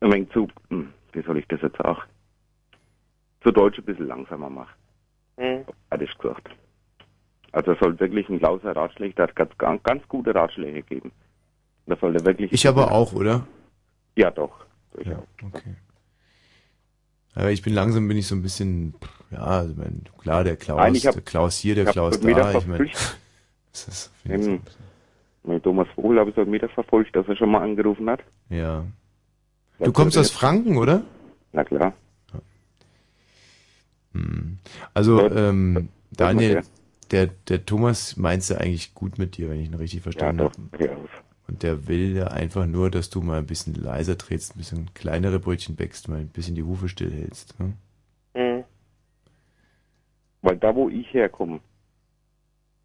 Z: ein wenig zu, hm, wie soll ich das jetzt auch, zu Deutsch ein bisschen langsamer macht,
E: Hm.
Z: alles gesagt. Also es soll wirklich ein Klauser Ratschläge, der hat ganz, ganz, ganz gute Ratschläge gegeben. Das soll er wirklich...
B: Ich aber auch, oder?
Z: Ja, doch.
B: Ja, okay. Aber Äh, ich bin langsam, bin ich so ein bisschen, ja, also ich mein, klar, der Klaus,
Z: Nein, ich hab-
B: der Klaus hier, der
Z: ich hab
B: Klaus
Z: schon wieder
B: da, ich meine,
Z: verpflichtet.
B: das ist,
Z: Eben, mit Thomas Vogel habe ich so mitverfolgt, dass er schon mal angerufen hat.
B: ja. Du kommst aus Franken, oder?
Z: Na klar.
B: Hm. Also, ähm, Daniel,
Z: macht
B: der, der Thomas meint ja eigentlich gut mit dir, wenn ich ihn richtig verstanden
Z: Ja,
B: habe.
Z: doch, ja.
B: Und der will ja einfach nur, dass du mal ein bisschen leiser trittst, ein bisschen kleinere Brötchen backst, mal ein bisschen die Hufe stillhältst. Ne?
E: Hm.
Z: Mhm. Weil da, wo ich herkomme,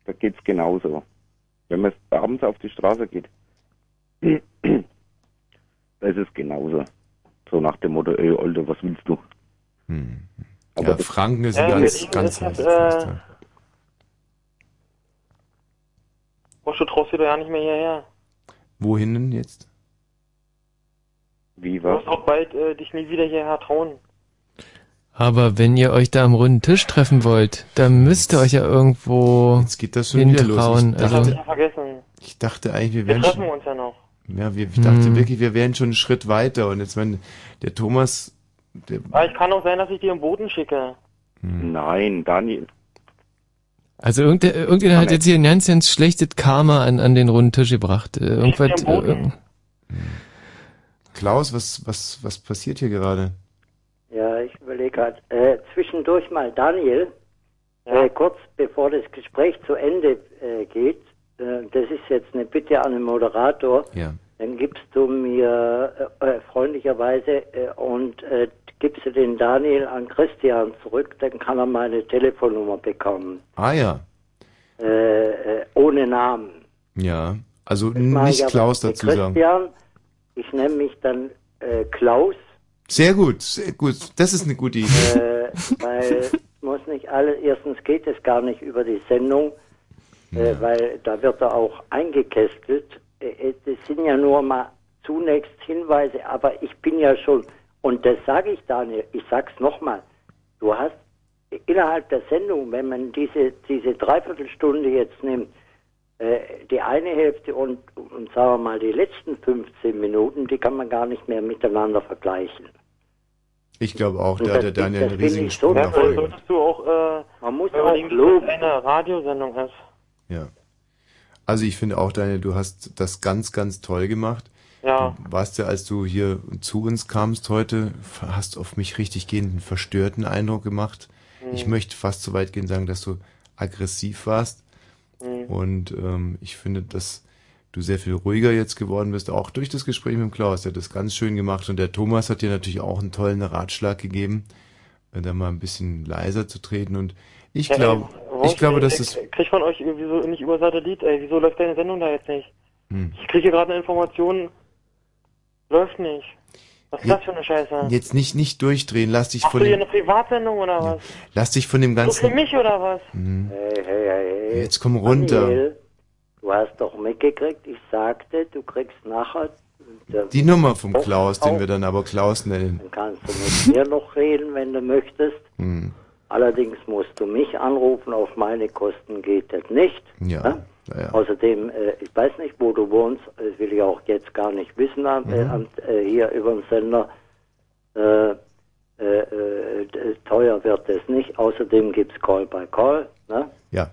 Z: da geht's genauso. Wenn man abends auf die Straße geht, da ist es genauso. So nach dem Motto, ey, Alter, was willst du?
B: Hm. Ja,
Z: das-
B: Franken ist
E: Äh,
B: ein ganz,
E: Berlin
B: ganz
E: ist halt,
B: leises
E: äh,
B: Pflaster.
E: Bosch, du traust dir doch ja nicht mehr hierher.
B: Wohin denn jetzt?
Z: Wie
E: Du wirst auch bald äh, dich nie wieder hierher trauen.
C: Aber wenn ihr euch da am runden Tisch treffen wollt, dann müsst ihr euch ja irgendwo
B: Jetzt geht das schon wieder los.
C: hintrauen.
B: Ich
C: Also,
E: Ich hab vergessen.
B: Ich dachte eigentlich, wir
E: Wir
B: wären
E: treffen
B: schon,
E: uns ja noch.
B: ja, wir, ich dachte
C: Hm.
B: wirklich, wir wären schon einen Schritt weiter. Und jetzt, wenn der Thomas, der,
E: Aber ich kann auch sein, dass ich dir einen Boden schicke.
Z: Hm. Nein, Daniel.
C: also irgende- irgendjemand hat jetzt hier ein ganz, ganz schlechtes Karma an, an den runden Tisch gebracht. Äh, Irgendwas,
B: Ich bin am Boden.
C: äh,
B: Klaus, was, was, was passiert hier gerade?
F: Ja, ich überlege gerade. Äh, zwischendurch mal Daniel, äh, kurz bevor das Gespräch zu Ende äh, geht, äh, das ist jetzt eine Bitte an den Moderator,
B: Ja.
F: dann gibst du mir äh, äh, freundlicherweise äh, und äh, gibst du den Daniel an Christian zurück, dann kann er meine Telefonnummer bekommen,
B: Ah ja,
F: äh, äh, ohne Namen.
B: ja. Also
F: Mach ich
B: nicht
F: aber
B: Klaus
F: mit
B: dazu sagen.
F: Christian, ich nenne mich dann äh, Klaus.
B: Sehr gut, sehr gut. Das ist eine gute Idee.
F: äh, weil es muss nicht alle, erstens geht es gar nicht über die Sendung, äh, weil da wird er auch eingekästelt. Äh, äh, das sind ja nur mal zunächst Hinweise, aber ich bin ja schon, und das sage ich Daniel, ich sag's nochmal, du hast innerhalb der Sendung, wenn man diese, diese Dreiviertelstunde jetzt nimmt, äh, die eine Hälfte und, und sagen wir mal die letzten 15 Minuten, die kann man gar nicht mehr miteinander vergleichen.
B: Ich glaube auch, da
F: Das
B: hat der
F: ist-
B: Daniel
F: das
B: einen
F: bin
B: riesigen
F: ich so
B: Sprung nach
F: dafür.
B: vorne. gemacht.
E: Solltest du auch, äh,
F: man muss
E: auch loben. Dass eine Radiosendung ist.
B: Ja. Also ich finde auch, Daniel, du hast das ganz, ganz toll gemacht.
E: Ja.
B: Du warst ja, als du hier zu uns kamst heute, f- hast auf mich richtig gehenden, verstörten Eindruck gemacht.
I: Mhm.
B: Ich möchte fast so weit gehen sagen, dass du aggressiv warst.
I: Mhm.
B: Und ähm, ich finde, dass du sehr viel ruhiger jetzt geworden bist, auch durch das Gespräch mit dem Klaus. Der hat das ganz schön gemacht. Und der Thomas hat dir natürlich auch einen tollen Ratschlag gegeben, äh, da mal ein bisschen leiser zu treten. Und ich
E: Ja,
B: glaube,
E: ey, Wurst,
B: ich glaube,
E: ey,
B: dass
E: ey,
B: das
E: Krieg von euch wieso nicht über Satellit, ey, wieso läuft deine Sendung da jetzt nicht?
B: Hm.
E: Ich kriege hier gerade eine Information, läuft nicht. Was ist
B: Je-
E: das für eine Scheiße?
B: Jetzt nicht, nicht durchdrehen, lass dich
E: Machst
B: von
E: du hier eine
B: dem,
E: Privatsendung oder was?
B: lass dich von dem
E: ne- So für
B: ganzen,
E: mich oder was?
B: Mhm.
F: Hey, hey, hey, hey.
B: jetzt komm runter.
F: Daniel, du hast doch mitgekriegt, ich sagte, du kriegst nachher, das
B: Die Nummer vom Klaus, den wir dann aber Klaus nennen.
F: kannst du mit mir noch reden, wenn du möchtest.
B: Hm.
F: Allerdings musst du mich anrufen, auf meine Kosten geht das nicht. Ne?
B: Ja, naja.
F: Außerdem, äh, ich weiß nicht, wo du wohnst, das will ich auch jetzt gar nicht wissen, am, äh,
B: Mhm.
F: am, äh, hier über den Sender. Äh, äh, äh, d- teuer wird es nicht. Außerdem gibt's Call by Call. Ne?
B: Ja.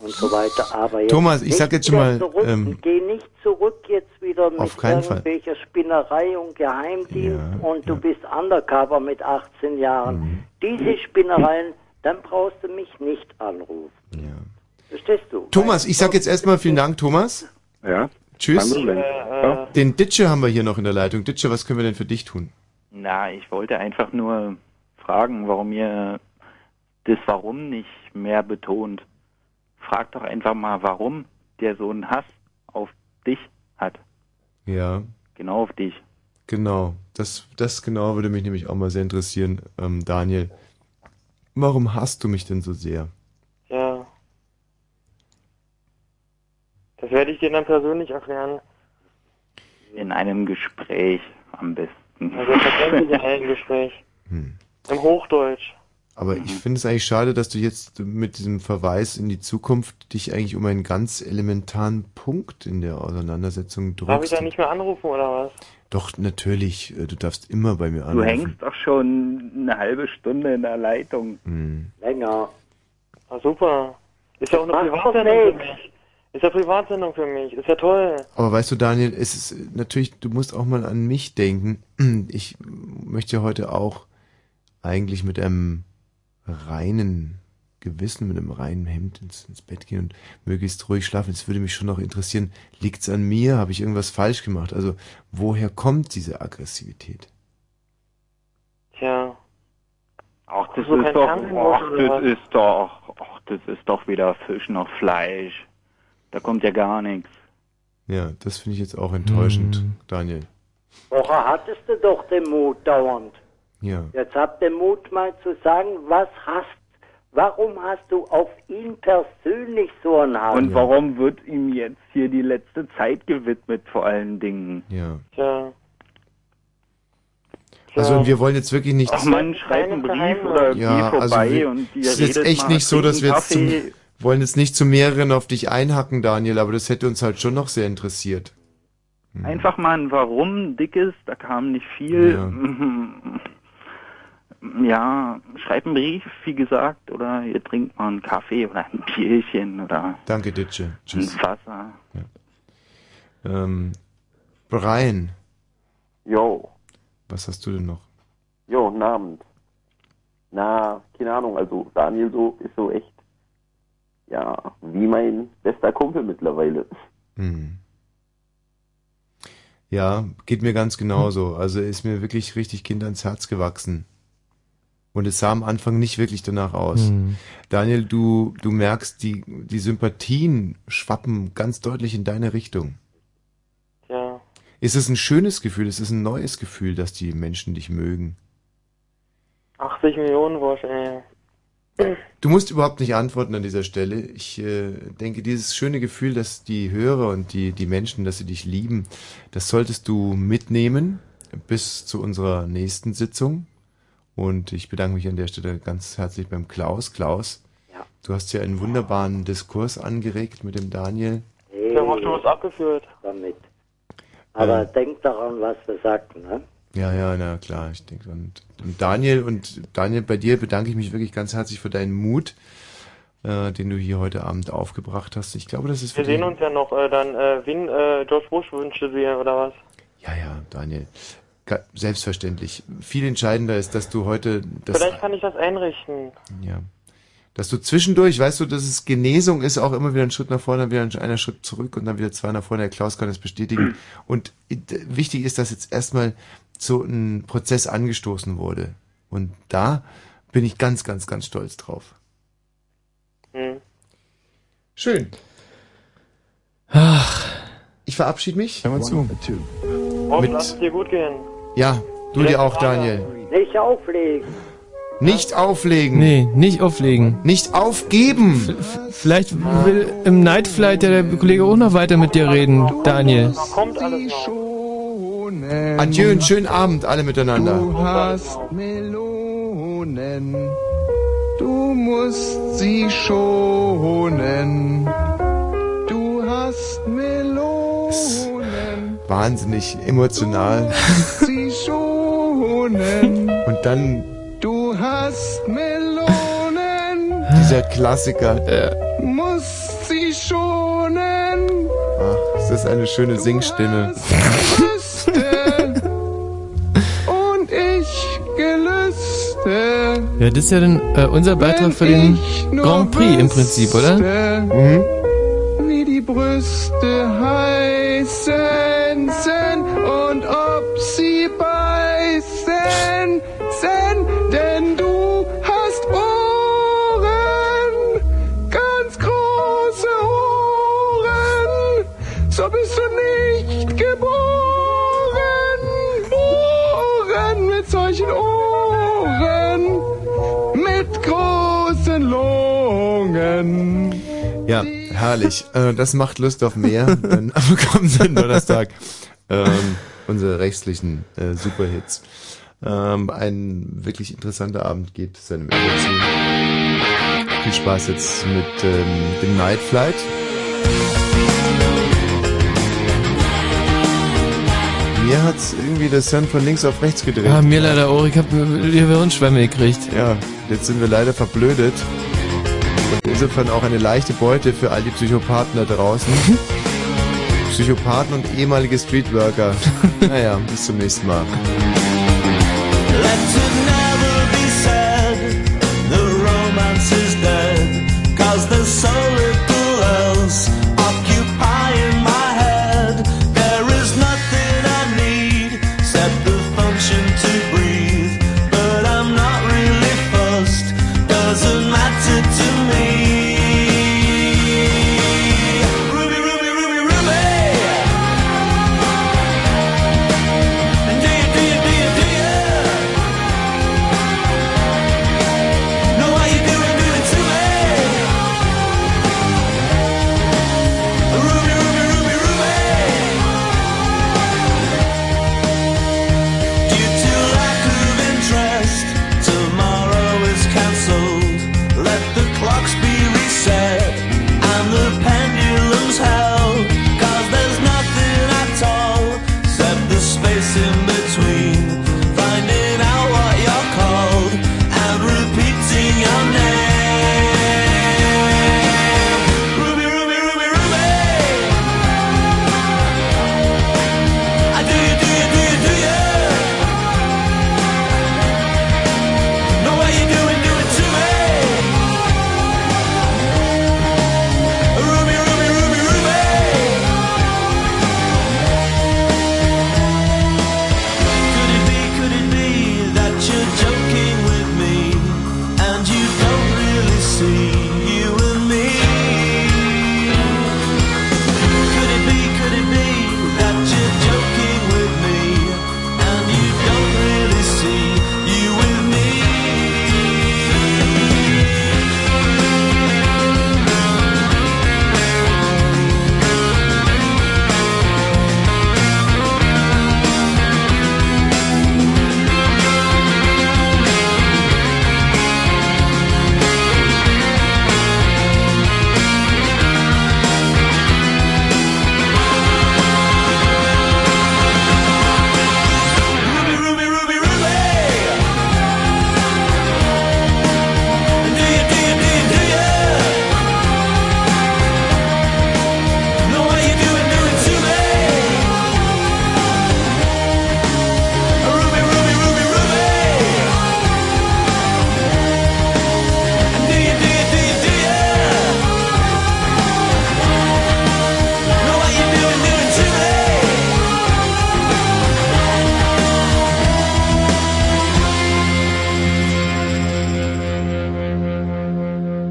F: und so weiter. Aber jetzt
B: Thomas, ich
F: nicht
B: sag jetzt schon
F: wieder
B: mal,
F: Zurück,
B: ähm,
F: geh nicht zurück jetzt wieder mit
B: auf keinen Fall.
F: irgendwelcher Spinnerei und Geheimdienst und du bist undercover mit 18 Jahren.
B: Mhm.
F: Diese Spinnereien, dann brauchst du mich nicht anrufen. Verstehst du?
B: Thomas, ich sag jetzt erstmal vielen Dank, Thomas.
Z: Ja.
P: Kein
B: Tschüss.
E: Äh,
P: Problem. Ja.
B: Den Ditsche haben wir hier noch in der Leitung. Ditsche, was können wir denn für dich tun?
P: Na, ich wollte einfach nur fragen, warum ihr das Warum nicht mehr betont. Frag doch einfach mal, warum der so einen Hass auf dich hat.
B: Ja.
P: Genau auf dich.
B: Genau, das, das genau würde mich nämlich auch mal sehr interessieren, ähm, Daniel. Warum hasst du mich denn so sehr?
E: Ja. Das werde ich dir dann persönlich erklären.
P: In einem Gespräch am besten.
F: Mhm.
E: Also tatsächlich in einem Gespräch.
B: Hm.
E: Im Hochdeutsch.
B: Aber ich
E: Mhm.
B: finde es eigentlich schade, dass du jetzt mit diesem Verweis in die Zukunft dich eigentlich um einen ganz elementaren Punkt in der Auseinandersetzung
E: Darf ich
B: drückst.
E: da nicht mehr anrufen oder was?
B: Doch, natürlich, äh, du darfst immer bei mir
P: Du
B: anrufen.
P: hängst doch schon eine halbe Stunde in der Leitung.
B: Hm.
E: Länger. Ah, super. Ist ja auch eine
F: Ach,
E: Privatsendung für mich. Ist ja Privatsendung für mich. Ist ja toll.
B: Aber weißt du, Daniel, es ist äh, natürlich, du musst auch mal an mich denken. Ich möchte ja heute auch eigentlich mit einem reinen Gewissen, mit einem reinen Hemd ins, ins Bett gehen und möglichst ruhig schlafen. Es würde mich schon noch interessieren, liegt's an mir? Habe ich irgendwas falsch gemacht? Also, woher kommt diese Aggressivität?
E: Tja.
P: Ach, das
E: Hast du
P: ist
E: keinen Also
P: doch,
E: Fernsehen
P: ach,
E: oder
P: das
E: was?
P: ist doch, ach, das ist doch weder Fisch noch Fleisch. Da kommt ja gar nichts.
B: Ja, das finde ich jetzt auch enttäuschend, Daniel.
F: Woher hattest du doch den Mut dauernd?
B: Ja.
F: Jetzt habt den Mut mal zu sagen, was hast, warum hast du auf ihn persönlich so einen
E: Ah,
F: Hass?
P: Und warum wird ihm jetzt hier die letzte Zeit gewidmet, vor allen Dingen?
B: Ja.
E: Tja.
B: Also und wir wollen jetzt wirklich nicht.
P: Ähm, Ach man, schreib einen Brief oder
B: ja,
P: geh vorbei
B: also wir,
P: und ihr
B: es ist jetzt
P: redet
B: echt
P: mal,
B: nicht so,
P: trinkt
B: dass wir jetzt
P: einen Kaffee.
B: zum, wollen jetzt nicht zu mehreren auf dich einhacken, Daniel, aber das hätte uns halt schon noch sehr interessiert. Hm.
P: Einfach mal ein Warum, dickes, da kam nicht viel.
B: Ja.
P: Mhm. Ja, schreib einen Brief, wie gesagt, oder ihr trinkt mal einen Kaffee oder ein Bierchen oder
B: Danke, Ditsche. Tschüss.
P: ein Wasser.
B: Ähm, Brian,
Z: Jo,
B: was hast du denn noch?
Z: jo, guten Abend. Na, keine Ahnung, also Daniel so ist so echt, ja, wie mein bester Kumpel mittlerweile.
B: Hm. Ja, geht mir ganz genauso. Also ist mir wirklich richtig Kind ans Herz gewachsen. Und es sah am Anfang nicht wirklich danach aus.
C: Hm.
B: Daniel, du, du merkst, die, die Sympathien schwappen ganz deutlich in deine Richtung.
E: Tja.
B: Es ist ein schönes Gefühl, es ist ein neues Gefühl, dass die Menschen dich mögen.
E: 80 Millionen Wursch, ey.
B: Du musst überhaupt nicht antworten an dieser Stelle. Ich äh, denke, dieses schöne Gefühl, dass die Hörer und die, die Menschen, dass sie dich lieben, das solltest du mitnehmen bis zu unserer nächsten Sitzung. Und ich bedanke mich an der Stelle ganz herzlich beim Klaus. Klaus, du hast ja einen wunderbaren Diskurs angeregt mit dem Daniel.
F: Hey,
E: Da hast du was abgeführt.
F: damit. Aber
B: Ja.
F: denk daran, was wir sagten, ne?
B: Ja, ja, na klar, ich denke. Und, und Daniel, und Daniel, bei dir bedanke ich mich wirklich ganz herzlich für deinen Mut, äh, den du hier heute Abend aufgebracht hast. Ich glaube, das ist für
E: Wir sehen
B: die-
E: uns ja noch äh, dann. Äh, wen, äh, George Bush wünschte dir oder was?
B: Ja, ja, Daniel. Ga- Selbstverständlich. Viel entscheidender ist, dass du heute, dass,
E: Vielleicht kann ich das einrichten.
B: ja, dass du zwischendurch, weißt du, dass es Genesung ist, auch immer wieder ein Schritt nach vorne, dann wieder ein- einer Schritt zurück und dann wieder zwei nach vorne. Der Klaus kann das bestätigen. Und i- d- wichtig ist, dass jetzt erstmal so ein Prozess angestoßen wurde. Und da bin ich ganz, ganz, ganz stolz drauf.
D: Mm.
E: Hm.
B: Schön. Ich verabschiede mich. Hör mal zu.
E: Hoffen,
B: Mit-
E: lass es dir gut gehen.
B: Ja, du dir auch, Daniel.
F: Nicht auflegen.
B: Nicht auflegen.
C: Nee, nicht auflegen.
B: Nicht aufgeben.
C: Vielleicht will im Nightflight der Kollege auch noch weiter mit dir reden, Daniel.
E: Kommt alles noch.
B: Adieu, einen schönen Abend alle miteinander.
I: Du hast Melonen, du musst sie schonen. Du hast Melonen,
B: Wahnsinnig emotional.
I: sie schonen.
B: Und dann
I: Du hast Melonen,
B: dieser Klassiker.
I: musst sie schonen.
B: Ach, es ist eine schöne Singstimme.
I: Brüste und ich Gelüste.
C: Ja, das ist ja dann äh, unser Beitrag für den Grand Prix im Prinzip, oder?
I: Mhm. Wie die Brüste heißen sen, und ob sie beißen, sen, denn du hast Ohren, ganz große Ohren, so bist du nicht geboren.
C: Ähm,
B: Ja, herrlich. Äh, das macht Lust auf mehr. Dann am kommenden Donnerstag ähm, unsere rechtlichen äh, Superhits. Ähm, ein wirklich interessanter Abend geht seinem Ende zu. Viel Spaß jetzt mit ähm, dem Night Flight. Mir hat's irgendwie das Hirn von links auf rechts gedreht.
C: Ah, mir leider auch. Ich habe Hirnschwämme gekriegt.
B: Ja, jetzt sind wir leider verblödet. Und insofern auch eine leichte Beute für all die Psychopathen da draußen. Psychopathen und ehemalige Streetworker. Naja, bis zum nächsten Mal.
A: Let tonight